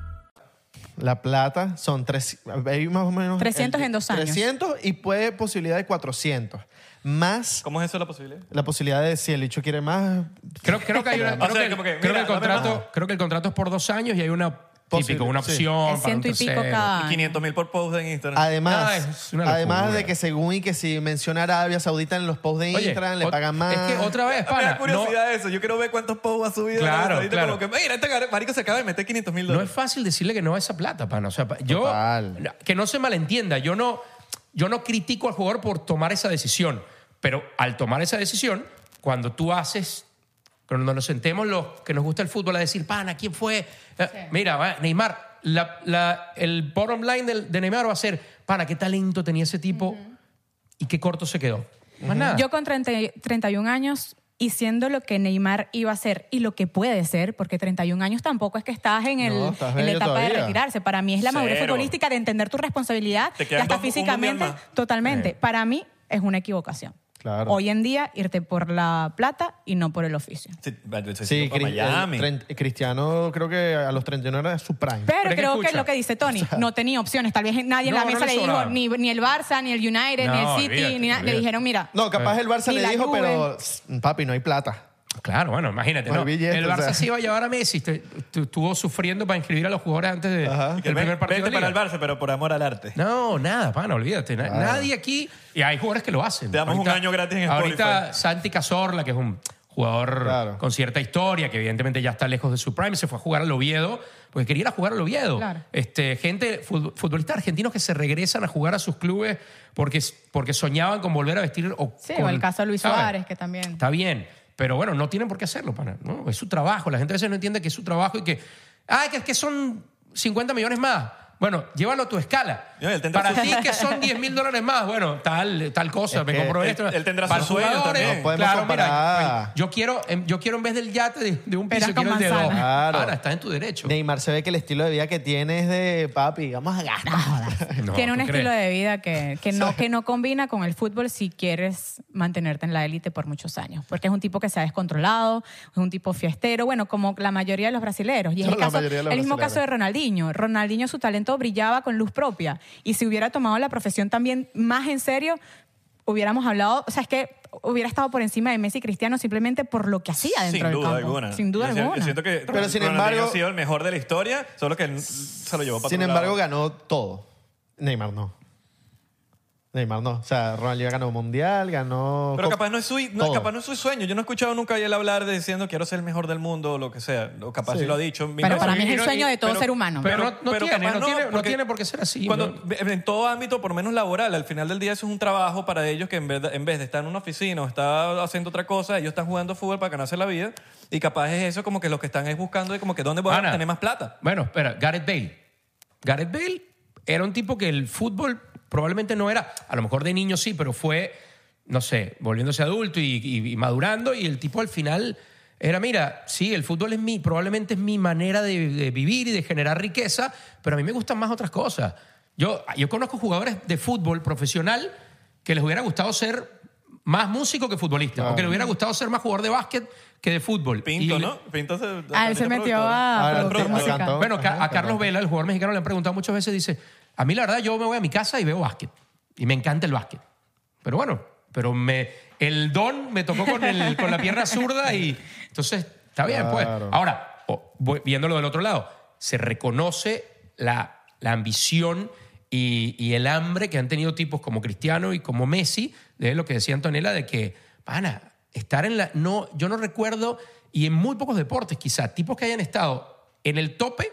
[SPEAKER 5] La plata son tres, hay más o menos.
[SPEAKER 6] 300 en dos años.
[SPEAKER 5] 300 y puede posibilidad de 400. Más
[SPEAKER 4] ¿Cómo es eso la posibilidad?
[SPEAKER 5] la posibilidad de si el hecho quiere más.
[SPEAKER 3] Creo, creo que hay una-
[SPEAKER 4] O
[SPEAKER 3] creo
[SPEAKER 4] sea,
[SPEAKER 3] que-
[SPEAKER 4] como que,
[SPEAKER 3] creo que
[SPEAKER 4] mira,
[SPEAKER 3] el
[SPEAKER 4] dame
[SPEAKER 3] contrato
[SPEAKER 4] más.
[SPEAKER 3] creo que el contrato es por dos años y hay una típico, una
[SPEAKER 5] sí.
[SPEAKER 3] opción.
[SPEAKER 6] Es
[SPEAKER 3] para un
[SPEAKER 6] ciento y pico
[SPEAKER 3] tercero.
[SPEAKER 6] cada-
[SPEAKER 4] 500 mil por post en Instagram.
[SPEAKER 5] Ah, eh, Además,
[SPEAKER 3] No, Ah, es una locura.
[SPEAKER 5] además de que según y que si menciona Arabia Saudita en los posts de
[SPEAKER 3] Oye,
[SPEAKER 5] Instagram,
[SPEAKER 3] o-
[SPEAKER 5] le pagan más.
[SPEAKER 3] Es que otra vez,
[SPEAKER 4] me
[SPEAKER 3] pana,
[SPEAKER 4] da
[SPEAKER 3] no,
[SPEAKER 4] curiosidad eso. Yo quiero ver cuántos posts ha subido.
[SPEAKER 3] Claro,
[SPEAKER 4] Ahorita
[SPEAKER 3] claro.
[SPEAKER 4] Como que, mira, este gar- marico se acaba de meter 500 mil
[SPEAKER 3] no es
[SPEAKER 4] dólares.
[SPEAKER 3] fácil decirle que no a esa plata, pana. O sea, pa- yo,
[SPEAKER 5] Total.
[SPEAKER 3] que no se malentienda, yo no, yo no critico al jugador por tomar esa decisión, pero al tomar esa decisión, cuando tú haces, cuando nos sentemos los que nos gusta el fútbol a decir, pana, ¿quién fue? Eh, Mira, va, Neymar, la- la- el bottom line del- de Neymar va a ser, pana, ¿qué talento tenía ese tipo y qué corto se quedó? Más nada.
[SPEAKER 6] Yo con 30 y- 31 años y siendo lo que Neymar iba a ser y lo que puede ser, porque 31 años tampoco es que estás en, el,
[SPEAKER 5] No, estás
[SPEAKER 6] en la
[SPEAKER 5] bello
[SPEAKER 6] etapa de
[SPEAKER 5] todavía.
[SPEAKER 6] retirarse. Para mí es la madurez
[SPEAKER 4] Cero.
[SPEAKER 6] futbolística de entender tu responsabilidad
[SPEAKER 4] Te
[SPEAKER 6] y
[SPEAKER 4] quedan
[SPEAKER 6] hasta
[SPEAKER 4] dos- un
[SPEAKER 6] físicamente,
[SPEAKER 4] mundial más.
[SPEAKER 6] totalmente.
[SPEAKER 3] Sí.
[SPEAKER 6] Para mí es una equivocación.
[SPEAKER 5] Claro.
[SPEAKER 6] Hoy en día irte por la plata y no por el oficio.
[SPEAKER 4] Sí, vale, se
[SPEAKER 5] Sí,
[SPEAKER 4] fue para
[SPEAKER 5] Cri-
[SPEAKER 4] Miami.
[SPEAKER 5] el tren- Cristiano creo que a los 31 era su prime.
[SPEAKER 6] Pero,
[SPEAKER 3] Pero es que
[SPEAKER 6] creo que es
[SPEAKER 3] escucha.
[SPEAKER 6] lo que dice Tony, no tenía opciones. Tal vez nadie en
[SPEAKER 3] No,
[SPEAKER 6] la
[SPEAKER 3] no
[SPEAKER 6] mesa
[SPEAKER 3] le
[SPEAKER 6] le dijo,
[SPEAKER 3] sobraba.
[SPEAKER 6] ni, ni el Barça, ni el United, ni
[SPEAKER 3] No,
[SPEAKER 6] el City,
[SPEAKER 3] olvídate,
[SPEAKER 6] ni nada. Le
[SPEAKER 3] olvídate.
[SPEAKER 6] dijeron, mira,
[SPEAKER 5] no, capaz
[SPEAKER 4] Eh.
[SPEAKER 5] el Barça
[SPEAKER 6] Ni
[SPEAKER 5] le
[SPEAKER 6] la
[SPEAKER 5] dijo,
[SPEAKER 6] Juve.
[SPEAKER 5] pero "Sss, papi, no hay plata.
[SPEAKER 3] Claro, bueno, imagínate,
[SPEAKER 5] No hay
[SPEAKER 3] ¿no?
[SPEAKER 5] billetes,
[SPEAKER 3] el
[SPEAKER 5] o
[SPEAKER 3] Barça
[SPEAKER 5] sea.
[SPEAKER 3] se iba a llevar a Messi, te- tu- estuvo sufriendo para inscribir a los jugadores antes de,
[SPEAKER 5] Ajá.
[SPEAKER 3] del
[SPEAKER 4] Que ven-
[SPEAKER 3] primer partido.
[SPEAKER 4] Vente
[SPEAKER 3] de
[SPEAKER 4] para el
[SPEAKER 3] Liga.
[SPEAKER 4] Barça, pero por amor al arte.
[SPEAKER 3] No, nada, pana, olvídate. Na-
[SPEAKER 5] Claro.
[SPEAKER 3] Nadie aquí. Y hay jugadores que lo hacen.
[SPEAKER 4] Te damos un año gratis en
[SPEAKER 3] Ahorita
[SPEAKER 4] Spotify.
[SPEAKER 3] Santi Cazorla, que es un jugador
[SPEAKER 5] Claro.
[SPEAKER 3] con cierta historia, que evidentemente ya está lejos de su prime, se fue a jugar al Oviedo porque quería ir a jugar al Oviedo.
[SPEAKER 6] Claro.
[SPEAKER 3] Este, gente, fut- futbolistas argentinos que se regresan a jugar a sus clubes porque, porque soñaban con volver a vestir. O
[SPEAKER 6] sí,
[SPEAKER 3] con-
[SPEAKER 6] o el caso de Luis
[SPEAKER 3] ¿sabes?
[SPEAKER 6] Suárez, que también.
[SPEAKER 3] Está bien, pero bueno, no tienen por qué hacerlo, pana. ¿no? Es su trabajo. La gente a veces no entiende que es su trabajo y que. Ah, que es que son 50 millones más. Bueno, llévalo a tu escala.
[SPEAKER 4] No, él tendrá
[SPEAKER 3] Para
[SPEAKER 4] su-
[SPEAKER 3] ti que son 10 mil dólares más, bueno, tal, tal cosa,
[SPEAKER 5] Es
[SPEAKER 3] me
[SPEAKER 5] que
[SPEAKER 3] compro
[SPEAKER 4] él-
[SPEAKER 3] esto.
[SPEAKER 4] él tendrá
[SPEAKER 3] Para
[SPEAKER 4] sus sueños
[SPEAKER 3] jugadores,
[SPEAKER 4] también.
[SPEAKER 5] No podemos
[SPEAKER 3] claro,
[SPEAKER 5] comparar.
[SPEAKER 3] mira, yo quiero, em, yo quiero en vez del yate de, de un
[SPEAKER 6] Peras
[SPEAKER 3] piso,
[SPEAKER 6] con
[SPEAKER 3] quiero el de dos.
[SPEAKER 6] manzanas.
[SPEAKER 5] Claro.
[SPEAKER 3] Ahora, estás en tu derecho.
[SPEAKER 5] Neymar se ve que el estilo de vida que tiene es de papi, vamos a gastar.
[SPEAKER 3] No,
[SPEAKER 6] Tiene un
[SPEAKER 3] ¿tú
[SPEAKER 6] estilo
[SPEAKER 3] crees?
[SPEAKER 6] de vida que, que, no, que no combina con el fútbol si quieres mantenerte en la élite por muchos años. Porque es un tipo que se ha descontrolado, es un tipo fiestero, bueno, como la mayoría de los brasileros. Y es
[SPEAKER 5] No,
[SPEAKER 6] el,
[SPEAKER 5] la
[SPEAKER 6] caso-
[SPEAKER 5] mayoría de los
[SPEAKER 6] el mismo
[SPEAKER 5] brasileros.
[SPEAKER 6] caso de Ronaldinho. Ronaldinho, su talento brillaba con luz propia. Y si hubiera tomado la profesión también más en serio, hubiéramos hablado, o sea, es que hubiera estado por encima de Messi y Cristiano simplemente por lo que hacía dentro
[SPEAKER 4] Sin
[SPEAKER 6] del
[SPEAKER 4] duda
[SPEAKER 6] campo.
[SPEAKER 4] alguna.
[SPEAKER 6] Sin duda
[SPEAKER 4] Yo siento-
[SPEAKER 6] alguna.
[SPEAKER 4] Yo siento que
[SPEAKER 5] Pero, sin
[SPEAKER 4] Ronaldinho
[SPEAKER 5] embargo-
[SPEAKER 4] ha sido el mejor de la historia, solo que él se lo llevó para
[SPEAKER 5] Sin
[SPEAKER 4] otro
[SPEAKER 5] embargo,
[SPEAKER 4] lado.
[SPEAKER 5] ganó todo. Neymar no. Neymar no. O sea, Ronaldinho ganó mundial, ganó.
[SPEAKER 4] Pero
[SPEAKER 5] co-
[SPEAKER 4] capaz no, es su, no,
[SPEAKER 5] todo.
[SPEAKER 4] capaz no es su sueño. Yo no he escuchado nunca a él hablar de diciendo quiero ser el mejor del mundo o lo que sea. O capaz
[SPEAKER 5] Sí.
[SPEAKER 4] sí, lo ha dicho. mil
[SPEAKER 6] Pero
[SPEAKER 4] veces.
[SPEAKER 6] para mí es
[SPEAKER 3] Y
[SPEAKER 6] el
[SPEAKER 3] no-
[SPEAKER 6] sueño
[SPEAKER 3] y-
[SPEAKER 6] de todo
[SPEAKER 3] pero-
[SPEAKER 6] ser humano.
[SPEAKER 3] Pero no- no tiene,
[SPEAKER 4] capaz
[SPEAKER 3] no tiene- no tiene por qué ser así,
[SPEAKER 4] Cuando,
[SPEAKER 3] ¿no?
[SPEAKER 4] En todo ámbito, por lo menos laboral, al final del día eso es un trabajo para ellos que en vez, de, en vez de estar en una oficina o estar haciendo otra cosa, ellos están jugando fútbol para ganarse la vida y capaz es eso como que lo que están es buscando de como que dónde voy
[SPEAKER 3] Ana.
[SPEAKER 4] a tener más plata.
[SPEAKER 3] Bueno, espera, Gareth Bale. Gareth Bale era un tipo que el fútbol probablemente no era, a lo mejor de niño sí, pero fue, no sé, volviéndose adulto y, y- y madurando y el tipo al final era, mira, sí, el fútbol es mi, probablemente es mi manera de, de vivir y de generar riqueza, pero a mí me gustan más otras cosas. Yo, yo conozco jugadores de fútbol profesional que les hubiera gustado ser más músico que futbolista, o que les hubiera gustado ser más jugador de básquet que de fútbol.
[SPEAKER 4] Ah. Pinto,
[SPEAKER 3] Y-
[SPEAKER 4] ¿no? Pinto se...
[SPEAKER 6] Ah, él se metió a
[SPEAKER 5] Ah,
[SPEAKER 6] productor
[SPEAKER 5] artista,
[SPEAKER 6] musical.
[SPEAKER 5] cantó.
[SPEAKER 3] Bueno, ca-
[SPEAKER 5] Ajá,
[SPEAKER 3] a Carlos
[SPEAKER 5] perdón.
[SPEAKER 3] Vela, el jugador mexicano, le han preguntado muchas veces, dice, a mí la verdad yo me voy a mi casa y veo básquet. Y me encanta el básquet. Pero bueno, pero me, el don me tocó con, el- con la pierna zurda y entonces está bien,
[SPEAKER 5] Claro.
[SPEAKER 3] pues. Ahora, o- voy viéndolo del otro lado, se reconoce la, la ambición y, y el hambre que han tenido tipos como Cristiano y como Messi, de lo que decía Antonella, de que, pana, estar en la... No, yo no recuerdo, y en muy pocos deportes quizá, tipos que hayan estado en el tope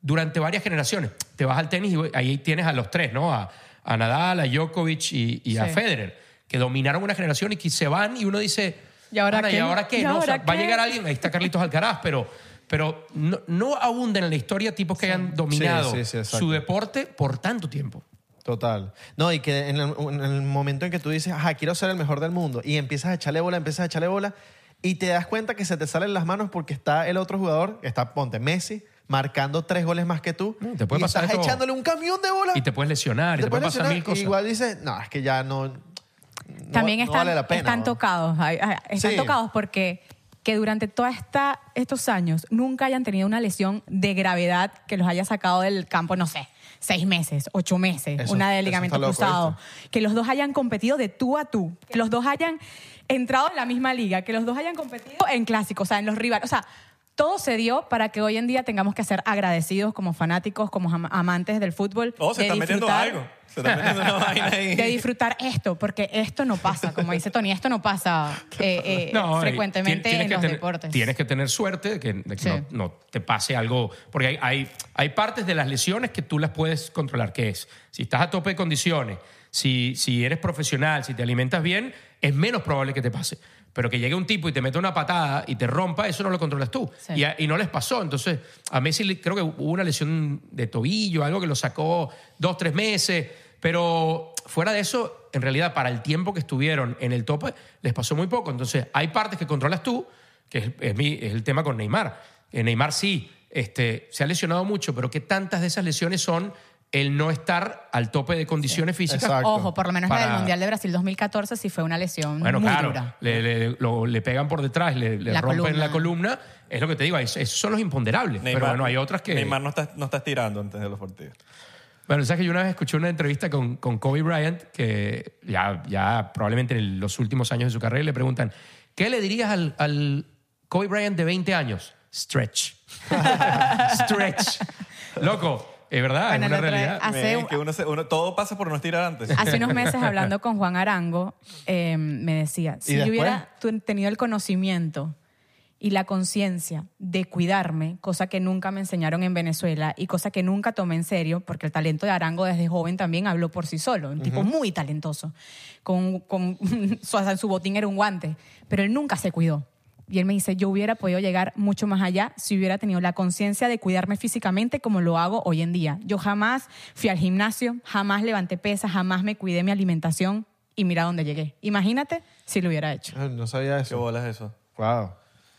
[SPEAKER 3] durante varias generaciones. Te vas al tenis y ahí tienes a los tres, ¿no? A, a Nadal, a Djokovic y, y a
[SPEAKER 6] Sí.
[SPEAKER 3] Federer, que dominaron una generación y que se van y uno dice,
[SPEAKER 6] ¿Y ahora
[SPEAKER 3] "Pana,
[SPEAKER 6] qué?
[SPEAKER 3] ¿Y ahora qué?
[SPEAKER 6] ¿Y
[SPEAKER 3] no? O sea,
[SPEAKER 6] ahora
[SPEAKER 3] Va a
[SPEAKER 6] qué?
[SPEAKER 3] llegar alguien, ahí está Carlitos Alcaraz, pero, pero no, no abundan en la historia tipos que hayan dominado
[SPEAKER 5] Sí, sí, sí, exacto.
[SPEAKER 3] su deporte por tanto tiempo.
[SPEAKER 5] Total. No, y que en el, en el momento en que tú dices, ajá, quiero ser el mejor del mundo, y empiezas a echarle bola, empiezas a echarle bola, y te das cuenta que se te salen las manos porque está el otro jugador, está, ponte, Messi, marcando tres goles más que tú,
[SPEAKER 3] Mm, te puede
[SPEAKER 5] y
[SPEAKER 3] pasar de
[SPEAKER 5] estás
[SPEAKER 3] todo.
[SPEAKER 5] echándole un camión de bola.
[SPEAKER 3] Y te puedes lesionar, y te, pueden pasar
[SPEAKER 5] lesionar,
[SPEAKER 3] mil cosas.
[SPEAKER 5] y Igual dices, no, es que ya no... no
[SPEAKER 6] también
[SPEAKER 5] no
[SPEAKER 6] están,
[SPEAKER 5] vale la pena,
[SPEAKER 6] están
[SPEAKER 5] ¿no?
[SPEAKER 6] tocados. ay, ay, Están
[SPEAKER 5] Sí.
[SPEAKER 6] tocados porque que durante todos estos años nunca hayan tenido una lesión de gravedad que los haya sacado del campo, no sé, seis meses, ocho meses,
[SPEAKER 5] Eso-
[SPEAKER 6] una de
[SPEAKER 5] eso
[SPEAKER 6] ligamento
[SPEAKER 5] está loco,
[SPEAKER 6] cruzado.
[SPEAKER 5] ¿viste?
[SPEAKER 6] Que los dos hayan competido de tú a tú, que los dos hayan entrado en la misma liga, que los dos hayan competido en clásicos, o sea, en los rivales. O sea, Todo se dio para que hoy en día tengamos que ser agradecidos como fanáticos, como am- amantes del fútbol.
[SPEAKER 4] Oh, se
[SPEAKER 6] de
[SPEAKER 4] está metiendo
[SPEAKER 6] disfrutar-
[SPEAKER 4] algo. Se está metiendo una vaina ahí.
[SPEAKER 6] de disfrutar esto, porque esto no pasa, como dice Tony, esto no pasa eh, eh,
[SPEAKER 3] No, y
[SPEAKER 6] frecuentemente
[SPEAKER 3] tien- tienes
[SPEAKER 6] en
[SPEAKER 3] que
[SPEAKER 6] los
[SPEAKER 3] tener-
[SPEAKER 6] deportes.
[SPEAKER 3] Tienes que tener suerte de que, de que
[SPEAKER 6] Sí.
[SPEAKER 3] no, no te pase algo. Porque hay, hay, hay partes de las lesiones que tú las puedes controlar, que es si estás a tope de condiciones, si, si eres profesional, si te alimentas bien, es menos probable que te pase. Pero que llegue un tipo y te meta una patada y te rompa, eso no lo controlas tú.
[SPEAKER 6] Sí.
[SPEAKER 3] Y, a- y no les pasó. Entonces, a Messi le- creo que hubo una lesión de tobillo, algo que lo sacó dos, tres meses. Pero fuera de eso, en realidad, para el tiempo que estuvieron en el tope, les pasó muy poco. Entonces, hay partes que controlas tú, que es, es mi- es el tema con Neymar. Eh, Neymar sí, este, se ha lesionado mucho, pero ¿qué tantas de esas lesiones son el no estar al tope de condiciones físicas?
[SPEAKER 5] Exacto.
[SPEAKER 6] Ojo, por lo menos la
[SPEAKER 3] Para-
[SPEAKER 6] del Mundial de Brasil 2014 sí fue una lesión
[SPEAKER 3] Bueno,
[SPEAKER 6] muy
[SPEAKER 3] claro,
[SPEAKER 6] dura.
[SPEAKER 3] le, le- lo- le pegan por detrás, le, le
[SPEAKER 6] La
[SPEAKER 3] rompen la
[SPEAKER 6] columna.
[SPEAKER 3] columna. Es lo que te digo, es- esos son los imponderables. pero bueno, hay otras que...
[SPEAKER 4] Neymar no está, no está estirando antes de los partidos.
[SPEAKER 3] Bueno, sabes que yo una vez escuché una entrevista con, con Kobe Bryant, que ya, ya probablemente en los últimos años de su carrera, y le preguntan, ¿qué le dirías al, al Kobe Bryant de 20 años? Stretch. Stretch. Loco, es verdad,
[SPEAKER 6] Bueno,
[SPEAKER 3] es una
[SPEAKER 6] la otra vez-
[SPEAKER 3] realidad.
[SPEAKER 6] Hace
[SPEAKER 4] Ven,
[SPEAKER 6] un- Ah.
[SPEAKER 4] que uno se- uno- todo pasa por no estirar antes.
[SPEAKER 6] Hace unos meses hablando con Juan Arango, eh, me decía, si yo
[SPEAKER 5] después?
[SPEAKER 6] hubiera tu- tenido el conocimiento y la conciencia de cuidarme, cosa que nunca me enseñaron en Venezuela y cosa que nunca tomé en serio, porque el talento de Arango desde joven también habló por sí solo, un tipo muy talentoso, con, con su, hasta su botín era un guante, pero él nunca se cuidó. Y él me dice, yo hubiera podido llegar mucho más allá si hubiera tenido la conciencia de cuidarme físicamente como lo hago hoy en día. Yo jamás fui al gimnasio, jamás levanté pesas, jamás me cuidé mi alimentación y mira dónde llegué. Imagínate si lo hubiera hecho.
[SPEAKER 5] Ah, No sabía
[SPEAKER 4] ¿Qué
[SPEAKER 5] eso.
[SPEAKER 4] bolas eso?
[SPEAKER 5] Wow,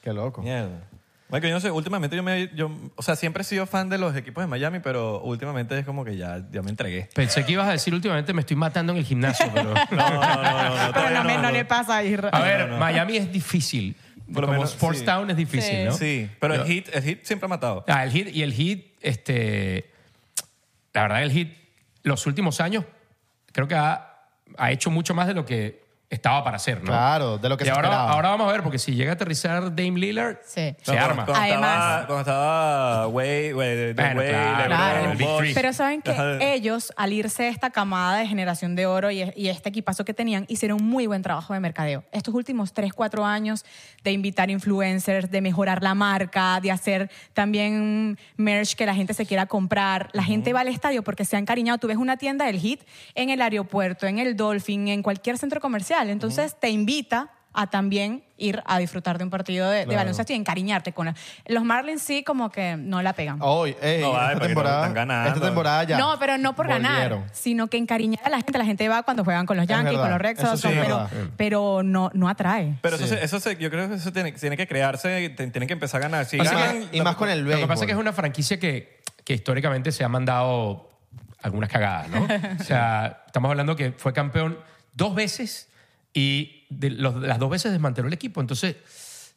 [SPEAKER 5] qué loco.
[SPEAKER 4] Mierda. Bueno, que yo no sé, últimamente yo me... Yo, o sea, siempre he sido fan de los equipos de Miami, pero últimamente es como que ya, ya me entregué.
[SPEAKER 3] Pensé que ibas a decir últimamente me estoy matando en el gimnasio, pero...
[SPEAKER 4] No, no, no, no, no,
[SPEAKER 6] Pero no,
[SPEAKER 4] todavía
[SPEAKER 6] me- no le pasa a Isra.
[SPEAKER 3] A ver, Miami es difícil.
[SPEAKER 4] Por lo
[SPEAKER 3] Como
[SPEAKER 4] menos,
[SPEAKER 3] Sports
[SPEAKER 4] sí.
[SPEAKER 3] Town es difícil, ¿no?
[SPEAKER 4] Sí, pero
[SPEAKER 3] Yo-
[SPEAKER 4] el hit, el hit siempre ha matado.
[SPEAKER 3] Ah, el hit y el hit, este, la verdad el hit los últimos años creo que ha, ha hecho mucho más de lo que estaba para hacer, ¿no?
[SPEAKER 5] Claro, de lo que
[SPEAKER 3] y
[SPEAKER 5] se
[SPEAKER 3] ahora,
[SPEAKER 5] esperaba.
[SPEAKER 3] ahora vamos a ver, porque si llega a aterrizar Dame Lillard,
[SPEAKER 6] Sí.
[SPEAKER 3] se
[SPEAKER 4] No, cuando-
[SPEAKER 3] arma.
[SPEAKER 4] Cuando
[SPEAKER 6] Además-
[SPEAKER 4] estaba, cuando estaba Wade, Wade,
[SPEAKER 3] Bueno,
[SPEAKER 4] Wade,
[SPEAKER 3] claro,
[SPEAKER 4] LeBron,
[SPEAKER 6] claro,
[SPEAKER 3] el Big
[SPEAKER 4] Bosh.
[SPEAKER 3] Three.
[SPEAKER 6] Pero saben que
[SPEAKER 4] Ajá.
[SPEAKER 6] ellos, al irse de esta camada de generación de oro y, y este equipazo que tenían, hicieron un muy buen trabajo de mercadeo. Estos últimos 3, 4 años de invitar influencers, de mejorar la marca, de hacer también merch que la gente se quiera comprar. La gente va al estadio porque se ha encariñado. Tú ves una tienda del hit en el aeropuerto, en el Dolphin, en cualquier centro comercial. Entonces te invita a también ir a disfrutar de un partido de, de baloncesto y encariñarte con la- los Marlins sí como que no la pegan.
[SPEAKER 5] Hoy, ey,
[SPEAKER 4] No, vale,
[SPEAKER 5] esta
[SPEAKER 4] porque
[SPEAKER 5] temporada,
[SPEAKER 4] están ganando.
[SPEAKER 5] esta temporada Oh, ya.
[SPEAKER 6] No, pero no por
[SPEAKER 5] volvieron.
[SPEAKER 6] ganar, sino que encariñar a la gente. La gente va cuando juegan con los
[SPEAKER 5] Es
[SPEAKER 6] Yankees,
[SPEAKER 5] verdad,
[SPEAKER 6] con los Red Sox,
[SPEAKER 5] eso sí es
[SPEAKER 6] pero,
[SPEAKER 5] verdad.
[SPEAKER 6] pero no, no atrae.
[SPEAKER 4] Pero eso, se- eso se- yo creo que eso tiene, tiene que crearse, te- tienen que empezar a ganar. Si
[SPEAKER 5] Y, más,
[SPEAKER 4] ganan,
[SPEAKER 5] y más con el
[SPEAKER 3] Lo
[SPEAKER 5] béisbol.
[SPEAKER 3] que pasa es que es una franquicia que, que históricamente se ha mandado algunas cagadas, ¿no? o sea, estamos hablando que fue campeón dos veces y de los- las dos veces desmanteló el equipo. Entonces,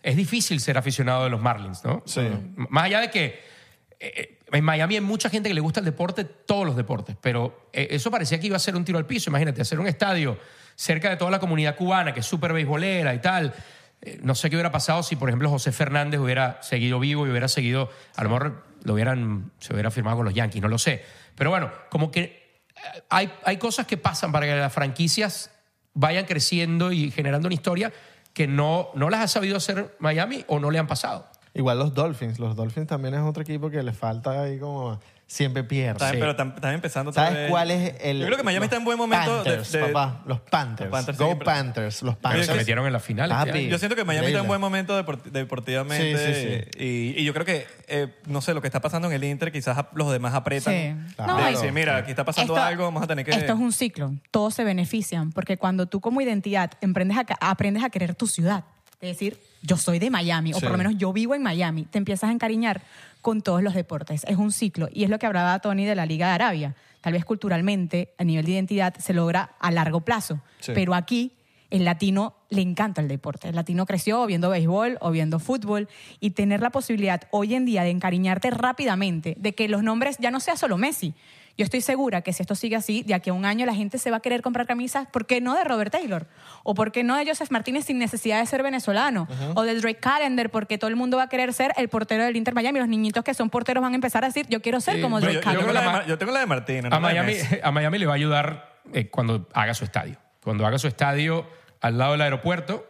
[SPEAKER 3] es difícil ser aficionado de los Marlins, ¿no?
[SPEAKER 5] Sí.
[SPEAKER 3] M- Más allá de que eh, eh, en Miami hay mucha gente que le gusta el deporte, todos los deportes, pero eh, eso parecía que iba a ser un tiro al piso. Imagínate, hacer un estadio cerca de toda la comunidad cubana, que es súper beisbolera y tal. Eh, No sé qué hubiera pasado si, por ejemplo, José Fernández hubiera seguido vivo y hubiera seguido, a lo mejor lo hubieran, se hubiera firmado con los Yankees, no lo sé. Pero bueno, como que eh, hay, hay cosas que pasan para que las franquicias vayan creciendo y generando una historia que no, no las ha sabido hacer Miami o no le han pasado.
[SPEAKER 5] Igual los Dolphins. Los Dolphins también es otro equipo que le falta ahí como... Siempre pierde.
[SPEAKER 4] Están- Pero tam- están empezando otra
[SPEAKER 5] ¿Sabes
[SPEAKER 4] vez.
[SPEAKER 5] cuál es el...?
[SPEAKER 4] Yo creo que Miami
[SPEAKER 5] los
[SPEAKER 4] está en buen momento. de-
[SPEAKER 5] Panthers,
[SPEAKER 4] de-
[SPEAKER 5] papá. Los Panthers.
[SPEAKER 4] Los Panthers
[SPEAKER 5] Go
[SPEAKER 4] siempre-
[SPEAKER 5] Panthers. Los
[SPEAKER 3] Pero
[SPEAKER 5] Panthers.
[SPEAKER 3] se metieron en la final.
[SPEAKER 5] Papi.
[SPEAKER 3] este año.
[SPEAKER 4] Yo siento que Miami está en
[SPEAKER 5] Increíble.
[SPEAKER 4] buen momento deport- deportivamente.
[SPEAKER 5] Sí, sí,
[SPEAKER 4] Y, y yo creo que, eh, no sé, lo que está pasando en el Inter, quizás a- los demás apretan.
[SPEAKER 6] Sí.
[SPEAKER 4] De
[SPEAKER 5] No, y-
[SPEAKER 4] decir, mira, aquí está pasando
[SPEAKER 6] Esto-
[SPEAKER 4] algo, vamos a tener que.
[SPEAKER 6] Esto es un ciclo. Todos se benefician. Porque cuando tú, como identidad, emprendes a ca- aprendes a querer tu ciudad, es decir, yo soy de Miami, o
[SPEAKER 5] Sí.
[SPEAKER 6] por lo menos yo vivo en Miami, te empiezas a encariñar con todos los deportes. Es un ciclo. Y es lo que hablaba Tony de la Liga de Arabia. Tal vez culturalmente, a nivel de identidad, se logra a largo plazo.
[SPEAKER 5] Sí.
[SPEAKER 6] Pero aquí. El latino le encanta el deporte. El latino creció viendo béisbol o viendo fútbol y tener la posibilidad hoy en día de encariñarte rápidamente, de que los nombres ya no sea solo Messi.
[SPEAKER 2] Yo estoy segura que si esto sigue así, de aquí a un año la gente se va a querer comprar camisas, ¿por qué no de Robert Taylor? ¿O por qué no de Joseph Martínez sin necesidad de ser venezolano? O de Drake Calendar, porque todo el mundo va a querer ser el portero del Inter Miami. Los niñitos que son porteros van a empezar a decir, yo quiero ser
[SPEAKER 3] Sí,
[SPEAKER 2] como
[SPEAKER 3] pero
[SPEAKER 2] Drake
[SPEAKER 4] Yo, yo
[SPEAKER 2] Calendar.
[SPEAKER 4] tengo
[SPEAKER 3] creo
[SPEAKER 4] la
[SPEAKER 3] que
[SPEAKER 4] de
[SPEAKER 3] a
[SPEAKER 4] Ma-
[SPEAKER 3] Ma-
[SPEAKER 4] yo tengo la de Martina. no
[SPEAKER 3] A
[SPEAKER 4] la de
[SPEAKER 3] Miami,
[SPEAKER 4] Messi.
[SPEAKER 3] a Miami le va a ayudar eh, cuando haga su estadio. Cuando haga su estadio al lado del aeropuerto,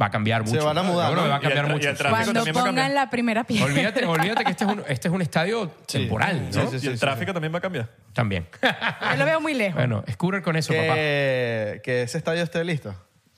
[SPEAKER 3] va a cambiar
[SPEAKER 5] Se
[SPEAKER 3] mucho.
[SPEAKER 5] van a mudar,
[SPEAKER 3] Yo creo que
[SPEAKER 5] ¿no?
[SPEAKER 3] va a cambiar
[SPEAKER 4] Y el tra-
[SPEAKER 3] mucho.
[SPEAKER 4] y el tráfico
[SPEAKER 2] Cuando
[SPEAKER 4] también va a cambiar.
[SPEAKER 2] pongan la primera piedra.
[SPEAKER 3] Olvídate, olvídate que este es un, este es un estadio temporal,
[SPEAKER 5] Sí,
[SPEAKER 3] ¿no?
[SPEAKER 5] sí,
[SPEAKER 4] Y el tráfico también va a cambiar.
[SPEAKER 3] También.
[SPEAKER 2] Yo lo veo muy lejos.
[SPEAKER 3] bueno, scooter con eso, papá.
[SPEAKER 5] Eh. Que, que ese estadio esté listo.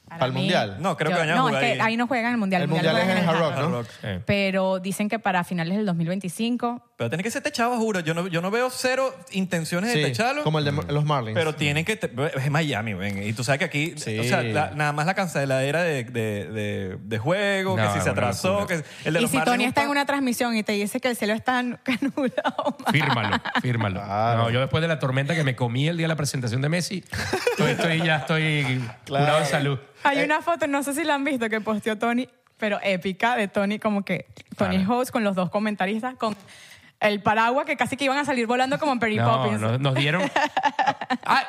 [SPEAKER 5] Para el
[SPEAKER 2] mí-
[SPEAKER 5] Mundial.
[SPEAKER 4] No, creo que
[SPEAKER 2] Yo-
[SPEAKER 4] vayan a
[SPEAKER 2] no,
[SPEAKER 4] jugar
[SPEAKER 2] es que
[SPEAKER 4] ahí.
[SPEAKER 2] ahí no juegan el Mundial.
[SPEAKER 5] El Mundial es
[SPEAKER 2] juegan
[SPEAKER 5] en el Hard Rock,
[SPEAKER 4] Hard
[SPEAKER 5] ¿no?
[SPEAKER 4] Rock.
[SPEAKER 3] Eh.
[SPEAKER 2] Pero dicen que para finales del 2025
[SPEAKER 4] Pero tiene que ser techado, juro. Yo no, yo no veo cero intenciones
[SPEAKER 5] Sí,
[SPEAKER 4] de techarlo.
[SPEAKER 5] como el de los Marlins.
[SPEAKER 4] este Pero tienen que... te- Es Miami, ven. Y tú sabes que aquí...
[SPEAKER 5] Sí.
[SPEAKER 4] O sea, la- nada más la canceladera de, de, de, de juego,
[SPEAKER 3] No,
[SPEAKER 4] que si
[SPEAKER 3] es
[SPEAKER 4] se
[SPEAKER 3] una
[SPEAKER 4] atrasó, que
[SPEAKER 3] locura.
[SPEAKER 4] el de
[SPEAKER 2] y
[SPEAKER 4] los
[SPEAKER 2] si
[SPEAKER 4] Marlins
[SPEAKER 2] Tony
[SPEAKER 4] un
[SPEAKER 2] está en
[SPEAKER 4] pa-
[SPEAKER 2] una transmisión y te dice que el cielo está anulado,
[SPEAKER 3] Fírmalo, fírmalo.
[SPEAKER 5] Claro.
[SPEAKER 3] No, yo después de la tormenta que me comí el día de la presentación de Messi, estoy, estoy- ya estoy curado de salud.
[SPEAKER 4] Eh.
[SPEAKER 2] hay una foto, no sé si la han visto, que posteó Tony, pero épica de Tony, como que Tony
[SPEAKER 3] Claro.
[SPEAKER 2] Host con los dos comentaristas, con el paraguas que casi que iban a salir volando como en Perry
[SPEAKER 3] No,
[SPEAKER 2] Poppins.
[SPEAKER 3] no, nos dieron. Ah,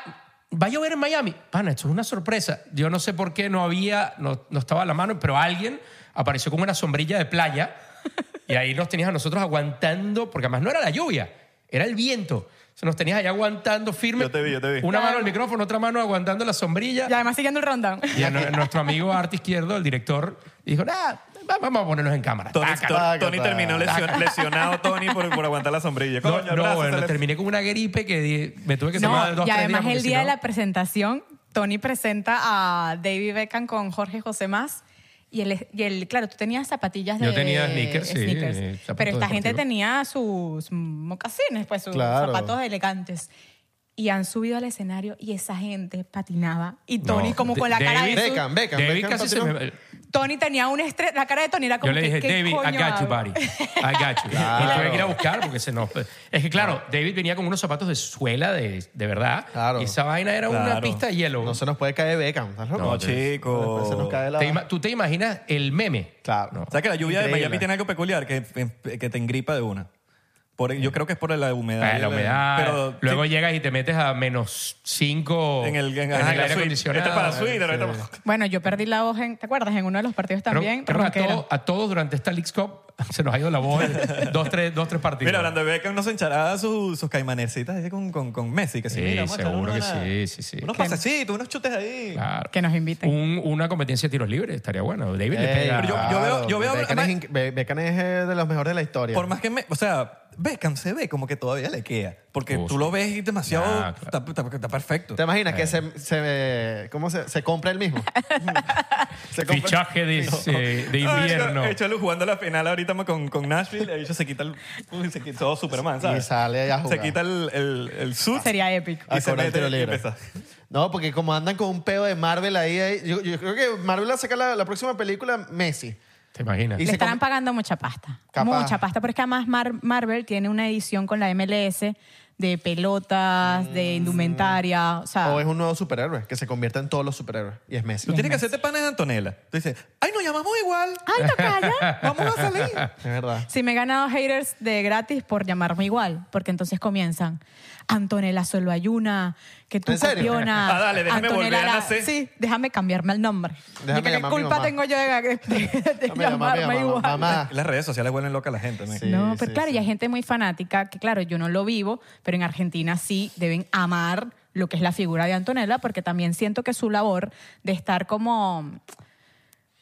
[SPEAKER 3] va a llover en Miami. Pana, esto es una sorpresa. Yo no sé por qué no había, no, no estaba a la mano, pero alguien apareció con una sombrilla de playa y ahí nos tenías a nosotros aguantando, porque además no era la lluvia, era el viento. O sea, nos tenías allá aguantando firme.
[SPEAKER 4] Yo te vi, yo te vi.
[SPEAKER 3] Una mano al micrófono, otra mano aguantando la sombrilla.
[SPEAKER 2] Y además siguiendo el rundown.
[SPEAKER 3] Y a nu- nuestro amigo Arte Izquierdo, el director, dijo, nah, va- vamos a ponernos en cámara.
[SPEAKER 4] Tony,
[SPEAKER 3] Taca.
[SPEAKER 4] Tony-
[SPEAKER 5] taca,
[SPEAKER 4] Tony
[SPEAKER 5] taca.
[SPEAKER 4] terminó lesio- lesionado, Tony, por, por aguantar la sombrilla.
[SPEAKER 3] No,
[SPEAKER 4] Coño, el
[SPEAKER 3] no,
[SPEAKER 4] brazo se
[SPEAKER 3] bueno,
[SPEAKER 4] le-
[SPEAKER 3] terminé con una gripe que di- me tuve que
[SPEAKER 2] No,
[SPEAKER 3] tomar dos,
[SPEAKER 2] y
[SPEAKER 3] tres
[SPEAKER 2] además
[SPEAKER 3] días porque
[SPEAKER 2] el
[SPEAKER 3] si
[SPEAKER 2] día de
[SPEAKER 3] no-
[SPEAKER 2] la presentación, Tony presenta a David Beckham con Jorge José Más. Y el, y el- claro, tú tenías zapatillas de
[SPEAKER 3] Yo tenía sneakers, sí,
[SPEAKER 2] sneakers.
[SPEAKER 3] eh, zapatos
[SPEAKER 2] pero esta gente
[SPEAKER 3] deportivos.
[SPEAKER 2] tenía sus mocasines, pues sus
[SPEAKER 5] Claro.
[SPEAKER 2] zapatos elegantes. Y han subido al escenario y esa gente patinaba. Y Tony
[SPEAKER 3] No,
[SPEAKER 2] como
[SPEAKER 3] de-
[SPEAKER 2] con la cara
[SPEAKER 3] David-
[SPEAKER 2] de su-
[SPEAKER 5] Beckham, Beckham,
[SPEAKER 3] David
[SPEAKER 5] Beckham
[SPEAKER 3] casi se
[SPEAKER 5] patinó.
[SPEAKER 3] me-
[SPEAKER 2] Tony tenía un estrés, la cara de Tony era como
[SPEAKER 3] Yo le
[SPEAKER 2] que,
[SPEAKER 3] dije,
[SPEAKER 2] ¿qué
[SPEAKER 3] David, I
[SPEAKER 2] coño
[SPEAKER 3] got you,
[SPEAKER 2] hago?"
[SPEAKER 3] buddy. I got you.
[SPEAKER 5] Claro.
[SPEAKER 3] Y tuve que ir a buscar porque se nos... Es que, claro, David venía con unos zapatos de suela de, de verdad.
[SPEAKER 5] Claro.
[SPEAKER 3] Y esa vaina era una
[SPEAKER 4] Claro.
[SPEAKER 3] pista de hielo.
[SPEAKER 5] No se nos puede caer Beckham, ¿estás loco?
[SPEAKER 4] No,
[SPEAKER 5] Después se nos
[SPEAKER 4] chico.
[SPEAKER 5] cae la...
[SPEAKER 3] Te ima- ¿Tú te imaginas el meme?
[SPEAKER 5] Claro.
[SPEAKER 3] No.
[SPEAKER 4] ¿Sabes que la lluvia de
[SPEAKER 5] Increíble.
[SPEAKER 4] Miami tiene algo peculiar? Que, que te engripa de una. Por, yo creo que es por la humedad.
[SPEAKER 3] Ah, la humedad.
[SPEAKER 4] Pero,
[SPEAKER 3] Luego llegas y te metes a menos 5
[SPEAKER 4] en el, en, ajá, en
[SPEAKER 3] aire
[SPEAKER 4] la suite.
[SPEAKER 3] acondicionado.
[SPEAKER 4] Esto es para suite. ahorita-
[SPEAKER 2] Bueno, yo perdí la voz, en, ¿te acuerdas? En uno de los partidos
[SPEAKER 3] Creo-
[SPEAKER 2] también.
[SPEAKER 3] creo que a,
[SPEAKER 2] ronquera.
[SPEAKER 3] todos- a todos durante esta Leagues Cup se nos ha ido la voz en dos, tres, dos, tres partidos.
[SPEAKER 4] Mira, hablando de Beckham, no se enchará sus, sus caimanecitas ahí con, con, con Messi. Que sí,
[SPEAKER 3] Sí,
[SPEAKER 4] mira, vamos a echarle
[SPEAKER 3] seguro que
[SPEAKER 4] una-
[SPEAKER 3] sí, sí, sí.
[SPEAKER 4] Unos
[SPEAKER 3] Que-
[SPEAKER 4] pasecitos, unos chutes ahí.
[SPEAKER 3] Claro.
[SPEAKER 2] Que nos inviten.
[SPEAKER 3] Un- una competencia de tiros libres estaría buena. David le
[SPEAKER 5] Ey,
[SPEAKER 3] pega.
[SPEAKER 4] Eh, Pero yo- yo
[SPEAKER 5] claro,
[SPEAKER 4] veo- yo veo-
[SPEAKER 5] Beckham,
[SPEAKER 4] además-
[SPEAKER 5] es, inc- Be- Beckham es, eh, de los mejores de la historia.
[SPEAKER 4] Por más que me, o sea, Beckham se ve como que todavía le queda. Porque
[SPEAKER 3] Oh,
[SPEAKER 4] tú
[SPEAKER 3] sí.
[SPEAKER 4] lo ves y demasiado.
[SPEAKER 3] Ah, claro.
[SPEAKER 4] está, está- está perfecto.
[SPEAKER 5] ¿Te imaginas que se, se, ¿cómo se, se compra el mismo? se compra-
[SPEAKER 3] Fichaje de,
[SPEAKER 4] Ah,
[SPEAKER 3] eh, de invierno.
[SPEAKER 4] Ay, Échalo jugando la final ahorita con, con Nashville. Ellos se quita el. uy, se quita todo Superman, ¿sabes?
[SPEAKER 5] Y sale a jugar.
[SPEAKER 4] Se quita el, el, el suit.
[SPEAKER 2] Sería épico.
[SPEAKER 5] a
[SPEAKER 4] y se
[SPEAKER 5] cobrar Ah, el
[SPEAKER 4] mete
[SPEAKER 5] tiro
[SPEAKER 4] y
[SPEAKER 5] libre.
[SPEAKER 4] empieza.
[SPEAKER 5] No, porque como andan con un peo de Marvel ahí, ahí, yo, yo creo que Marvel va a sacar la, la próxima película Messi.
[SPEAKER 3] ¿Te imaginas?
[SPEAKER 5] Y
[SPEAKER 2] Le
[SPEAKER 5] se
[SPEAKER 2] estarán
[SPEAKER 5] come-
[SPEAKER 2] pagando mucha pasta.
[SPEAKER 5] Capaz.
[SPEAKER 2] Mucha pasta. Pero es que además Mar- Marvel tiene una edición con la MLS de pelotas,
[SPEAKER 5] Mm.
[SPEAKER 2] de indumentaria. O sea,
[SPEAKER 5] O es un nuevo superhéroe que se convierta en todos los superhéroes y es Messi.
[SPEAKER 4] Tú tienes que hacerte panes de Antonella. Tú dices, ¡ay, nos llamamos igual!
[SPEAKER 2] ¡ay, tocaya!
[SPEAKER 4] ¡Vamos a salir!
[SPEAKER 5] Es verdad.
[SPEAKER 2] Si me he ganado haters de gratis por llamarme igual, porque entonces comienzan. Antonella solo hay una, que tú
[SPEAKER 5] ¿En serio?
[SPEAKER 2] campeonas.
[SPEAKER 4] Ah, dale, déjame volver a
[SPEAKER 2] la-
[SPEAKER 4] nacer.
[SPEAKER 2] Sí, déjame cambiarme el nombre.
[SPEAKER 5] Déjame
[SPEAKER 2] Ni que ¿Qué
[SPEAKER 5] llamar a mi
[SPEAKER 2] culpa
[SPEAKER 5] mamá.
[SPEAKER 2] tengo yo de, de- de- de
[SPEAKER 5] Dame, dame,
[SPEAKER 2] llamarme
[SPEAKER 5] dame, mamá,
[SPEAKER 2] igual?
[SPEAKER 5] mamá.
[SPEAKER 4] Las redes sociales vuelven loca a la gente. ¿no?
[SPEAKER 5] Sí,
[SPEAKER 2] no, pero
[SPEAKER 5] sí,
[SPEAKER 2] claro,
[SPEAKER 5] sí.
[SPEAKER 2] y hay gente muy fanática que, claro, yo no lo vivo, pero en Argentina sí deben amar lo que es la figura de Antonella, porque también siento que su labor de estar como.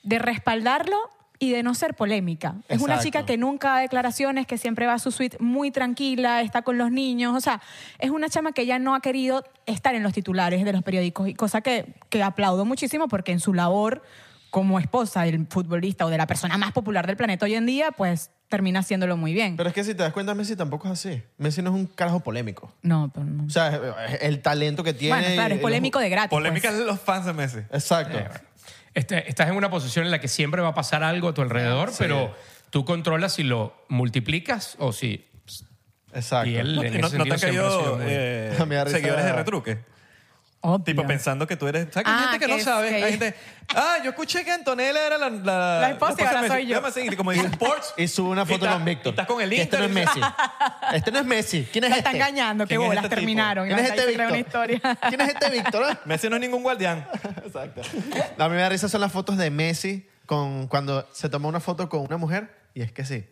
[SPEAKER 2] de respaldarlo y de no ser polémica. Es una
[SPEAKER 5] Exacto.
[SPEAKER 2] chica que nunca da declaraciones, que siempre va a su suite muy tranquila, está con los niños, o sea, es una chama que ya no ha querido estar en los titulares de los periódicos, y cosa que, que aplaudo muchísimo porque en su labor como esposa del futbolista o de la persona más popular del planeta hoy en día, pues termina haciéndolo muy bien.
[SPEAKER 5] Pero es que si te das cuenta, Messi tampoco es así. Messi no es un carajo polémico.
[SPEAKER 2] no, pero no.
[SPEAKER 5] O sea, es- es el talento que tiene.
[SPEAKER 2] Bueno, claro,
[SPEAKER 5] y-
[SPEAKER 2] es polémico de gratis.
[SPEAKER 4] Polémicas
[SPEAKER 2] pues.
[SPEAKER 4] de los fans de Messi. Eh,
[SPEAKER 5] Exacto.
[SPEAKER 3] Este- estás en una posición en la que siempre va a pasar algo a tu alrededor, pero tú controlas si lo multiplicas o si...
[SPEAKER 5] Exacto.
[SPEAKER 3] Y él, en
[SPEAKER 4] ¿No,
[SPEAKER 3] ese
[SPEAKER 4] no te
[SPEAKER 3] sentido,
[SPEAKER 4] han
[SPEAKER 3] siempre ha sido
[SPEAKER 4] caído
[SPEAKER 3] muy-
[SPEAKER 4] eh,
[SPEAKER 5] Me da risa.
[SPEAKER 4] seguidores de retruque?
[SPEAKER 2] Obvio.
[SPEAKER 4] Tipo pensando que tú eres. ¿Sabes que hay
[SPEAKER 2] Ah,
[SPEAKER 4] gente que,
[SPEAKER 2] que
[SPEAKER 4] no
[SPEAKER 2] es-
[SPEAKER 4] sabe?
[SPEAKER 2] que-
[SPEAKER 4] Hay gente. Ah, yo escuché que Antonella era la. La,
[SPEAKER 2] La esposa y ahora
[SPEAKER 4] de Messi".
[SPEAKER 2] soy yo.
[SPEAKER 4] Déjame seguir, como dice Sports.
[SPEAKER 5] Y sube una
[SPEAKER 4] Y
[SPEAKER 5] foto
[SPEAKER 4] está-
[SPEAKER 5] con Víctor.
[SPEAKER 4] y Estás con el
[SPEAKER 5] Que Este
[SPEAKER 4] Inter.
[SPEAKER 5] no es Messi. Este no es Messi. ¿Quién es
[SPEAKER 2] La
[SPEAKER 5] este?
[SPEAKER 2] están engañando, qué
[SPEAKER 4] ¿Quién es
[SPEAKER 2] bolas,
[SPEAKER 4] este tipo?
[SPEAKER 2] terminaron.
[SPEAKER 5] ¿Quién es este
[SPEAKER 2] Ahí se crea
[SPEAKER 5] Víctor?
[SPEAKER 2] una historia.
[SPEAKER 5] ¿Quién es este Víctor? ah?
[SPEAKER 4] Messi no es ningún guardián.
[SPEAKER 5] Exacto. La primera risa son las fotos de Messi con, cuando se toma una foto con una mujer y es que sí.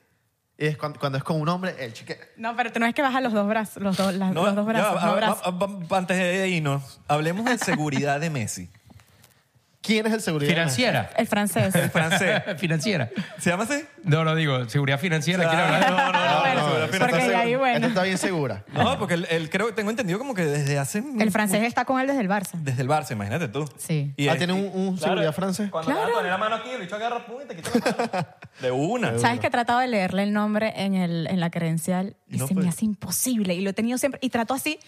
[SPEAKER 5] Y es cuando, cuando es con un hombre, el chique.
[SPEAKER 2] No, pero no es que baja los dos brazos, los dos, las- los dos
[SPEAKER 4] ya, ah,
[SPEAKER 2] brazos,
[SPEAKER 4] a-
[SPEAKER 2] no
[SPEAKER 4] a-
[SPEAKER 2] brazos.
[SPEAKER 4] a- a- antes de irnos, hablemos de seguridad de Messi.
[SPEAKER 5] ¿Quién es el seguridad?
[SPEAKER 3] Financiera.
[SPEAKER 2] El francés.
[SPEAKER 4] El francés.
[SPEAKER 3] financiera.
[SPEAKER 4] ¿Se llama así? Ah.
[SPEAKER 3] No, no digo, seguridad financiera. quiero hablar de-
[SPEAKER 4] no, no, no,
[SPEAKER 2] Ah, bueno,
[SPEAKER 4] no,
[SPEAKER 5] esta
[SPEAKER 4] no,
[SPEAKER 5] está
[SPEAKER 2] porque
[SPEAKER 4] no,
[SPEAKER 2] ya ahí,
[SPEAKER 5] segura.
[SPEAKER 2] bueno.
[SPEAKER 5] Esta está bien segura.
[SPEAKER 4] No, porque él, él creo, tengo entendido como que desde hace...
[SPEAKER 2] El francés está con él desde el Barça.
[SPEAKER 4] Desde el Barça, imagínate tú.
[SPEAKER 2] Sí.
[SPEAKER 4] Y
[SPEAKER 5] ah,
[SPEAKER 4] es-
[SPEAKER 5] tiene un, un seguridad francés.
[SPEAKER 4] Cuando te vas a poner la mano aquí, el bicho agarra pum, y te quita la mano. De una.
[SPEAKER 2] ¿Sabes que he tratado de leerle el nombre en, el, en la credencial? Y
[SPEAKER 4] No
[SPEAKER 2] se
[SPEAKER 4] puede.
[SPEAKER 2] me hace imposible. Y lo he tenido siempre. Y trato así.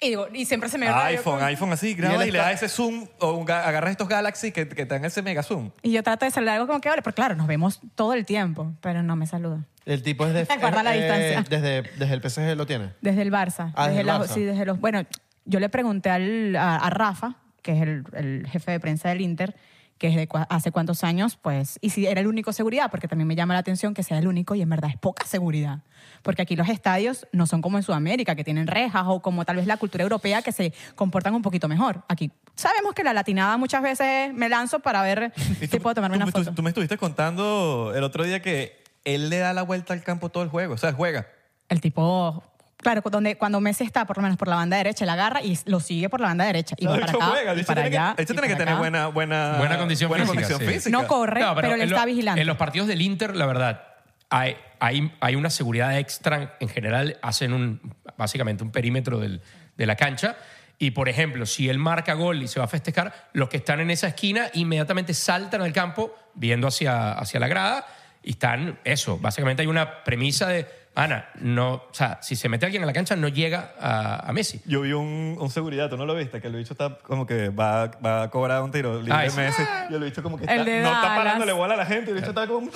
[SPEAKER 2] Y, digo, y siempre se me va
[SPEAKER 4] iPhone, iPhone así,
[SPEAKER 5] Y
[SPEAKER 4] graba
[SPEAKER 5] él
[SPEAKER 4] y le
[SPEAKER 5] está-
[SPEAKER 4] da ese zoom, o un ga- agarra estos Galaxy que, que te dan ese mega zoom.
[SPEAKER 2] Y yo trato de saludar algo como que hable. Porque claro, nos vemos todo el tiempo, pero no me saluda.
[SPEAKER 5] El tipo es de.
[SPEAKER 2] Guarda la
[SPEAKER 5] eh,
[SPEAKER 2] distancia.
[SPEAKER 5] Desde, desde el PSG lo tiene.
[SPEAKER 2] Desde el Barça.
[SPEAKER 5] Ah, desde el
[SPEAKER 2] la-
[SPEAKER 5] Barça.
[SPEAKER 2] sí, desde los. Bueno, yo le pregunté al- a, a Rafa, que es el, el jefe de prensa del Inter, que es de cua- hace cuántos años, pues, y si era el único seguridad, porque también me llama la atención que sea el único y en verdad es poca seguridad. Porque aquí los estadios no son como en Sudamérica, que tienen rejas o como tal vez la cultura europea, que se comportan un poquito mejor. Aquí sabemos que la latinada muchas veces es, me lanzo para ver
[SPEAKER 4] Y
[SPEAKER 2] si puedo tomarme
[SPEAKER 4] tú-
[SPEAKER 2] una
[SPEAKER 4] tú-
[SPEAKER 2] foto.
[SPEAKER 4] tú me estuviste contando el otro día que él le da la vuelta al campo todo el juego. O sea, juega.
[SPEAKER 2] El tipo, claro, donde, cuando Messi está, por lo menos por la banda derecha, la agarra y lo sigue por la banda derecha. Y va
[SPEAKER 4] El
[SPEAKER 2] para
[SPEAKER 4] bicho
[SPEAKER 2] acá,
[SPEAKER 4] juega, el
[SPEAKER 2] y
[SPEAKER 4] bicho
[SPEAKER 2] para
[SPEAKER 4] tiene que-
[SPEAKER 2] allá.
[SPEAKER 4] el bicho
[SPEAKER 2] y
[SPEAKER 4] tiene que
[SPEAKER 2] para
[SPEAKER 4] tener
[SPEAKER 2] acá.
[SPEAKER 4] buena, buena,
[SPEAKER 3] Buena condición
[SPEAKER 4] buena
[SPEAKER 3] física,
[SPEAKER 4] condición
[SPEAKER 3] sí.
[SPEAKER 4] física.
[SPEAKER 2] No corre, pero,
[SPEAKER 3] en
[SPEAKER 2] le está
[SPEAKER 3] lo-
[SPEAKER 2] vigilando.
[SPEAKER 3] En los partidos del Inter, la verdad, hay, hay, hay una seguridad extra. En general, hacen un, básicamente un perímetro del- de la cancha. Y, por ejemplo, si él marca gol y se va a festejar, los que están en esa esquina inmediatamente saltan al campo viendo hacia, hacia la grada y están, eso, básicamente hay una premisa de, Ana, no, o sea, si se mete alguien en la cancha no llega a, a Messi.
[SPEAKER 4] Yo vi un, un seguridad, tú no lo viste, que el bicho está como que va, va a cobrar un tiro libre
[SPEAKER 3] Ah,
[SPEAKER 4] de
[SPEAKER 3] sí.
[SPEAKER 4] Messi. Y el bicho como que
[SPEAKER 2] El
[SPEAKER 4] está,
[SPEAKER 2] de
[SPEAKER 4] no está
[SPEAKER 2] Dallas.
[SPEAKER 4] parándole bola a la gente, el bicho está como...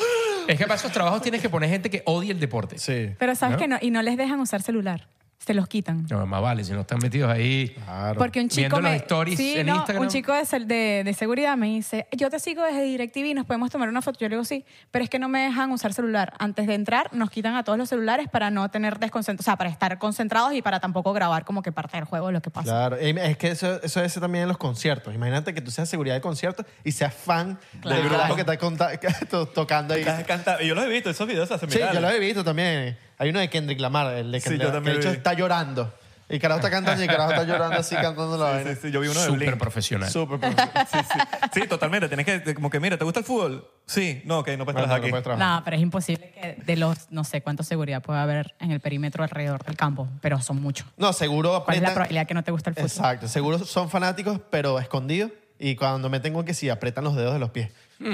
[SPEAKER 3] Es que para esos trabajos tienes que poner gente que odie el deporte.
[SPEAKER 5] Sí.
[SPEAKER 2] Pero sabes
[SPEAKER 3] ¿No?
[SPEAKER 2] que no, y no les dejan usar celular. Se los quitan.
[SPEAKER 3] No, más vale, si no están metidos ahí.
[SPEAKER 4] Ah,
[SPEAKER 5] Claro.
[SPEAKER 2] Porque un chico
[SPEAKER 3] Viendo
[SPEAKER 2] me-
[SPEAKER 3] los stories
[SPEAKER 2] Sí,
[SPEAKER 3] en
[SPEAKER 2] no,
[SPEAKER 3] Instagram.
[SPEAKER 2] un chico de, cel- de- de seguridad me dice, yo te sigo desde DirecTV y nos podemos tomar una foto. Yo le digo, sí, pero es que no me dejan usar celular. Antes de entrar nos quitan a todos los celulares para no tener desconcentrados, o sea, para estar concentrados y para tampoco grabar como que parte del juego de lo que pasa.
[SPEAKER 5] Claro, Y es que eso, eso es también en los conciertos. Imagínate que tú seas seguridad de conciertos y seas fan del
[SPEAKER 4] Claro.
[SPEAKER 5] grupo que está conta- que está tocando ahí.
[SPEAKER 4] Estás cantando. Y yo los he visto, esos videos hace
[SPEAKER 5] Sí,
[SPEAKER 4] virales.
[SPEAKER 5] yo lo he visto también. Hay uno de Kendrick Lamar, el de
[SPEAKER 4] Sí,
[SPEAKER 5] Kendrick
[SPEAKER 4] yo
[SPEAKER 5] Lamar,
[SPEAKER 4] también
[SPEAKER 5] que de
[SPEAKER 4] lo
[SPEAKER 5] hecho
[SPEAKER 4] vi.
[SPEAKER 5] está llorando. Y el carajo está cantando y el carajo está llorando así cantando la vaina.
[SPEAKER 4] Sí, sí, yo vi uno de
[SPEAKER 3] Súper
[SPEAKER 4] Blink.
[SPEAKER 3] profesional.
[SPEAKER 5] Súper profesional.
[SPEAKER 4] Sí, sí. Sí, totalmente. Tienes que, como que, mira, ¿te gusta el fútbol? Sí. No, ok, no puedes
[SPEAKER 5] Bueno,
[SPEAKER 4] trabajar
[SPEAKER 5] no
[SPEAKER 4] aquí.
[SPEAKER 5] puedes trabajar.
[SPEAKER 2] No, Ah, pero es imposible que de los, no sé cuánta seguridad puede haber en el perímetro alrededor del campo, pero son muchos.
[SPEAKER 5] No, seguro
[SPEAKER 2] ¿Cuál es la
[SPEAKER 5] apretan-
[SPEAKER 2] probabilidad que no te gusta el fútbol?
[SPEAKER 5] Exacto, seguro son fanáticos, pero escondidos. Y cuando me tengo que sí, apretan los dedos de los pies.
[SPEAKER 2] Mm.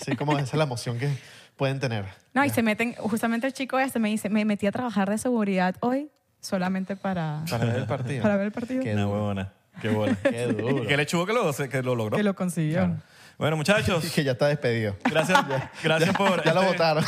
[SPEAKER 5] Así como esa es la emoción que pueden tener.
[SPEAKER 2] No, y se meten, justamente el chico este me dice, me metí a trabajar de seguridad hoy solamente para,
[SPEAKER 5] Para ver el partido.
[SPEAKER 2] para ver el partido.
[SPEAKER 5] Qué
[SPEAKER 4] Una
[SPEAKER 5] duro.
[SPEAKER 4] huevona. Qué bola.
[SPEAKER 5] Qué duro.
[SPEAKER 4] Y Qué lechugo que lo, que lo logró.
[SPEAKER 2] Que lo consiguió.
[SPEAKER 4] Bueno, muchachos,
[SPEAKER 5] Que ya está despedido.
[SPEAKER 4] gracias, gracias por...
[SPEAKER 5] Ya lo
[SPEAKER 4] este-
[SPEAKER 5] votaron.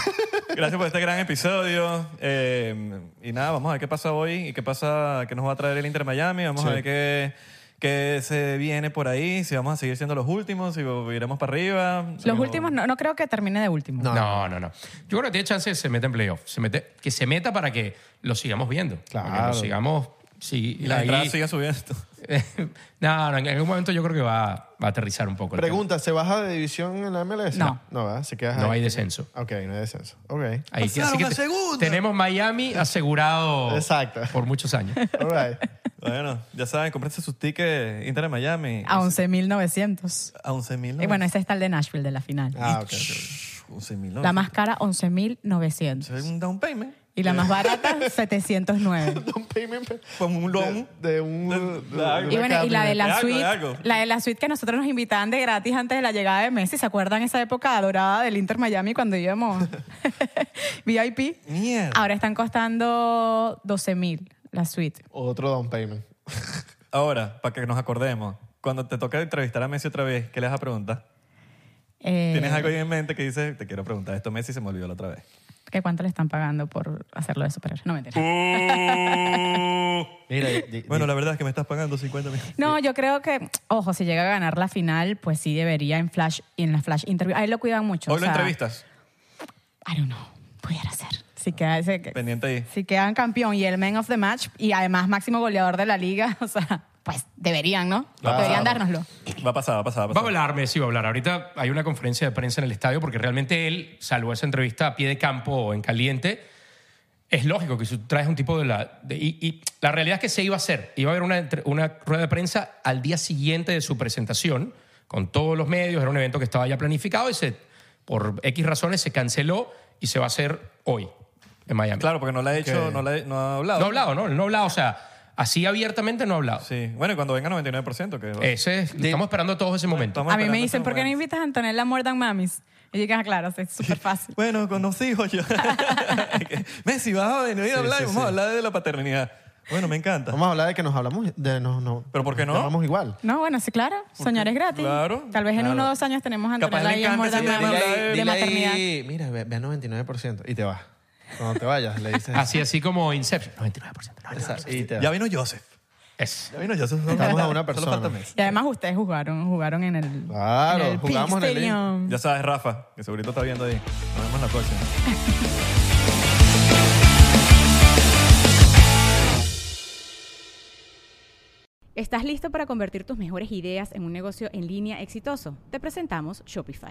[SPEAKER 4] Gracias por este gran episodio. Eh, y nada, vamos a ver qué pasa hoy y qué pasa, qué nos va a traer el Inter Miami. Vamos a
[SPEAKER 5] Sí.
[SPEAKER 4] ver qué, qué se viene por ahí, si vamos a seguir siendo los últimos, si iremos para arriba.
[SPEAKER 2] Los últimos, no, no creo que termine de último.
[SPEAKER 5] No.
[SPEAKER 3] No, no, no. Yo creo que tiene chance de que se meta en playoff. Se mete, que se meta para que lo sigamos viendo.
[SPEAKER 5] Claro.
[SPEAKER 3] Para Que lo sigamos. Sí,
[SPEAKER 4] Y las
[SPEAKER 3] ahí-
[SPEAKER 4] entradas siguen subiendo.
[SPEAKER 3] no, no, en algún momento yo creo que va, va a aterrizar un poco. el
[SPEAKER 5] Pregunta, ¿se baja de división en la MLS?
[SPEAKER 2] No.
[SPEAKER 5] No, ¿verdad? Se queda
[SPEAKER 3] tema. No hay descenso.
[SPEAKER 5] Ok, no hay descenso. Ok.
[SPEAKER 3] Ahí
[SPEAKER 4] Pasaron a
[SPEAKER 3] te-
[SPEAKER 4] segunda.
[SPEAKER 3] Tenemos Miami
[SPEAKER 4] Oh.
[SPEAKER 3] asegurado
[SPEAKER 5] Exacto.
[SPEAKER 3] por muchos años.
[SPEAKER 5] All right.
[SPEAKER 4] bueno, ya saben, cómprense sus tickets Inter de Miami.
[SPEAKER 2] A 11.900.
[SPEAKER 4] A 11 mil.
[SPEAKER 2] Y Ah. Eh, bueno, ese está el de Nashville, de la final.
[SPEAKER 5] Ah, ok.
[SPEAKER 2] La más cara, 11.900.
[SPEAKER 4] un down payment.
[SPEAKER 2] Y la más barata, 709.
[SPEAKER 5] Un payment
[SPEAKER 4] Como pues un loan.
[SPEAKER 5] de, de un...
[SPEAKER 4] De- de algo.
[SPEAKER 2] Y bueno, y la de
[SPEAKER 4] De
[SPEAKER 2] la
[SPEAKER 4] algo, de
[SPEAKER 2] suite,
[SPEAKER 4] algo.
[SPEAKER 2] la de la suite que nosotros nos invitaban de gratis antes de la llegada de Messi, ¿se acuerdan esa época dorada del Inter Miami cuando íbamos VIP?
[SPEAKER 4] Mierda.
[SPEAKER 2] Ahora están costando 12 mil la suite.
[SPEAKER 5] Otro down payment.
[SPEAKER 4] Ahora, para que nos acordemos, cuando te toca entrevistar a Messi otra vez, ¿qué le vas a preguntar?
[SPEAKER 2] Eh,
[SPEAKER 4] ¿Tienes algo ahí en mente que dices, te quiero preguntar esto, Messi, se me olvidó la otra vez?
[SPEAKER 2] que cuánto le están pagando por hacerlo de superhéroes. No, mentira.
[SPEAKER 9] Mira, di- di-
[SPEAKER 4] Bueno, la verdad es que me estás pagando 50 mil.
[SPEAKER 2] No, yo creo que, ojo, si llega a ganar la final, pues sí debería en Flash, en la Flash interview. Ahí lo cuidan mucho.
[SPEAKER 4] Hoy
[SPEAKER 2] o
[SPEAKER 4] lo
[SPEAKER 2] sea,
[SPEAKER 4] entrevistas.
[SPEAKER 2] I don't know. Pudiera ser. Si, queda, si,
[SPEAKER 4] Pendiente ahí.
[SPEAKER 2] si quedan campeón y el man of the match y además máximo goleador de la liga, o sea, pues deberían, ¿no?
[SPEAKER 4] Claro.
[SPEAKER 2] Deberían dárnoslo.
[SPEAKER 4] Va a pasar, va a pasar, va a
[SPEAKER 3] Va a
[SPEAKER 4] pasar.
[SPEAKER 3] hablar Messi, va a hablar. Ahorita hay una conferencia de prensa en el estadio porque realmente él, salvo esa entrevista a pie de campo o en caliente, es lógico que si tú traes un tipo de la... de- y, y la realidad es que se iba a hacer. Iba a haber una, entre- una rueda de prensa al día siguiente de su presentación con todos los medios. Era un evento que estaba ya planificado y se, por X razones se canceló y se va a hacer hoy en Miami.
[SPEAKER 4] Claro, porque no la ha hecho, no, la he- no ha hablado.
[SPEAKER 3] No ha hablado, ¿no? No ha hablado, o sea, así abiertamente no ha hablado.
[SPEAKER 4] Sí. Bueno, y cuando venga 99%, que va-
[SPEAKER 3] Ese es- estamos esperando todos ese momento.
[SPEAKER 4] estamos
[SPEAKER 2] A mí
[SPEAKER 4] esperando
[SPEAKER 2] me
[SPEAKER 4] ese
[SPEAKER 2] dicen, ¿por qué no
[SPEAKER 4] momento".
[SPEAKER 2] invitas a Antonella More Than Mamis? Y llegas, claro, es súper fácil.
[SPEAKER 4] Bueno, con los hijos yo. Messi, vas a venir a hablar y
[SPEAKER 9] sí,
[SPEAKER 4] vamos
[SPEAKER 9] sí.
[SPEAKER 4] a hablar de la paternidad. Bueno, me encanta.
[SPEAKER 9] vamos a hablar de que nos hablamos. De, no, no,
[SPEAKER 4] ¿Pero por qué no?
[SPEAKER 9] nos Hablamos igual.
[SPEAKER 2] No, bueno, sí, claro. Soñar es gratis.
[SPEAKER 4] Claro,
[SPEAKER 2] Tal vez en
[SPEAKER 4] claro.
[SPEAKER 2] uno o dos años tenemos a
[SPEAKER 4] Capaz
[SPEAKER 2] Antonella
[SPEAKER 4] le
[SPEAKER 2] ahí en More
[SPEAKER 4] encanta
[SPEAKER 2] Than
[SPEAKER 4] ese
[SPEAKER 2] Mamis
[SPEAKER 4] tema.
[SPEAKER 9] Dile
[SPEAKER 4] Habla de-
[SPEAKER 9] ahí,
[SPEAKER 2] de
[SPEAKER 9] dile
[SPEAKER 2] maternidad.
[SPEAKER 9] ahí, mira, ve, ve a 99% y te vas. Cuando te vayas, le dices.
[SPEAKER 3] Así, así como Inception. 99%. no,
[SPEAKER 9] Esa- y te
[SPEAKER 4] Ah, Ya
[SPEAKER 9] vas.
[SPEAKER 4] vino Joseph.
[SPEAKER 3] Es.
[SPEAKER 4] Ya vino Joseph.
[SPEAKER 9] Estamos a una
[SPEAKER 4] Solo falta
[SPEAKER 9] persona.
[SPEAKER 4] Messi.
[SPEAKER 2] Y además ustedes jugaron, jugaron en el.
[SPEAKER 9] Claro,
[SPEAKER 2] en el
[SPEAKER 9] jugamos en el-
[SPEAKER 2] Stadium.
[SPEAKER 4] Ya sabes, Rafa, que segurito está viendo ahí. Nos vemos la próxima.
[SPEAKER 6] ¿Estás listo para convertir tus mejores ideas en un negocio en línea exitoso? Te presentamos Shopify.